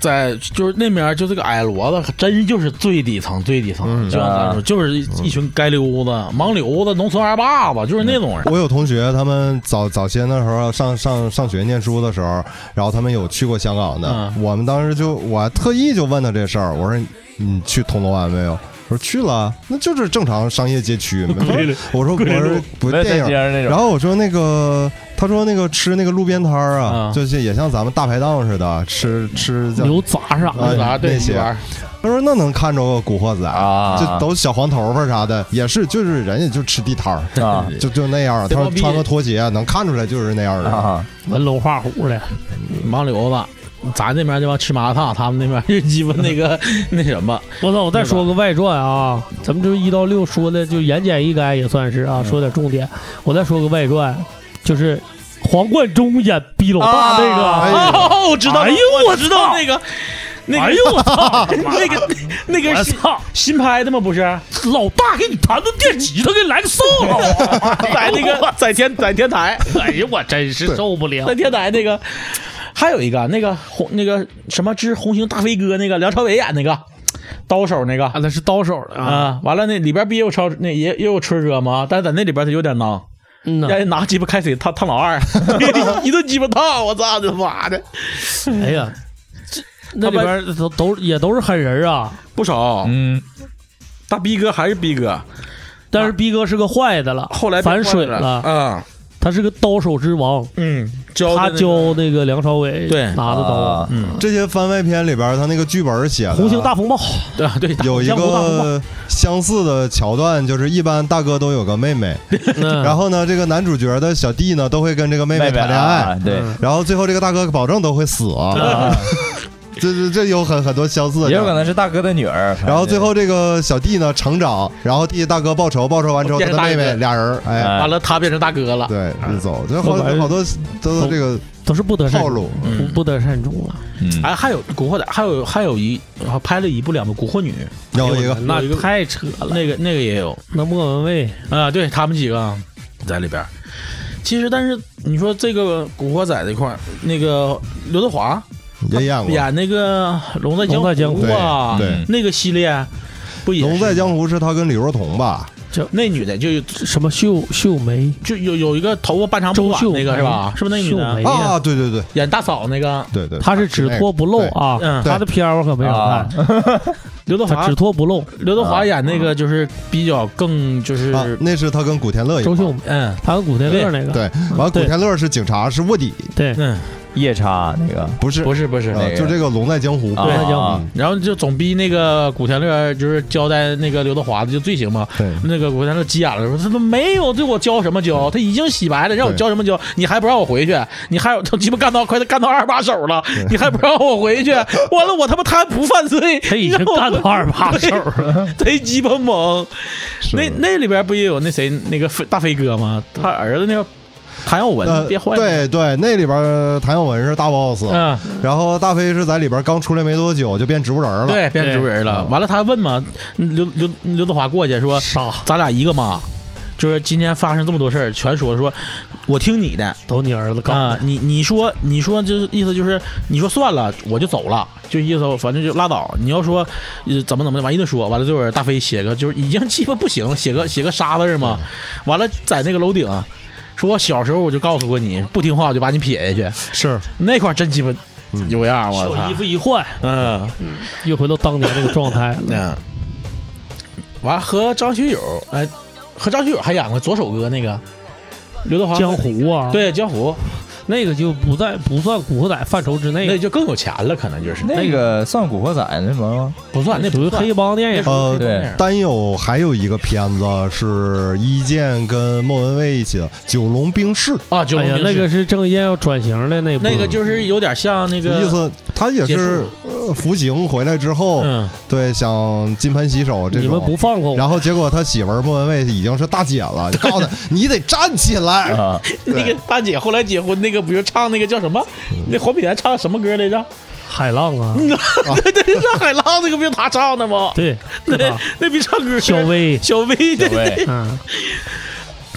[SPEAKER 4] 在就是那面儿就这个矮骡子，真就是最底层最底层，
[SPEAKER 1] 嗯
[SPEAKER 4] 就像咱说，就是一一群街溜子、盲流子、农村二爸子，就是那种人。
[SPEAKER 1] 我有同学，他们早早些那时候上上上学念书的时候，然后他们有去过香港的。
[SPEAKER 4] 嗯
[SPEAKER 1] 我们当时就我还特意就问他这事儿，我说你去铜锣湾没有？他说去了，啊那就是正常商业街 区。他说我说我说不
[SPEAKER 2] 没有
[SPEAKER 1] 电
[SPEAKER 2] 在街
[SPEAKER 1] 影。
[SPEAKER 2] 上那
[SPEAKER 1] 然
[SPEAKER 2] 种。
[SPEAKER 1] 后我说那个，他说那个吃那个路边摊儿啊，
[SPEAKER 4] 嗯
[SPEAKER 1] 就是也像咱们大排档似的，吃吃叫
[SPEAKER 3] 牛杂啥
[SPEAKER 1] 哎
[SPEAKER 3] 的，
[SPEAKER 4] 啥对
[SPEAKER 1] 那些
[SPEAKER 4] 那玩意儿
[SPEAKER 1] 他说那能看着个古惑仔
[SPEAKER 2] 啊
[SPEAKER 1] 就都小黄头发啥的，也是就是人家就吃地摊儿，
[SPEAKER 2] 啊
[SPEAKER 1] 就就那样儿。
[SPEAKER 4] 这
[SPEAKER 1] 他说
[SPEAKER 4] 帮逼
[SPEAKER 1] 穿个拖鞋啊能看出来就是那样儿的。
[SPEAKER 2] 啊！
[SPEAKER 3] 文龙画虎的，
[SPEAKER 4] 盲流子，咱这边这帮吃麻辣烫，他们那边就鸡巴那个 那什么，
[SPEAKER 3] 我操！我再说个外传啊，咱们这一到六说的就言简意赅，也算是
[SPEAKER 4] 嗯
[SPEAKER 3] 啊，说点重点。我再说个外传，就是黄贯中演逼老大那个，
[SPEAKER 1] 哎呀
[SPEAKER 4] 哦，我知道了，
[SPEAKER 3] 哎呦
[SPEAKER 4] 我知道
[SPEAKER 3] 我操
[SPEAKER 4] 那个，那个，
[SPEAKER 3] 哎呦我操！
[SPEAKER 4] 那个那
[SPEAKER 3] 我
[SPEAKER 4] 个新
[SPEAKER 3] 操！
[SPEAKER 4] 新拍的吗？不是，
[SPEAKER 3] 老大给你弹个电吉他，给你来个 solo，
[SPEAKER 4] 在那个在天在天台。
[SPEAKER 3] 哎呀，我真是受不了
[SPEAKER 4] 在！天台那个， 还有一个啊那个红那个什么之红星大飞哥那个梁朝伟演那个刀手那个
[SPEAKER 3] 啊，那是刀手的啊，
[SPEAKER 4] 啊，完了那里边不也有超那也也有春哥吗？但是在那里边他有点囊，
[SPEAKER 3] 嗯呐
[SPEAKER 4] 让，人拿鸡巴开水烫烫老二， 一顿鸡巴烫，我操他妈的
[SPEAKER 3] 哎呀，这那里边都都也都是狠人啊，
[SPEAKER 4] 不少。
[SPEAKER 2] 嗯，
[SPEAKER 4] 大逼哥还是逼哥，
[SPEAKER 3] 但是逼哥是个坏的了，
[SPEAKER 4] 啊后来
[SPEAKER 3] 反水
[SPEAKER 4] 了
[SPEAKER 3] 了，
[SPEAKER 4] 啊，
[SPEAKER 3] 他是个刀手之王，
[SPEAKER 4] 嗯，教
[SPEAKER 3] 他
[SPEAKER 4] 的那个
[SPEAKER 3] 教那个梁朝伟
[SPEAKER 4] 对
[SPEAKER 3] 拿的刀
[SPEAKER 2] 啊，
[SPEAKER 4] 嗯
[SPEAKER 1] 这些番外篇里边儿，他那个剧本儿写的啊
[SPEAKER 3] 《红星大风暴》
[SPEAKER 4] 对 对大
[SPEAKER 1] 有一
[SPEAKER 3] 江湖大风
[SPEAKER 1] 个相似的桥段，就是一般大哥都有个妹妹，
[SPEAKER 3] 嗯，
[SPEAKER 1] 然后呢，这个男主角的小弟呢都会跟这个妹
[SPEAKER 2] 妹妹
[SPEAKER 1] 谈恋
[SPEAKER 2] 啊
[SPEAKER 1] 爱，嗯
[SPEAKER 2] 对，
[SPEAKER 1] 然后最后这个大哥保证都会死啊，这这这有很很多相似的
[SPEAKER 2] 也有
[SPEAKER 1] 地
[SPEAKER 2] 可
[SPEAKER 1] 方。
[SPEAKER 2] 能是大哥的女儿。
[SPEAKER 1] 然后最后这个小弟呢成长，然后替大哥报仇，报仇完之后他
[SPEAKER 4] 变成
[SPEAKER 1] 的
[SPEAKER 4] 大
[SPEAKER 1] 妹妹
[SPEAKER 4] 哥
[SPEAKER 1] 俩人儿，哎，
[SPEAKER 2] 哎
[SPEAKER 4] 完了他变成大哥了，
[SPEAKER 1] 对，日走，这好
[SPEAKER 3] 后来
[SPEAKER 1] 好多都是这个
[SPEAKER 3] 都是不得善
[SPEAKER 1] 套
[SPEAKER 3] 终，
[SPEAKER 1] 路。
[SPEAKER 3] 不不得善终了，
[SPEAKER 2] 嗯
[SPEAKER 4] 哎，还有古惑仔，还有还有一拍了一部两部古惑女，
[SPEAKER 1] 有一个
[SPEAKER 4] 有一个
[SPEAKER 3] 太扯了。
[SPEAKER 4] 那个那个也有，
[SPEAKER 3] 那莫文蔚
[SPEAKER 4] 啊，对他们几个啊在里边儿。其实，但是你说这个《古惑仔》这块儿，那个刘德华
[SPEAKER 1] 也演过，
[SPEAKER 4] 演那个《龙在江
[SPEAKER 3] 龙在江湖
[SPEAKER 4] 湖》啊，
[SPEAKER 1] 对
[SPEAKER 2] 对
[SPEAKER 4] 那个系列不也
[SPEAKER 1] 《龙在
[SPEAKER 4] 是
[SPEAKER 1] 江湖》是他跟李若彤吧？
[SPEAKER 3] 叫
[SPEAKER 4] 那女的就有
[SPEAKER 3] 什么秀秀梅，
[SPEAKER 4] 就有有一个头发半长不
[SPEAKER 3] 周
[SPEAKER 4] 短
[SPEAKER 3] 秀
[SPEAKER 4] 那个是吧？是不是那女
[SPEAKER 3] 秀梅呀
[SPEAKER 4] 的
[SPEAKER 1] 啊，对对对
[SPEAKER 4] 演大嫂那个？
[SPEAKER 1] 对对，
[SPEAKER 3] 她是只脱不露
[SPEAKER 1] 对
[SPEAKER 3] 啊，
[SPEAKER 4] 嗯
[SPEAKER 3] 她的片儿我可没少
[SPEAKER 2] 啊
[SPEAKER 3] 看，，
[SPEAKER 4] 刘德
[SPEAKER 3] 她
[SPEAKER 4] 华
[SPEAKER 3] 只，脱不露。
[SPEAKER 4] 刘德华演那个就是比较更就是
[SPEAKER 1] 啊，那是他跟古天乐一
[SPEAKER 3] 周
[SPEAKER 1] 块儿
[SPEAKER 3] 秀梅，
[SPEAKER 4] 嗯
[SPEAKER 3] 她跟古天乐那个，
[SPEAKER 1] 对，完古
[SPEAKER 3] 对
[SPEAKER 1] 天乐是警察，是卧底，
[SPEAKER 3] 对，
[SPEAKER 4] 嗯，
[SPEAKER 2] 夜叉那个
[SPEAKER 1] 不是
[SPEAKER 4] 不是不是
[SPEAKER 1] 啊，就这个《龙在江湖》
[SPEAKER 2] 啊
[SPEAKER 3] 对他叫嗯
[SPEAKER 2] 啊
[SPEAKER 4] 然后就总逼那个古天乐，就是交代那个刘德华的就罪行嘛。
[SPEAKER 1] 对
[SPEAKER 4] 那个古天乐急眼了，说他都没有对我交什么交，他已经洗白了，让我
[SPEAKER 1] 对
[SPEAKER 4] 交什么交？你还不让我回去？你还有都鸡巴干到快干到二把手了，你还不让我回去？完了，我他妈贪不犯罪，
[SPEAKER 3] 她已经
[SPEAKER 4] 你让我
[SPEAKER 3] 干到二把手了。
[SPEAKER 4] 贼鸡巴猛。
[SPEAKER 1] 是
[SPEAKER 4] 那那里边不也有那谁那个飞大飞哥吗？他儿子那个谭耀文
[SPEAKER 1] 呃
[SPEAKER 4] 变坏了，
[SPEAKER 1] 对对，那里边儿谭耀文是大 boss，
[SPEAKER 4] 嗯，
[SPEAKER 1] 然后大飞是在里边儿刚出来没多久就变植物人了，
[SPEAKER 4] 对，变植物人了。完了，他问嘛，刘刘刘德华过去说，
[SPEAKER 3] 傻，
[SPEAKER 4] 咱俩一个妈，就是今天发生这么多事儿，全说说，我听你的
[SPEAKER 3] 都你儿子干
[SPEAKER 4] 啊、
[SPEAKER 3] 的。
[SPEAKER 4] 你你说你说就是意思就是你说算了，我就走了，就意思反正就拉倒。你要说、呃、怎么怎么的，完一顿说，完了这会儿大飞写个就是已经鸡巴不行了，写个写个沙字儿嘛，完了在那个楼顶。说我小时候我就告诉过你，不听话我就把你撇下去。
[SPEAKER 3] 是，
[SPEAKER 4] 那块儿真鸡巴
[SPEAKER 1] 嗯
[SPEAKER 4] 有样儿，我
[SPEAKER 3] 秀
[SPEAKER 4] 操
[SPEAKER 3] 衣！服一换，
[SPEAKER 4] 嗯，
[SPEAKER 3] 又回到当年那个状态了。
[SPEAKER 4] 嗯，完和张学友，哎，和张学友还演过左手哥那个刘德华
[SPEAKER 3] 江湖啊，，
[SPEAKER 4] 对江湖，
[SPEAKER 3] 那个就不在不算古惑仔范畴之内
[SPEAKER 4] 那，就更有钱了，可能就是
[SPEAKER 2] 那个算古惑仔那什么吗？
[SPEAKER 4] 不算，那
[SPEAKER 3] 属于黑帮电影。
[SPEAKER 1] 呃，
[SPEAKER 2] 对
[SPEAKER 1] 单有还有一个片子是一健跟莫文蔚一起的《九龙冰室》，
[SPEAKER 4] 啊，九
[SPEAKER 3] 哎
[SPEAKER 4] 龙
[SPEAKER 3] 呀，那个是郑伊健要转型的那部，
[SPEAKER 4] 那个就是有点像那个
[SPEAKER 1] 意思他也
[SPEAKER 4] 结束
[SPEAKER 1] 是呃服刑回来之后，
[SPEAKER 4] 嗯，
[SPEAKER 1] 对，想金盆洗手这
[SPEAKER 3] 你们
[SPEAKER 1] 种。
[SPEAKER 3] 不放过我，
[SPEAKER 1] 然后结果他媳妇儿莫文蔚已经是大姐了，你 告诉他你得站起来。
[SPEAKER 2] 啊，
[SPEAKER 4] 那个大姐后来结婚，那个不就唱那个叫什么？那黄品源唱什么歌来着？
[SPEAKER 3] 海浪啊，
[SPEAKER 4] 对对，让海浪那个不就他唱的吗？
[SPEAKER 3] 对，
[SPEAKER 4] 那
[SPEAKER 3] 对吧
[SPEAKER 4] 那比唱歌
[SPEAKER 3] 小薇，
[SPEAKER 4] 啊小薇对
[SPEAKER 2] 对，
[SPEAKER 3] 嗯，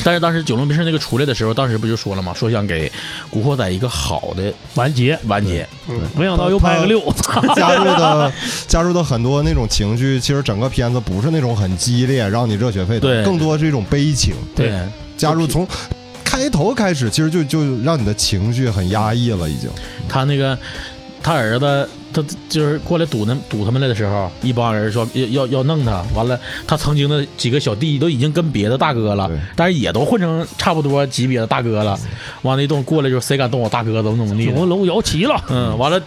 [SPEAKER 4] 但是当时九龙冰室那个出来的时候，当时不就说了吗？说想给《古惑仔》一个好的
[SPEAKER 3] 完结，
[SPEAKER 4] 完结。
[SPEAKER 3] 没想到又拍个 六，我操，
[SPEAKER 1] 加入的加入的很多那种情绪，其实整个片子不是那种很激烈让你热血沸腾，
[SPEAKER 4] 对
[SPEAKER 1] 更多是一种悲情。
[SPEAKER 3] 对，
[SPEAKER 1] 加入从开头开始，其实就就让你的情绪很压抑了，已经。
[SPEAKER 4] 他那个他儿子，他就是过来堵那堵他们来的时候，一帮人说要要要弄他，完了他曾经的几个小弟都已经跟别的大哥了
[SPEAKER 1] 对，
[SPEAKER 4] 但是也都混成差不多级别的大哥了，完了，一动过来就谁敢动我大哥怎么怎么地
[SPEAKER 3] 九，纹龙摇旗 了，
[SPEAKER 4] 嗯，完了。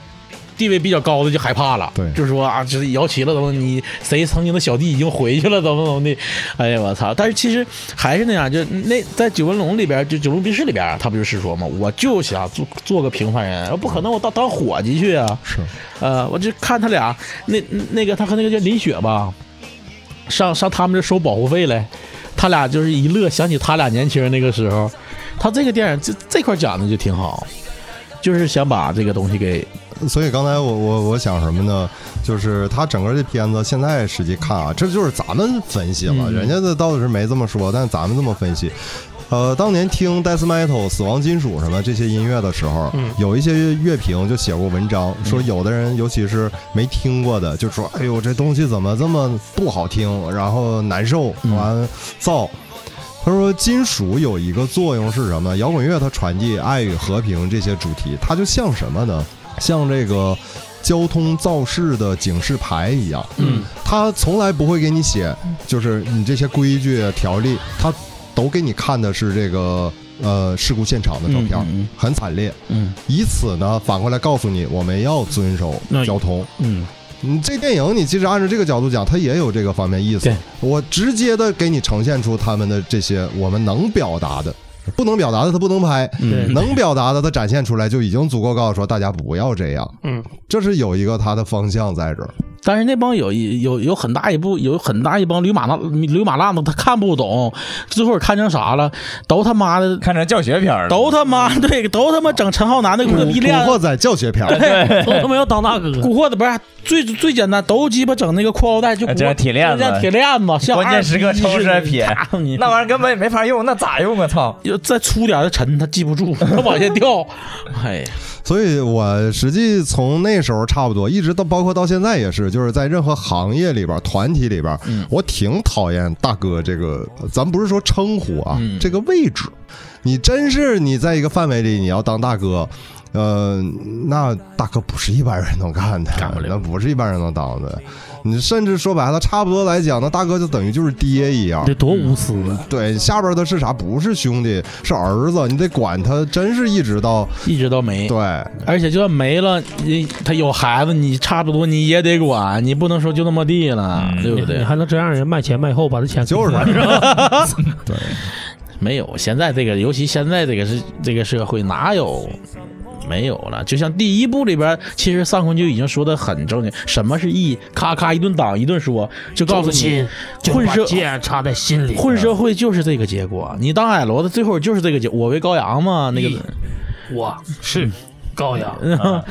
[SPEAKER 4] 地位比较高的就害怕了，
[SPEAKER 1] 对
[SPEAKER 4] 就说啊，就是摇旗了，怎么你谁曾经的小弟已经回去了，怎么怎么的，哎呀，我操！但是其实还是那样，就那在九纹龙里边，就九龙冰室里边，他不就是说嘛，我就想做做个平凡人，不可能我当当伙计去啊，
[SPEAKER 1] 是，
[SPEAKER 4] 呃，我就看他俩，那那个他和那个叫林雪吧，上上他们这收保护费来，他俩就是一乐，想起他俩年轻那个时候，他这个电影这这块讲的就挺好，就是想把这个东西给
[SPEAKER 1] 所以刚才我我我想什么呢？就是他整个这片子现在实际看啊，这就是咱们分析了，
[SPEAKER 4] 嗯
[SPEAKER 1] 人家的倒是没这么说，但咱们这么分析。呃，当年听 death metal、死亡金属什么这些音乐的时候，有一些乐评就写过文章，说有的人，尤其是没听过的，就说：“哎呦，这东西怎么这么不好听，然后难受，完燥。他说，金属有一个作用是什么？摇滚乐它传递爱与和平这些主题，它就像什么呢？像这个交通肇事的警示牌一样。
[SPEAKER 3] 嗯，
[SPEAKER 1] 他从来不会给你写，就是你这些规矩啊条例，他都给你看的是这个呃事故现场的照片，
[SPEAKER 4] 嗯
[SPEAKER 1] 很惨烈。
[SPEAKER 4] 嗯
[SPEAKER 1] 以此呢，反过来告诉你，我们要遵守
[SPEAKER 4] 那
[SPEAKER 1] 交通。
[SPEAKER 4] 嗯
[SPEAKER 1] 你这电影，你其实按照这个角度讲，它也有这个方面意思
[SPEAKER 4] 对。
[SPEAKER 1] 我直接的给你呈现出他们的这些我们能表达的，不能表达的他不能拍，
[SPEAKER 4] 嗯
[SPEAKER 3] 对
[SPEAKER 1] 能表达的他展现出来就已经足够告诉说大家不要这样。
[SPEAKER 3] 嗯，
[SPEAKER 1] 这是有一个它的方向在这儿。
[SPEAKER 4] 但是那帮有一有有很大一部有很大一帮驴马浪驴马浪子，他看不懂，最后看成啥了？都他妈的，
[SPEAKER 2] 看成教学片儿了，
[SPEAKER 4] 都他妈对，都他妈整陈浩南那个
[SPEAKER 1] 古
[SPEAKER 4] 逼恋，
[SPEAKER 2] 嗯
[SPEAKER 1] 惑仔教学片儿，
[SPEAKER 3] 都他妈要当大哥，
[SPEAKER 4] 古惑仔不是最最简单，都鸡巴整那个裤腰带就
[SPEAKER 2] 哎这样铁链子
[SPEAKER 4] 这样铁链子，像
[SPEAKER 2] 关键时刻
[SPEAKER 4] 21
[SPEAKER 2] 抽出来撇
[SPEAKER 4] 似的你
[SPEAKER 2] 那玩意儿根本也没法用，那咋用啊？ 操！
[SPEAKER 4] 要再粗点儿的沉，他记不住，他往下 掉。哎呀，
[SPEAKER 1] 所以我实际从那时候差不多，一直到包括到现在也是，就是在任何行业里边、团体里边，
[SPEAKER 4] 嗯
[SPEAKER 1] 我挺讨厌大哥这个，咱不是说称呼啊，
[SPEAKER 4] 嗯
[SPEAKER 1] 这个位置，你真是你在一个范围里，你要当大哥。呃，那大哥不是一般人能干的，
[SPEAKER 4] 干不了
[SPEAKER 1] 那不是一般人能当的。你甚至说白了，差不多来讲，那大哥就等于就是爹一样，
[SPEAKER 3] 得多无私啊！
[SPEAKER 1] 对，下边的是啥？不是兄弟，是儿子，你得管他，真是一直到
[SPEAKER 4] 一直都没。
[SPEAKER 1] 对，
[SPEAKER 4] 而且就算没了，你他有孩子，你差不多你也得管，你不能说就那么地了，
[SPEAKER 2] 嗯
[SPEAKER 4] 对不啊
[SPEAKER 3] 你
[SPEAKER 4] 对？
[SPEAKER 3] 还能真让人卖前卖后把这钱给
[SPEAKER 1] 就是 对，
[SPEAKER 4] 没有，现在这个，尤其现在这个是这个社会，哪有没有了？就像第一部里边，其实上坤就已经说的很正经，什么是义，咔咔一顿挡一顿说，就告诉你，混社
[SPEAKER 3] 剑插在心里
[SPEAKER 4] 混社会就是这个结果。你当矮骡子，最后就是这个结。我为羔羊嘛，那
[SPEAKER 3] 义
[SPEAKER 4] 个
[SPEAKER 3] 我是羔羊，啊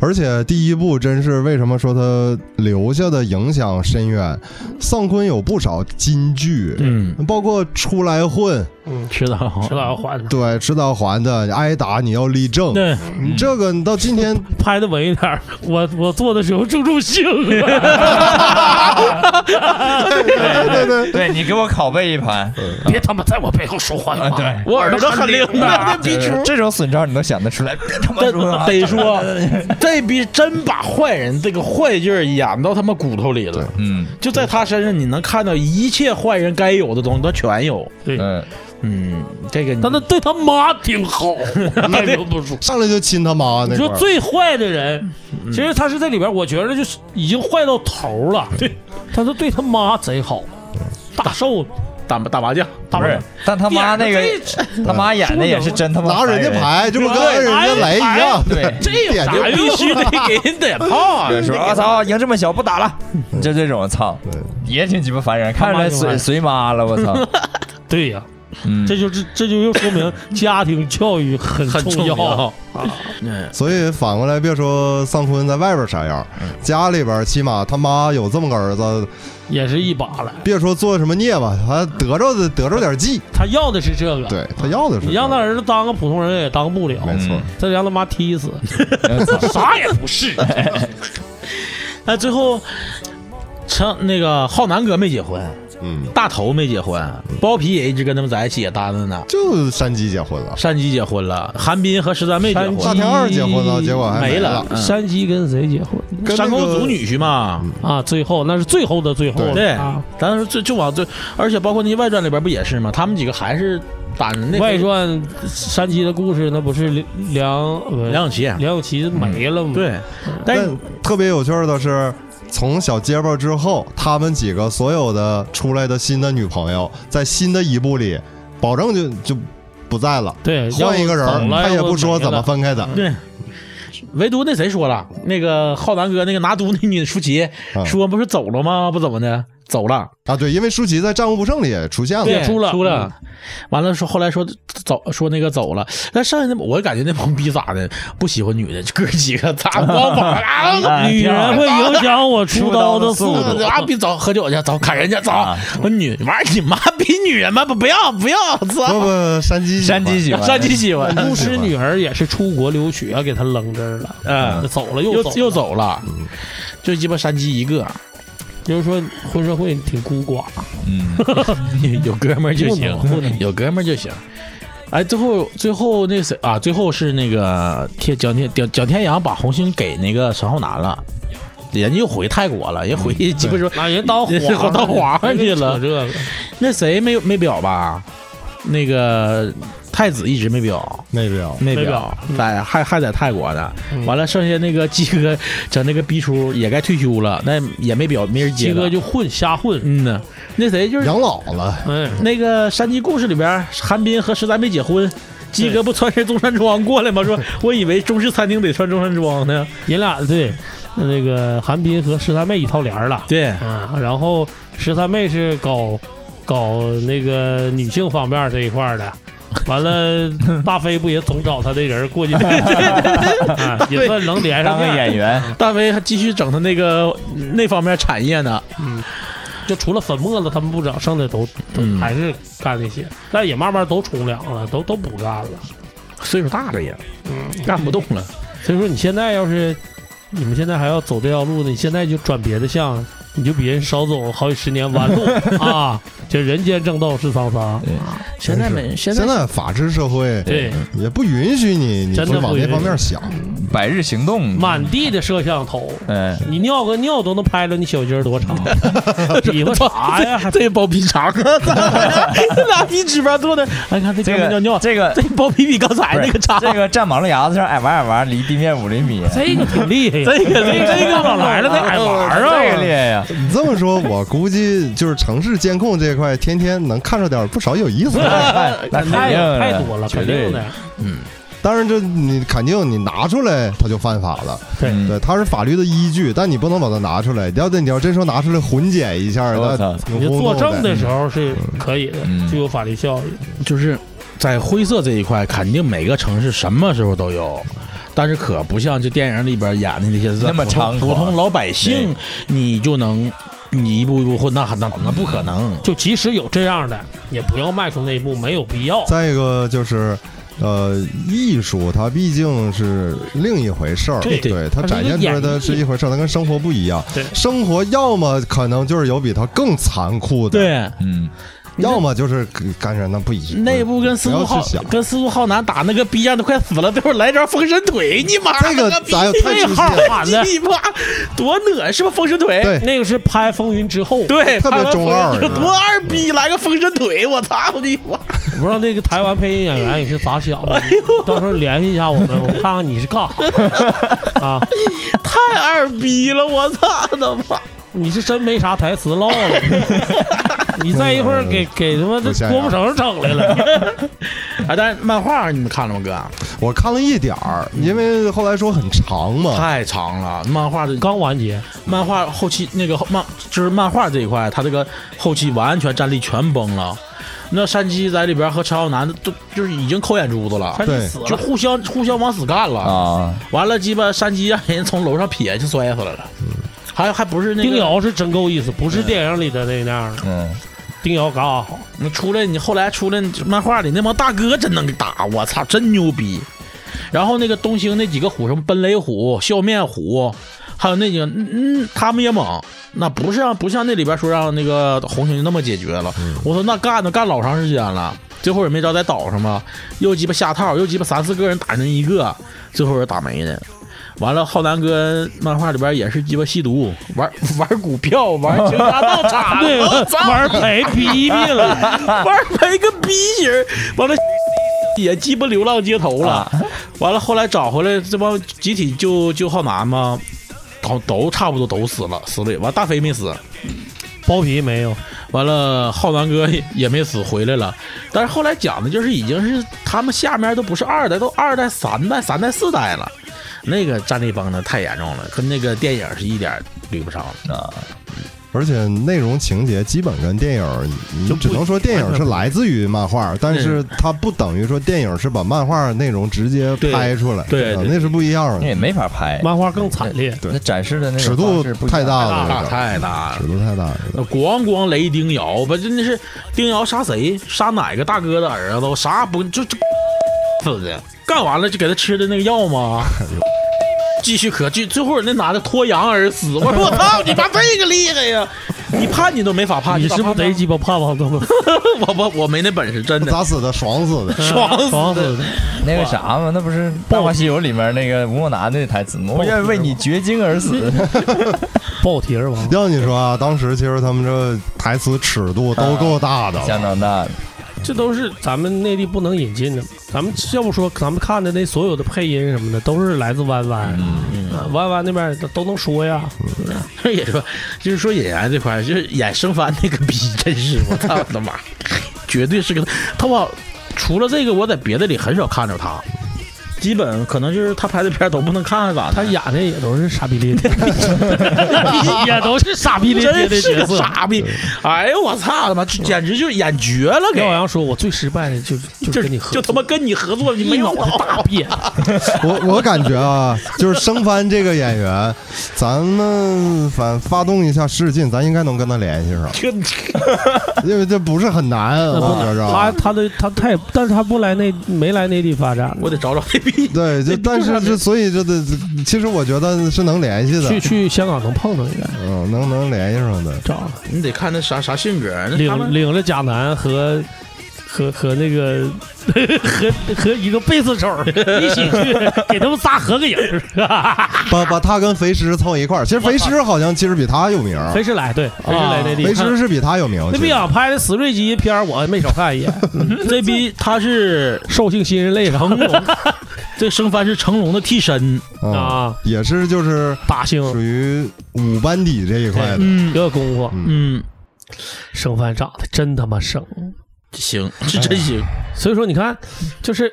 [SPEAKER 1] 而且第一部真是为什么说他留下的影响深远？丧坤有不少金句，
[SPEAKER 4] 嗯，
[SPEAKER 1] 包括出来混，
[SPEAKER 3] 嗯，
[SPEAKER 4] 知道
[SPEAKER 3] 迟早要还的。
[SPEAKER 1] 对，迟早还的，挨打你要立正，
[SPEAKER 4] 对，
[SPEAKER 1] 你这个你到今天
[SPEAKER 3] 拍的稳一点儿，我我做的时候注重性啊，
[SPEAKER 1] 对对
[SPEAKER 2] 对你给我拷贝一盘，
[SPEAKER 3] 别他妈在我背后说坏
[SPEAKER 2] 啊
[SPEAKER 3] 话。
[SPEAKER 2] 对
[SPEAKER 4] 我耳朵很灵的，
[SPEAKER 2] 这种呃这种损招你都想得出来，别他妈
[SPEAKER 4] 得
[SPEAKER 2] 说啊
[SPEAKER 4] 得说，这逼真把坏人这个坏劲儿演到他妈骨头里了。
[SPEAKER 2] 嗯
[SPEAKER 4] 就在他身上，你能看到一切坏人该有的东西，他全有。
[SPEAKER 3] 对，
[SPEAKER 2] 嗯，
[SPEAKER 4] 嗯，这个你
[SPEAKER 3] 但他对他妈挺好，该说不说。
[SPEAKER 1] 上来就亲他妈
[SPEAKER 3] 你
[SPEAKER 1] 那
[SPEAKER 3] 说
[SPEAKER 1] 块儿，
[SPEAKER 3] 最坏的人，其实他是在里边，我觉得就是已经坏到头了。对，他都对他妈贼好，
[SPEAKER 4] 嗯
[SPEAKER 3] 大寿
[SPEAKER 4] 打打麻将，
[SPEAKER 3] 大
[SPEAKER 2] 不是，但他妈那个呃
[SPEAKER 3] 点儿
[SPEAKER 2] 他妈演的也是真他妈
[SPEAKER 1] 拿人家
[SPEAKER 2] 烦
[SPEAKER 1] 牌，这不跟人家雷一样？
[SPEAKER 2] 对
[SPEAKER 3] 这有
[SPEAKER 1] 点
[SPEAKER 3] 啥
[SPEAKER 1] 就
[SPEAKER 3] 用
[SPEAKER 4] 必须得
[SPEAKER 3] 啊？
[SPEAKER 4] 给人点炮。啊
[SPEAKER 2] 对，说我操，赢这么小不打了，就这种操，也挺鸡巴烦人，看
[SPEAKER 3] 妈
[SPEAKER 2] 着
[SPEAKER 3] 就
[SPEAKER 2] 来
[SPEAKER 3] 烦
[SPEAKER 2] 随
[SPEAKER 3] 人
[SPEAKER 2] 随妈了，我操，
[SPEAKER 3] 对呀，
[SPEAKER 2] 嗯，
[SPEAKER 3] 这就是这就又说明家庭教育很
[SPEAKER 4] 很重
[SPEAKER 3] 要啊。
[SPEAKER 4] 嗯，
[SPEAKER 1] 所以反过来，别说丧坤在外边啥样，
[SPEAKER 3] 嗯
[SPEAKER 1] 家里边起码他妈有这么个儿子，
[SPEAKER 3] 也是一把了。
[SPEAKER 1] 别说做什么孽吧，他得着的得着点计，
[SPEAKER 3] 他要的是这个，
[SPEAKER 1] 对他要的是
[SPEAKER 3] 你让他
[SPEAKER 1] 那
[SPEAKER 3] 儿子当个普通人也当不了，
[SPEAKER 1] 没错，
[SPEAKER 3] 再让他妈踢死，
[SPEAKER 2] 嗯
[SPEAKER 3] 啥也不是。
[SPEAKER 4] 那最后，成那个浩南哥没结婚，
[SPEAKER 1] 嗯，
[SPEAKER 4] 大头没结婚，包皮也一直跟他们在一起也搭着呢。
[SPEAKER 1] 就山鸡结婚了，
[SPEAKER 4] 山鸡结婚了，韩冰和十三妹结婚
[SPEAKER 1] 大
[SPEAKER 3] 山
[SPEAKER 4] 了
[SPEAKER 3] 鸡
[SPEAKER 1] 田二结婚了，结果还
[SPEAKER 4] 没
[SPEAKER 1] 了，
[SPEAKER 4] 嗯
[SPEAKER 3] 山鸡跟谁结婚
[SPEAKER 1] 跟那
[SPEAKER 4] 山
[SPEAKER 1] 个嗯
[SPEAKER 4] 公主女婿嘛。
[SPEAKER 3] 啊？最后那是最后的最后了
[SPEAKER 4] 对
[SPEAKER 3] 啊！，
[SPEAKER 4] 咱说就就往最，而且包括那些外传里边不也是吗？他们几个还是打人那
[SPEAKER 3] 外传山鸡的故事，那不是梁梁呃
[SPEAKER 4] 梁咏琪，啊
[SPEAKER 3] 梁咏琪没了吗？，
[SPEAKER 4] 对，但是
[SPEAKER 1] 但特别有趣儿的是，从小结巴之后，他们几个所有的出来的新的女朋友，在新的一部里，保证就就不在了，
[SPEAKER 3] 对，
[SPEAKER 1] 换一个人
[SPEAKER 3] 要
[SPEAKER 1] 儿
[SPEAKER 3] 不走，了
[SPEAKER 1] 他也
[SPEAKER 3] 要
[SPEAKER 1] 不说
[SPEAKER 3] 没了
[SPEAKER 1] 怎么分开的，
[SPEAKER 4] 对，唯独那谁说了，那个浩南哥那个拿督那女舒淇、
[SPEAKER 1] 嗯
[SPEAKER 4] 说不是走了吗？不怎么的，走了，
[SPEAKER 1] 啊，对，因为舒淇在《战无不胜》里也出现了，
[SPEAKER 3] 对出
[SPEAKER 4] 出
[SPEAKER 3] 了
[SPEAKER 4] 出了，嗯完了说后来说走说那个走了，但剩下那我感觉那帮逼咋的不喜欢女的，哥几个咋光膀啊，
[SPEAKER 2] 哎
[SPEAKER 3] 女人会 影响我出刀的速
[SPEAKER 2] 出刀的速
[SPEAKER 3] 度
[SPEAKER 2] 度。
[SPEAKER 4] 啊，逼走喝酒去，走砍人家，走
[SPEAKER 2] 啊！
[SPEAKER 4] 我女玩你妈逼女人吗？不不要不要，
[SPEAKER 1] 不
[SPEAKER 4] 操！
[SPEAKER 1] 不，山鸡
[SPEAKER 2] 山鸡喜欢
[SPEAKER 4] 山鸡喜欢，
[SPEAKER 3] 牧师女儿也是出国留 学，给他扔这儿了，
[SPEAKER 4] 嗯，
[SPEAKER 3] 走了又
[SPEAKER 4] 又
[SPEAKER 3] 走了
[SPEAKER 4] 又，走了，就鸡巴山鸡一个，
[SPEAKER 3] 就是说混社会挺孤寡，
[SPEAKER 2] 嗯，
[SPEAKER 4] 有哥们儿就行
[SPEAKER 3] 糊弄糊弄，
[SPEAKER 4] 有哥们儿就行。哎，最后最后那谁啊？最后是那个天蒋天蒋蒋天阳把红星给那个沈浩南了，人家又回泰国了，人家回
[SPEAKER 3] 嗯
[SPEAKER 4] 去鸡巴说
[SPEAKER 3] 那人当皇
[SPEAKER 4] 当皇上去了
[SPEAKER 3] 扯这个
[SPEAKER 4] 那谁没有没表吧？那个太子一直没表，
[SPEAKER 1] 那边
[SPEAKER 4] 没
[SPEAKER 3] 没
[SPEAKER 4] 表
[SPEAKER 3] 表
[SPEAKER 4] 在还还在泰国呢。
[SPEAKER 3] 嗯
[SPEAKER 4] 完了，剩下那个鸡哥整那个逼出也该退休了，那也没表，没人接
[SPEAKER 3] 鸡
[SPEAKER 4] 了。
[SPEAKER 3] 哥就混 瞎混，
[SPEAKER 4] 嗯呐，那谁就是
[SPEAKER 1] 养老了，
[SPEAKER 3] 嗯，
[SPEAKER 4] 那个山鸡故事里边，韩冰和十三妹结婚，鸡哥
[SPEAKER 3] 对
[SPEAKER 4] 不穿身中山装过来吗？说我以为中式餐厅得穿中山装呢。
[SPEAKER 3] 人俩对，那个韩冰和十三妹一套帘儿了
[SPEAKER 4] 对，
[SPEAKER 3] 啊，然后十三妹是搞搞那个女性方面这一块儿 的。完了，大飞不也总找他那人过去， 啊也算能连上
[SPEAKER 2] 当个
[SPEAKER 3] 面。
[SPEAKER 2] 演员，
[SPEAKER 4] 大飞还继续整他那个那方面产业呢。
[SPEAKER 3] 嗯，就除了粉末子他们不整，剩下都都
[SPEAKER 4] 嗯
[SPEAKER 3] 还是干那些，但也慢慢都冲凉了，都都不干了。
[SPEAKER 4] 嗯岁数大了也，干不动了。
[SPEAKER 3] 所以说你现在要是你们现在还要走这条路呢，你现在就转别的项，你就比人少走好几十年弯路 啊！这人间正道是沧桑，嗯
[SPEAKER 5] 现在没现在
[SPEAKER 1] 现在法治社会
[SPEAKER 3] 对，
[SPEAKER 1] 也不允许你，你
[SPEAKER 3] 真的
[SPEAKER 1] 不往
[SPEAKER 3] 不允
[SPEAKER 1] 那
[SPEAKER 3] 许
[SPEAKER 1] 方面想。
[SPEAKER 2] 百日行动，
[SPEAKER 3] 满地的摄像头，
[SPEAKER 2] 嗯，
[SPEAKER 3] 你尿个尿都能拍着你小鸡儿多长，比划啥呀？ 还
[SPEAKER 4] 这包皮长，
[SPEAKER 5] 拉皮纸吧做的，哎，看这
[SPEAKER 2] 这
[SPEAKER 5] 哥们
[SPEAKER 2] 个
[SPEAKER 5] 尿尿，
[SPEAKER 2] 这个
[SPEAKER 5] 这包皮比刚才
[SPEAKER 2] 不是
[SPEAKER 5] 那个差。
[SPEAKER 2] 这个站马路牙子上矮玩矮玩，离地面五厘米，
[SPEAKER 3] 这个挺厉害呀，
[SPEAKER 5] 这个这个
[SPEAKER 3] 这个老来了，那
[SPEAKER 4] 哎
[SPEAKER 3] 矮玩儿
[SPEAKER 2] 这个厉
[SPEAKER 3] 啊！
[SPEAKER 2] 害呀！
[SPEAKER 1] 你这么说，我估计就是城市监控这一块，天天能看出点不少有意 思。的。
[SPEAKER 2] 那肯定
[SPEAKER 3] 哎太
[SPEAKER 2] 的
[SPEAKER 3] 太多了，
[SPEAKER 2] 绝
[SPEAKER 3] 肯定
[SPEAKER 2] 对
[SPEAKER 3] 的。
[SPEAKER 1] 当然，这你肯定你拿出来他就犯法了，
[SPEAKER 3] 对
[SPEAKER 2] 嗯
[SPEAKER 1] 对，它是法律的依据，但你不能把它拿出来。要得你要真说拿出来混剪一下，
[SPEAKER 2] 我操
[SPEAKER 1] 那挺
[SPEAKER 3] 你
[SPEAKER 1] 轰
[SPEAKER 3] 作
[SPEAKER 1] 动
[SPEAKER 3] 证
[SPEAKER 1] 的
[SPEAKER 3] 的时候是可以的，
[SPEAKER 2] 嗯
[SPEAKER 3] 具有法律效益。
[SPEAKER 4] 就是在灰色这一块，肯定每个城市什么时候都有，但是可不像这电影里边演的那些
[SPEAKER 2] 那么
[SPEAKER 4] 普通
[SPEAKER 2] 猖狂
[SPEAKER 4] 普通老百姓，你就能你一步一步混，那那那不可能。
[SPEAKER 3] 就即使有这样的，也不要迈出那一步，没有必要。
[SPEAKER 1] 再一个就是，呃，艺术它毕竟是另一回事儿，
[SPEAKER 3] 对
[SPEAKER 1] 对，它
[SPEAKER 3] 它是
[SPEAKER 1] 展
[SPEAKER 3] 一个
[SPEAKER 1] 现出来
[SPEAKER 3] 演
[SPEAKER 1] 的
[SPEAKER 3] 绎
[SPEAKER 1] 是一回事儿，它跟生活不一样。
[SPEAKER 3] 对
[SPEAKER 1] 生活要么可能就是有比它更残酷的，
[SPEAKER 4] 对，
[SPEAKER 2] 嗯，
[SPEAKER 1] 要么就是干啥那不一样。
[SPEAKER 4] 内部跟
[SPEAKER 1] 不
[SPEAKER 4] 司
[SPEAKER 1] 要
[SPEAKER 4] 徒浩
[SPEAKER 1] 去想。
[SPEAKER 4] 跟司徒浩南打那个逼样都快死了，最后来招封神腿，你 妈
[SPEAKER 1] 这 个
[SPEAKER 4] 那逼
[SPEAKER 1] 咱要太
[SPEAKER 4] 那
[SPEAKER 1] 熟悉
[SPEAKER 4] 号
[SPEAKER 1] 了
[SPEAKER 4] 喊的， 你妈多恶是吧？封神腿，
[SPEAKER 1] 对，
[SPEAKER 3] 那个是拍《风云》之后，
[SPEAKER 4] 对，
[SPEAKER 1] 特别
[SPEAKER 4] 他们
[SPEAKER 1] 中二
[SPEAKER 4] 封神腿多二逼，来个封神腿，我操你妈！
[SPEAKER 3] 我不知道那个台湾配音演员也哎是咋想的，到时候联系一下我们，我看看你是干啥啊？
[SPEAKER 4] 太二逼了，我操他妈！
[SPEAKER 3] 你是真没啥台词唠了，你再一会儿给给他妈
[SPEAKER 1] 不像样
[SPEAKER 3] 这郭富城整来了，
[SPEAKER 4] 啊，但是漫画你们看了吗，哥？
[SPEAKER 1] 我看了一点儿，因为后来说很长嘛，
[SPEAKER 4] 太长了，漫画的
[SPEAKER 3] 刚完结，
[SPEAKER 4] 漫画后期那个后漫就是漫画这一块，他这个后期完全战力全崩了。那山鸡在里边和陈浩南都就是已经抠眼珠子了，
[SPEAKER 3] 他就
[SPEAKER 1] 对
[SPEAKER 3] 死
[SPEAKER 4] 就
[SPEAKER 3] 了。
[SPEAKER 4] 互相互相往死干了。
[SPEAKER 2] 啊，
[SPEAKER 4] 完了，鸡巴山鸡让人从楼上撇就摔死了了，还还不是那
[SPEAKER 3] 丁
[SPEAKER 4] 个
[SPEAKER 3] 瑶是真够意思，不是电影里的那那样的。
[SPEAKER 2] 嗯，
[SPEAKER 3] 丁瑶嘎嘎好，
[SPEAKER 4] 你出来，你后来出来漫画里那帮大哥真能打，我操，真牛逼。然后那个东兴那几个虎，什么奔雷虎、笑面虎，还有那几个，嗯，嗯他们也猛，那不是让啊不像那里边说让那个红星那么解决了。我说那干都干老长时间了，最后也没招在岛上嘛，又鸡巴下套，又鸡巴三四个人打人一个，最后也打没的。完了，浩南哥漫画里边也是鸡巴吸毒，玩 玩股票，玩倾家荡产，
[SPEAKER 3] 对，
[SPEAKER 4] 啊我操
[SPEAKER 3] 玩儿陪 逼逼了，
[SPEAKER 4] 玩陪个逼型儿，完 了也鸡巴流浪街头了。完了后来找回来，这帮集体救救浩南嘛，都都差不多都死了，死了也完大飞没死，
[SPEAKER 3] 包皮没有，
[SPEAKER 4] 完了浩南哥也也没死回来了。但是后来讲的就是已经是他们下面都不是二代，都二代、三代、三代、四代了。那个战力崩的太严重了，跟那个电影是一点儿捋不上的。
[SPEAKER 2] 啊，
[SPEAKER 1] 而且内容情节基本跟电影儿，你
[SPEAKER 3] 就
[SPEAKER 1] 只
[SPEAKER 3] 不
[SPEAKER 1] 能说电影儿是来自于漫画，但是它不等于说电影是把漫画内容直接
[SPEAKER 4] 对
[SPEAKER 1] 拍出来，
[SPEAKER 4] 对
[SPEAKER 1] 啊
[SPEAKER 4] 对
[SPEAKER 1] 那是不一样
[SPEAKER 2] 那也
[SPEAKER 1] 的，
[SPEAKER 2] 没法拍，
[SPEAKER 3] 漫画更惨烈。
[SPEAKER 1] 对
[SPEAKER 2] 那展示的那个
[SPEAKER 1] 尺度
[SPEAKER 2] 方式不一样
[SPEAKER 1] 太大了，
[SPEAKER 4] 大
[SPEAKER 1] 这个
[SPEAKER 4] 啊太大了
[SPEAKER 1] 尺。度太大了。
[SPEAKER 4] 那咣咣雷丁瑶，不真的是丁瑶杀谁？杀哪个大哥的儿子？啥不就就死的？干完了就给他吃的那个 药吗？继续咳，继最后那男的脱羊而死。我 说我操你妈这个厉害呀！你判你都没法判，
[SPEAKER 3] 你是不
[SPEAKER 4] 咋
[SPEAKER 3] 是
[SPEAKER 4] 判
[SPEAKER 3] 贼鸡巴盼望他们
[SPEAKER 4] 呢 我我我没那本事，真的。
[SPEAKER 1] 咋死的？爽死的！
[SPEAKER 4] 爽死
[SPEAKER 3] 爽死的？
[SPEAKER 2] 那个啥嘛，那不是《大话西游》里面那个吴孟达那台词吗？我愿为你绝经而死。
[SPEAKER 3] 暴铁儿王，
[SPEAKER 1] 要你说啊，当时其实他们这台词尺度都够大的了，
[SPEAKER 2] 相当大，
[SPEAKER 3] 这都是咱们内地不能引进的。咱们要不说，咱们看的那所有的配音什么的，都是来自弯弯，啊弯弯那边都都能说呀。
[SPEAKER 4] 也说，就是说演员这块儿，就是演生番那个逼，真是我操我的妈，绝对是个他往除了这个，我在别的里很少看着他，基本可能就是他拍的片儿都不能看咋
[SPEAKER 3] 他
[SPEAKER 4] 的，
[SPEAKER 3] 演的也都是傻逼咧咧， 也都是傻逼咧咧
[SPEAKER 4] 真
[SPEAKER 3] 的
[SPEAKER 4] 是
[SPEAKER 3] 角
[SPEAKER 4] 个
[SPEAKER 3] 色。
[SPEAKER 4] 傻逼，哎呦我操他妈，这简直就是演绝了给
[SPEAKER 3] 廖。阳说：“我最失败的就是就是
[SPEAKER 4] 就
[SPEAKER 3] 跟你合
[SPEAKER 4] 就他妈跟你合作，你哎
[SPEAKER 3] 一
[SPEAKER 4] 没
[SPEAKER 3] 脑袋大便，
[SPEAKER 1] 我我感觉啊，就是生番这个演员，咱们反发动一下使劲，咱应该能跟他联系上，
[SPEAKER 4] 这
[SPEAKER 1] 因为这不是很难，我觉着。
[SPEAKER 3] 他他的他太，但是他不来内没来内地发展，
[SPEAKER 4] 我得找找那逼。
[SPEAKER 1] 对，就但是这所以这的，其实我觉得是能联系
[SPEAKER 3] 去
[SPEAKER 1] 的，
[SPEAKER 3] 去香港能碰上一个，
[SPEAKER 1] 嗯，能能联系上的。
[SPEAKER 3] 找
[SPEAKER 4] 你得看那啥啥性格，那他
[SPEAKER 3] 领
[SPEAKER 4] 们
[SPEAKER 3] 领着贾楠和和和那个 和和一个贝斯手一起去，给他们仨合个影儿。
[SPEAKER 1] 把把他跟肥师凑一块儿，其实肥师好像其实比他有名儿，
[SPEAKER 3] 飞驰来，对，飞驰来内地，
[SPEAKER 1] 肥师是比他有名。
[SPEAKER 3] 那
[SPEAKER 1] 其实
[SPEAKER 3] 逼养拍的死瑞基片儿，我没少看一眼。
[SPEAKER 4] 这 逼他是
[SPEAKER 3] 兽性新人类成龙
[SPEAKER 4] 这生番是成龙的替身，
[SPEAKER 1] 嗯，
[SPEAKER 3] 啊，
[SPEAKER 1] 也是就是
[SPEAKER 3] 八星
[SPEAKER 1] 属于五班底这一块的。
[SPEAKER 4] 嗯
[SPEAKER 3] 有功夫，
[SPEAKER 4] 嗯，
[SPEAKER 3] 生番长得真他妈生。
[SPEAKER 4] 行是真行，
[SPEAKER 3] 所以说，你看，就是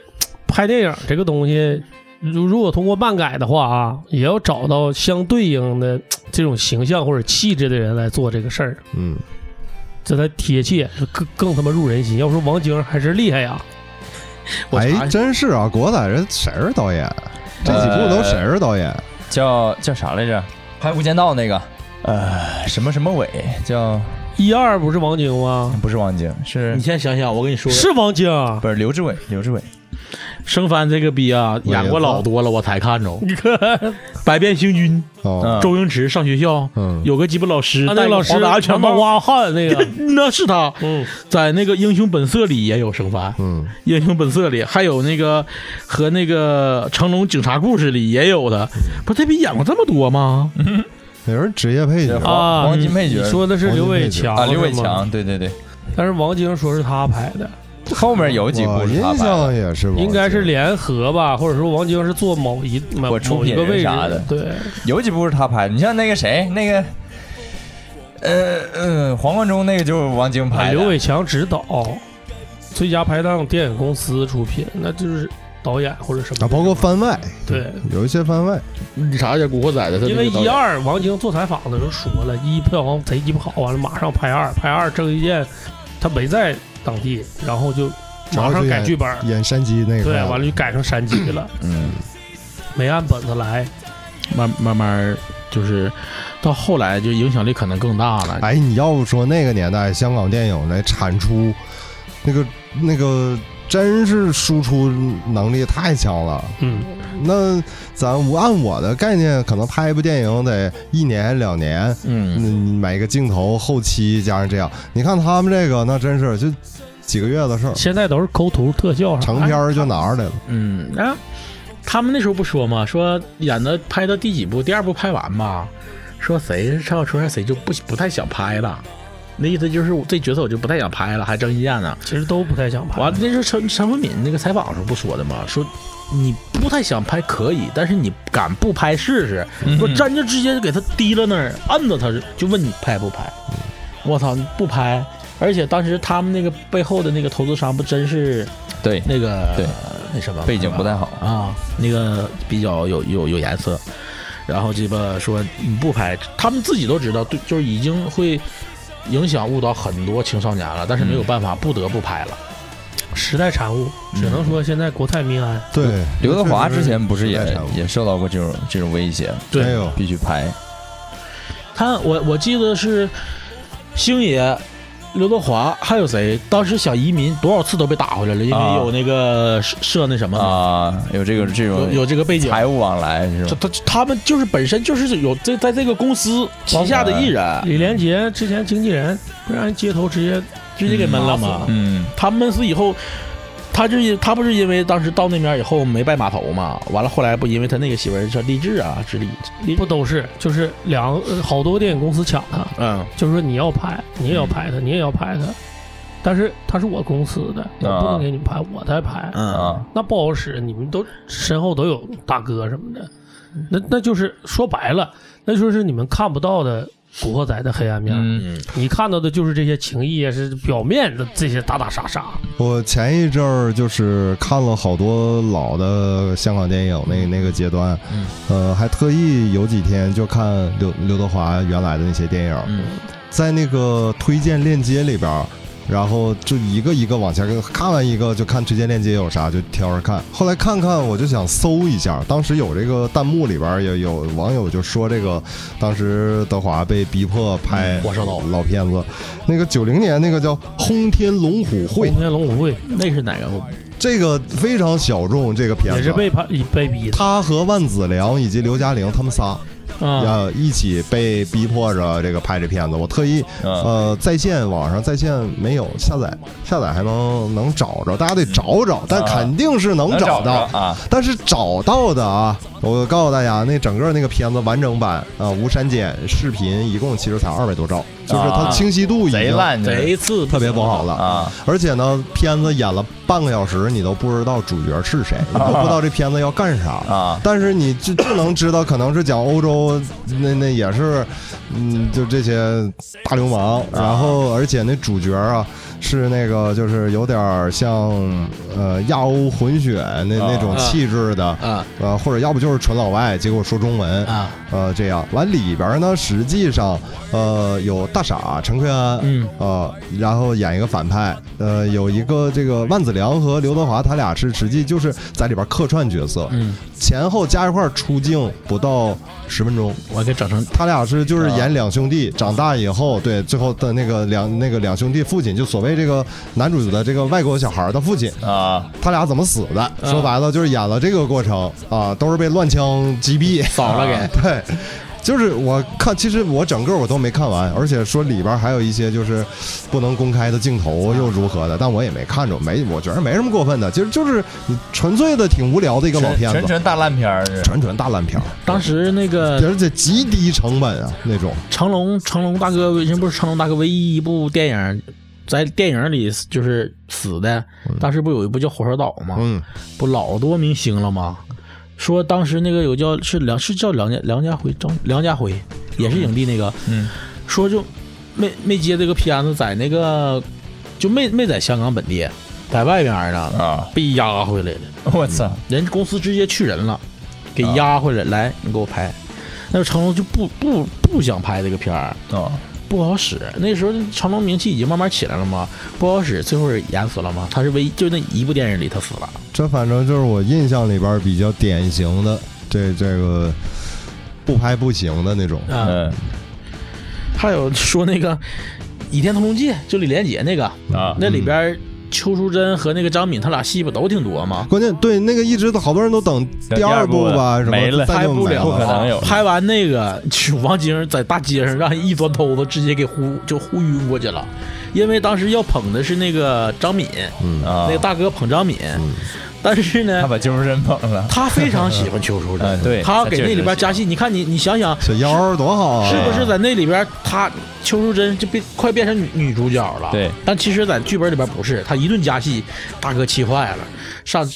[SPEAKER 3] 拍电影这个东西，如如果通过漫改的话啊，也要找到相对应的这种形象或者气质的人来做这个事儿，
[SPEAKER 1] 嗯，
[SPEAKER 3] 这才贴切，更更他妈入人心。要说王晶还是厉害呀，
[SPEAKER 4] 我
[SPEAKER 1] 哎，
[SPEAKER 4] 查
[SPEAKER 1] 真是啊，国仔这谁是导演？这几部都谁是导演？
[SPEAKER 2] 叫叫啥来着？拍《无间道》那个，呃，什么什么伟，叫
[SPEAKER 3] 一二不是王晶吗？
[SPEAKER 2] 不是王晶，是
[SPEAKER 4] 你先想想，我跟你说，
[SPEAKER 3] 是王晶啊，
[SPEAKER 2] 不是刘志伟？刘志伟，
[SPEAKER 4] 生番这个逼啊，
[SPEAKER 1] 我也
[SPEAKER 4] 演过老多了，我才看着
[SPEAKER 3] 你看啊，
[SPEAKER 4] 百变星君，
[SPEAKER 1] 哦，
[SPEAKER 2] 嗯
[SPEAKER 4] 周星驰上学校
[SPEAKER 1] 嗯，
[SPEAKER 4] 有个鸡巴老师，
[SPEAKER 3] 啊那个老师
[SPEAKER 4] 戴个黄色安全帽，
[SPEAKER 3] 挖汉那 个，
[SPEAKER 4] 那是他，
[SPEAKER 3] 嗯，
[SPEAKER 4] 在那个《英雄本色》里也有生番， 《
[SPEAKER 1] 嗯，
[SPEAKER 4] 英雄本色》里还有那个和那个成龙警察故事里也有他，不这逼演过这么多吗？
[SPEAKER 1] 有人职业配角
[SPEAKER 2] 对。
[SPEAKER 3] 啊，
[SPEAKER 2] 哦黄金配角
[SPEAKER 3] 你说的是刘伟强
[SPEAKER 2] 啊，刘伟
[SPEAKER 3] 是吗
[SPEAKER 2] 强，对对对，
[SPEAKER 3] 但是王晶说是他拍的，
[SPEAKER 2] 后面有几
[SPEAKER 1] 我
[SPEAKER 2] 部是
[SPEAKER 1] 印
[SPEAKER 2] 他拍的。
[SPEAKER 1] 象也是吧，
[SPEAKER 3] 应该是联合吧，或者说王晶是做某一某
[SPEAKER 2] 我出
[SPEAKER 3] 某一
[SPEAKER 2] 品
[SPEAKER 3] 个
[SPEAKER 2] 人
[SPEAKER 3] 位置
[SPEAKER 2] 啥的
[SPEAKER 3] 对，
[SPEAKER 2] 有几部是他拍的。你像那个谁，那个，呃呃，黄贯中那个就是王
[SPEAKER 3] 啊
[SPEAKER 2] 晶拍的。
[SPEAKER 3] 刘伟强执导，最佳拍档电影公司出品，那就是导演或者什么
[SPEAKER 1] 啊，包括番外，
[SPEAKER 3] 对。
[SPEAKER 1] 有一些番外，
[SPEAKER 4] 你查一下《古惑仔》的，他
[SPEAKER 3] 因为一二，王晶做采访的时候说了，一票房贼鸡巴好，完了马上拍二，拍二郑伊健他没在当地，然后就马上改剧本，
[SPEAKER 1] 演山鸡那个。
[SPEAKER 3] 对，完了就改成山 鸡了，
[SPEAKER 2] 嗯，
[SPEAKER 3] 没按本子来，
[SPEAKER 4] 慢慢慢就是到后来就影响力可能更大了。
[SPEAKER 1] 哎，你要不说那个年代香港电影来产出，那个那个真是输出能力太强了。
[SPEAKER 3] 嗯，
[SPEAKER 1] 那咱我按我的概念，可能拍一部电影得一年两年，
[SPEAKER 4] 嗯，
[SPEAKER 1] 嗯，每个镜头后期加上这样，你看他们这个那真是就几个月的事儿，
[SPEAKER 3] 现在都是抠图特效啥的
[SPEAKER 1] 成片儿就拿出来了。
[SPEAKER 4] 嗯，然后他们那时候不说吗？说演的拍到第几部，第二部拍完吧，说谁是陈小春，谁就不不太想拍了。那意思就是我这角色我就不太想拍了，还郑伊健呢。
[SPEAKER 3] 其实都不太想拍。
[SPEAKER 4] 完了，那时候陈陈文敏那个采访的时候不说的吗？说你不太想拍可以，但是你敢不拍试试？
[SPEAKER 2] 嗯
[SPEAKER 4] 说真就直接就给他提了那儿，摁着他就问你拍不拍？我操，你不拍！而且当时他们那个背后的那个投资商不真是
[SPEAKER 2] 对，
[SPEAKER 4] 那个
[SPEAKER 2] 对
[SPEAKER 4] 那什么
[SPEAKER 2] 背景不太好。
[SPEAKER 4] 啊，那个比较有有有颜色，然后鸡巴说你不拍，他们自己都知道，对，就是已经会影响误导很多青少年了，但是没有办法，不得不拍了。
[SPEAKER 3] 时代产物，只
[SPEAKER 1] 嗯
[SPEAKER 3] 能说现在国泰民安。
[SPEAKER 1] 对，
[SPEAKER 2] 刘德华之前不是哦
[SPEAKER 1] 确
[SPEAKER 2] 也
[SPEAKER 1] 实时代产物
[SPEAKER 2] 也受到过这种这种威胁，
[SPEAKER 4] 对
[SPEAKER 1] 哎呦
[SPEAKER 2] 必须拍。
[SPEAKER 4] 他我我记得是星爷、刘德华还有谁，当时想移民多少次都被打回来了，因
[SPEAKER 2] 啊
[SPEAKER 4] 为有那个涉涉那什么的
[SPEAKER 2] 啊，有这个这
[SPEAKER 4] 有
[SPEAKER 2] 种
[SPEAKER 4] 有这个背景。
[SPEAKER 2] 财务往来是
[SPEAKER 4] 他
[SPEAKER 2] 吧？
[SPEAKER 4] 他他们就是本身就是有这在这个公司旗下的艺人，
[SPEAKER 3] 李连杰之前经纪人不是按街头直接
[SPEAKER 4] 直接给闷了吗？
[SPEAKER 2] 嗯，
[SPEAKER 4] 他闷死以后，他就是他不是因为当时到那边以后没拜码头嘛，完了后来不因为他那个媳妇儿叫励志啊，是励励
[SPEAKER 3] 不都是就是两呃好多电影公司抢他，
[SPEAKER 2] 啊
[SPEAKER 4] 嗯
[SPEAKER 3] 就是说你要拍你也要拍他，你也要拍他，但是他是我公司的，我不能给你们拍，我在拍，
[SPEAKER 4] 啊嗯
[SPEAKER 2] 啊，
[SPEAKER 3] 那不好使。你们都身后都有大哥什么的，
[SPEAKER 4] 嗯
[SPEAKER 3] 那那就是说白了，那就是你们看不到的《古惑仔》的黑暗面，
[SPEAKER 2] 嗯，
[SPEAKER 4] 嗯
[SPEAKER 3] 你看到的就是这些情谊啊，是表面的这些打打杀杀。
[SPEAKER 1] 我前一阵儿就是看了好多老的香港电影那那个阶段，
[SPEAKER 4] 嗯
[SPEAKER 1] 呃，还特意有几天就看刘刘德华原来的那些电影，
[SPEAKER 4] 嗯
[SPEAKER 1] 在那个推荐链接里边儿然后就一个一个往下看，看完一个就看推荐链接有啥就挑着看。后来看看我就想搜一下，当时有这个弹幕里边儿也有网友就说这个，当时德华被逼迫
[SPEAKER 4] 嗯
[SPEAKER 1] 拍《火烧岛》老片子，那个九零年那个叫《轰天龙虎会》
[SPEAKER 3] 红，天龙舞会
[SPEAKER 4] 那是哪个？
[SPEAKER 1] 这个非常小众，这个片子
[SPEAKER 3] 也是被拍被逼的
[SPEAKER 1] 他和万梓良以及刘嘉玲他们仨。
[SPEAKER 3] 啊，
[SPEAKER 1] 要一起被逼迫着这个拍这片子。我特意
[SPEAKER 2] 嗯，
[SPEAKER 1] 呃在线网上在线没有下载，下载还能能找着，大家得找找，但
[SPEAKER 2] 啊
[SPEAKER 1] 肯定是能找
[SPEAKER 2] 着
[SPEAKER 1] 到。
[SPEAKER 2] 啊，
[SPEAKER 1] 但是找到的啊，我告诉大家，那整个那个片子完整版啊、呃无删减视频，一共其实才二百多兆，就是它
[SPEAKER 2] 啊
[SPEAKER 1] 清晰度已
[SPEAKER 2] 贼
[SPEAKER 1] 经
[SPEAKER 2] 烂，这
[SPEAKER 4] 贼次
[SPEAKER 1] 特别不好了。
[SPEAKER 2] 啊，
[SPEAKER 1] 而且呢，片子演了半个小时，你都不知道主角是谁，你 都不知道这片子要干啥
[SPEAKER 2] 啊
[SPEAKER 1] 但是你就就能知道，可能是讲欧洲，那那也是，嗯，就这些大流氓。然后，而且那主角啊，是那个就是有点儿像呃亚欧混血那
[SPEAKER 2] 啊
[SPEAKER 1] 那种气质的，
[SPEAKER 4] 啊
[SPEAKER 1] 呃，或者要不就是纯老外，结果说中文，
[SPEAKER 4] 啊！
[SPEAKER 1] 呃，这样。完里边呢，实际上呃有大傻陈奎安，
[SPEAKER 4] 嗯，
[SPEAKER 1] 呃，然后演一个反派，呃，有一个这个万梓良和刘德华，他俩是实际就是在里边客串角色，
[SPEAKER 4] 嗯，
[SPEAKER 1] 前后加一块儿出镜不到十分钟，
[SPEAKER 4] 我给整成
[SPEAKER 1] 他俩是就是演两兄弟，长大以后，对，最后的那个两那个两兄弟父亲，就所谓这个男主的这个外国小孩的父亲，
[SPEAKER 2] 啊，
[SPEAKER 1] 他俩怎么死的？说白了就是演了这个过程啊，都是被乱枪击毙。
[SPEAKER 4] 扫了给。
[SPEAKER 1] 对，就是我看，其实我整个我都没看完，而且说里边还有一些就是不能公开的镜头
[SPEAKER 2] 啊
[SPEAKER 1] 又如何的，但我也没看着，没，我觉得没什么过分的，其实就是你纯粹的挺无聊的一个老
[SPEAKER 2] 全
[SPEAKER 1] 片
[SPEAKER 2] 全
[SPEAKER 1] 子，
[SPEAKER 2] 全嗯大烂片儿，这
[SPEAKER 1] 纯纯大烂片儿，
[SPEAKER 4] 当时那个
[SPEAKER 1] 而且极低成本啊那种，
[SPEAKER 4] 成龙，成龙大哥，人不是成龙大哥唯一一部电影，在电影里就是死的。当时不有一部叫《火烧岛》
[SPEAKER 2] 啊
[SPEAKER 4] 吗？
[SPEAKER 1] 嗯，
[SPEAKER 4] 不老多明星了吗？说当时那个有叫是梁是叫梁家梁家辉张梁家辉也是影帝那个，
[SPEAKER 2] 嗯，
[SPEAKER 4] 说就没没接这个片子，在那个就没没在香港本地，在外边儿呢
[SPEAKER 2] 啊，
[SPEAKER 4] 被压回来了，
[SPEAKER 2] 我操，
[SPEAKER 4] 人公司直接去人了，给压回来，来你给我拍。那成龙就不不不想拍这个片儿，
[SPEAKER 2] 啊，
[SPEAKER 4] 不好使。那时候成龙名气已经慢慢起来了嘛，不好使，最后也演死了嘛。他是唯一就那一部电影里他死了。
[SPEAKER 1] 这反正就是我印象里边比较典型的这这个不拍不行的那种，
[SPEAKER 4] 啊
[SPEAKER 2] 嗯
[SPEAKER 4] 还有说那个《倚天屠龙记》，就李连杰那个，
[SPEAKER 2] 啊，
[SPEAKER 4] 那里边邱淑贞和那个张敏，他俩戏不都挺多吗？
[SPEAKER 1] 关键对那个一直都好多人都等
[SPEAKER 2] 等
[SPEAKER 1] 第二部吧，什么
[SPEAKER 2] 没了
[SPEAKER 1] 再就没
[SPEAKER 2] 不可能有
[SPEAKER 4] 拍完那个，王晶在大街上让人一钻头子，直接给呼就呼晕过去了，因为当时要捧的是那个张敏，
[SPEAKER 1] 嗯，
[SPEAKER 2] 啊嗯
[SPEAKER 4] 那个，大哥捧张敏，但是
[SPEAKER 2] 他
[SPEAKER 4] 呢，
[SPEAKER 2] 把邱淑贞捧了，
[SPEAKER 4] 他非常喜欢 邱淑贞
[SPEAKER 2] 嗯，对
[SPEAKER 4] 他要给那
[SPEAKER 2] 他
[SPEAKER 4] 里
[SPEAKER 2] 确
[SPEAKER 4] 边
[SPEAKER 2] 实
[SPEAKER 4] 加戏，你看你你想想，
[SPEAKER 1] 小妖儿多好啊，
[SPEAKER 4] 是不是在那里边，她邱淑贞就变快变成女女主角了？
[SPEAKER 2] 对，
[SPEAKER 4] 但其实在剧本里边不是，她一顿加戏，大哥气坏了，上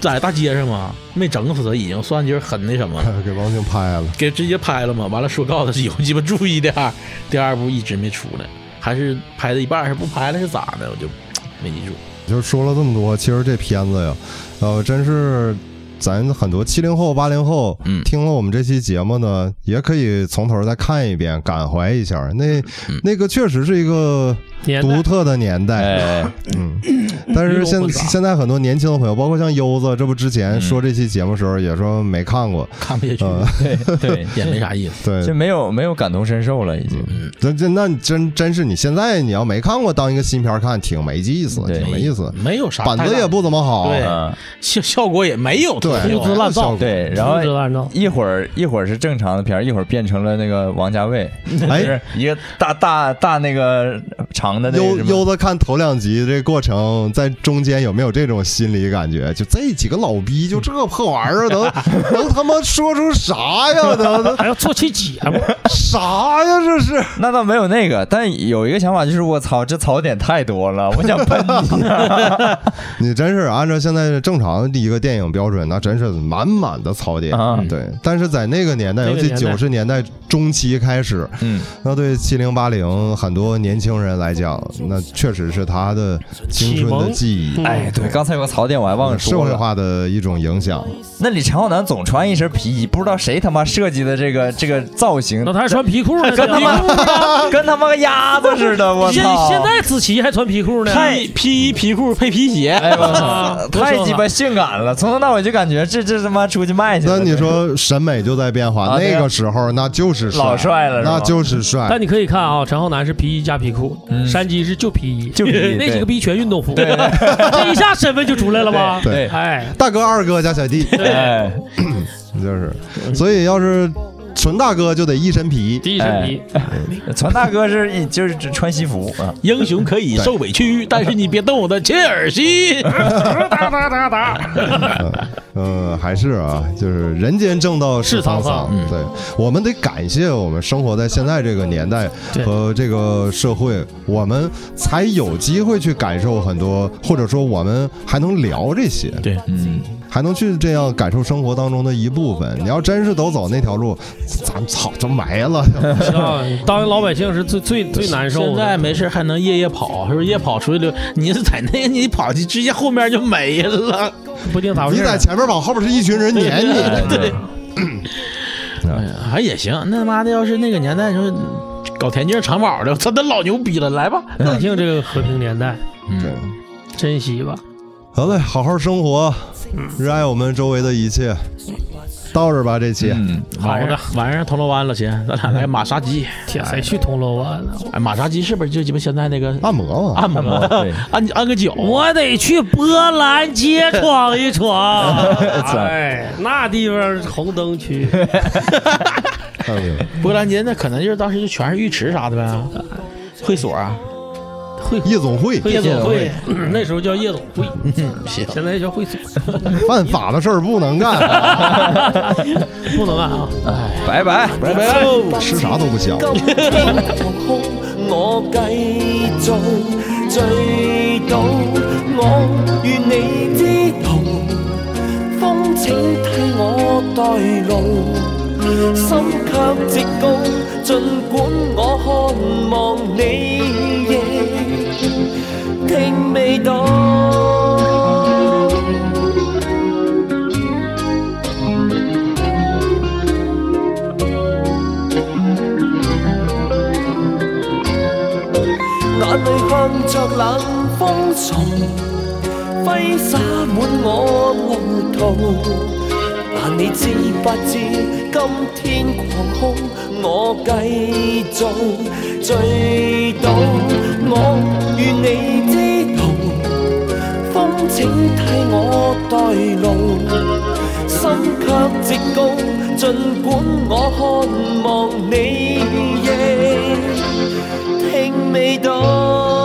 [SPEAKER 4] 在大街上嘛，没整死她已经算就是很那什么了，
[SPEAKER 1] 给王晶拍了。
[SPEAKER 4] 给直接拍了嘛。完了说告诉她以后鸡巴注意点儿，第二部一直没出来，还是拍到一半儿，还是不拍了是咋的？我就没记住。
[SPEAKER 1] 就说了这么多，其实这片子呀，呃，真是咱很多七零后、八零后，
[SPEAKER 4] 嗯
[SPEAKER 1] 听了我们这期节目呢，也可以从头再看一遍，感怀一下。那、那个确实是一个
[SPEAKER 3] 年代
[SPEAKER 1] 独特的年代，
[SPEAKER 2] 哎，
[SPEAKER 1] 嗯。但是现
[SPEAKER 4] 鱼龙混杂
[SPEAKER 1] 现在很多年轻的朋友，包括像优子，这不之前说这期节目时候也说没看过，
[SPEAKER 4] 看不下去，
[SPEAKER 1] 呃，
[SPEAKER 2] 对对，
[SPEAKER 4] 也没啥意 思。
[SPEAKER 1] 对，
[SPEAKER 2] 这没有没有感同身受了，已经。
[SPEAKER 1] 这这那你真真是你现在你要没看过，当一个新片儿看，挺没意思，
[SPEAKER 2] 对
[SPEAKER 1] 挺没意思，
[SPEAKER 4] 没有啥
[SPEAKER 1] 板子也不怎么好，啊
[SPEAKER 4] 对
[SPEAKER 2] 嗯，
[SPEAKER 4] 效效果也没有
[SPEAKER 1] 对
[SPEAKER 4] 特别
[SPEAKER 3] 胡
[SPEAKER 4] 好
[SPEAKER 3] 子乱造
[SPEAKER 1] 效果
[SPEAKER 2] 对，然后
[SPEAKER 3] 不知道按照
[SPEAKER 2] 一会儿一会儿是正常的片儿，一会儿变成了那个王家卫，就
[SPEAKER 1] 哎
[SPEAKER 2] 是一个大大大那个长的那
[SPEAKER 1] 悠
[SPEAKER 2] 个什么
[SPEAKER 1] 悠的看头两集这过程，在中间有没有这种心理感觉？就这几个老逼，就这破玩意儿， 能能他妈说出啥呀？能 能
[SPEAKER 3] 还要做期节目，
[SPEAKER 1] 啥呀？这是
[SPEAKER 2] 那倒没有那个，但有一个想法就是，我操，这槽点 太多了，我想喷你。
[SPEAKER 1] 你真是按照现在正常的一个电影标准，那真是满满的槽点
[SPEAKER 2] 啊
[SPEAKER 1] 对，但是在嗯那个年代，
[SPEAKER 3] 那
[SPEAKER 1] 尤
[SPEAKER 3] 个
[SPEAKER 1] 其
[SPEAKER 3] 年代
[SPEAKER 1] 九十年代中期开始，
[SPEAKER 2] 嗯，
[SPEAKER 1] 那对七零八零很多年轻人来讲，那确实是他的青
[SPEAKER 3] 启
[SPEAKER 1] 春的
[SPEAKER 3] 蒙
[SPEAKER 1] 记忆，
[SPEAKER 2] 哎，对，刚才有个槽点我还忘了
[SPEAKER 1] 社
[SPEAKER 2] 说
[SPEAKER 1] 会
[SPEAKER 2] 了。
[SPEAKER 1] 化的一种影响。
[SPEAKER 2] 那李陈浩南总穿一身皮衣，不知道谁他妈设计的这个这个造型
[SPEAKER 3] 那，他还穿皮裤呢，
[SPEAKER 2] 跟他
[SPEAKER 3] 这
[SPEAKER 2] 妈 跟他妈个鸭子似的，我
[SPEAKER 3] 现
[SPEAKER 2] 操！
[SPEAKER 3] 现在子琪还穿皮裤呢，
[SPEAKER 2] 太
[SPEAKER 5] 披衣皮裤配皮鞋，
[SPEAKER 2] 哎呦我
[SPEAKER 3] 啊
[SPEAKER 2] 操，
[SPEAKER 3] 多
[SPEAKER 2] 太
[SPEAKER 3] 说
[SPEAKER 2] 鸡
[SPEAKER 3] 了
[SPEAKER 2] 巴性感了！从头到尾就感觉这这他妈出去卖去了。
[SPEAKER 1] 那你说审美就在变化，
[SPEAKER 2] 啊对啊
[SPEAKER 1] 那个时候那就是
[SPEAKER 2] 老帅了是吧
[SPEAKER 1] 那就是帅。
[SPEAKER 3] 但你可以看啊，陈浩南是皮衣加皮裤，
[SPEAKER 2] 嗯
[SPEAKER 3] 山鸡是就皮衣，
[SPEAKER 2] 就皮 衣
[SPEAKER 3] 那几个逼全运动服，
[SPEAKER 2] 对对对
[SPEAKER 3] 这一下身份就出来了吧？
[SPEAKER 1] 对
[SPEAKER 3] 哎，
[SPEAKER 1] 大哥、二哥加小弟，
[SPEAKER 2] 对，哎
[SPEAKER 1] 就是，所以要是纯大哥就得一身 皮，
[SPEAKER 3] 第一
[SPEAKER 2] 哎
[SPEAKER 3] 身皮，
[SPEAKER 2] 船大哥是一就是只穿西服啊，
[SPEAKER 5] 英雄可以受委屈，但是你别动我的切尔 西。
[SPEAKER 3] 哒哒哒哒，
[SPEAKER 2] 嗯
[SPEAKER 1] 呃，还是啊，就是人间正道
[SPEAKER 3] 是
[SPEAKER 1] 沧
[SPEAKER 3] 沧
[SPEAKER 1] 桑
[SPEAKER 3] 桑。
[SPEAKER 2] 嗯
[SPEAKER 1] 对，我们得感谢我们生活在现在这个年代
[SPEAKER 3] 对
[SPEAKER 1] 和这个社会，我们才有机会去感受很多，或者说我们还能聊这些，
[SPEAKER 5] 对，
[SPEAKER 2] 嗯，
[SPEAKER 1] 还能去这样感受生活当中的一部分。你要真是都走那条路，咱操就没 了。
[SPEAKER 3] 知道当老百姓是最最最难受
[SPEAKER 4] 现在
[SPEAKER 3] 的。
[SPEAKER 4] 没事还能夜夜跑，是不是夜跑出去溜？你是在那个你跑去，直接后面就没了。
[SPEAKER 3] 不一定咋回
[SPEAKER 1] 你
[SPEAKER 3] 事儿啊
[SPEAKER 1] 在前面跑，后边是一群人撵你。
[SPEAKER 2] 对，
[SPEAKER 4] 嗯哎呀，还也行。那他妈的，要是那个年代就是搞田径长跑的，他那老牛逼了，来吧。
[SPEAKER 3] 百姓这个和平年代，
[SPEAKER 1] 对，
[SPEAKER 3] 珍惜吧。
[SPEAKER 1] 好嘞，好好生活，热爱我们周围的一切。到这儿吧，这期。
[SPEAKER 2] 嗯，
[SPEAKER 4] 晚上晚上铜锣湾了，亲，咱俩来马杀鸡。嗯
[SPEAKER 3] 天，
[SPEAKER 2] 哎
[SPEAKER 3] 谁去铜锣湾呢？
[SPEAKER 4] 哎，马杀鸡是不是就鸡巴现在那个
[SPEAKER 1] 按摩
[SPEAKER 3] 啊
[SPEAKER 1] 嘛，
[SPEAKER 4] 按摩
[SPEAKER 2] 嗯对，
[SPEAKER 4] 按按个啊脚？
[SPEAKER 3] 我得去波兰街闯一闯， 哎，那地方红灯区，
[SPEAKER 1] 按摩
[SPEAKER 4] 波兰街那可能就是当时就全是浴池啥的 呗，会所啊。
[SPEAKER 3] 会
[SPEAKER 1] 夜总会
[SPEAKER 3] 夜总
[SPEAKER 4] 会
[SPEAKER 3] 会，嗯 那时候叫夜总会，
[SPEAKER 4] 行，
[SPEAKER 3] 现在叫会所，
[SPEAKER 1] 犯法的事儿不能 干，
[SPEAKER 3] 不能按啊。
[SPEAKER 2] 拜拜。
[SPEAKER 4] 拜拜。
[SPEAKER 1] 吃啥都不香。
[SPEAKER 6] 我繼續醉倒，我與你之途，風請替我代勞，心卻直高，儘管我渴望你夜聽未到。眼里向着冷風叢，揮灑滿我路途。但你知不知，今天狂空，我繼續醉倒，我與你之途，風請替我代勞，心卻直高，儘管我渴望你夜。聽未到。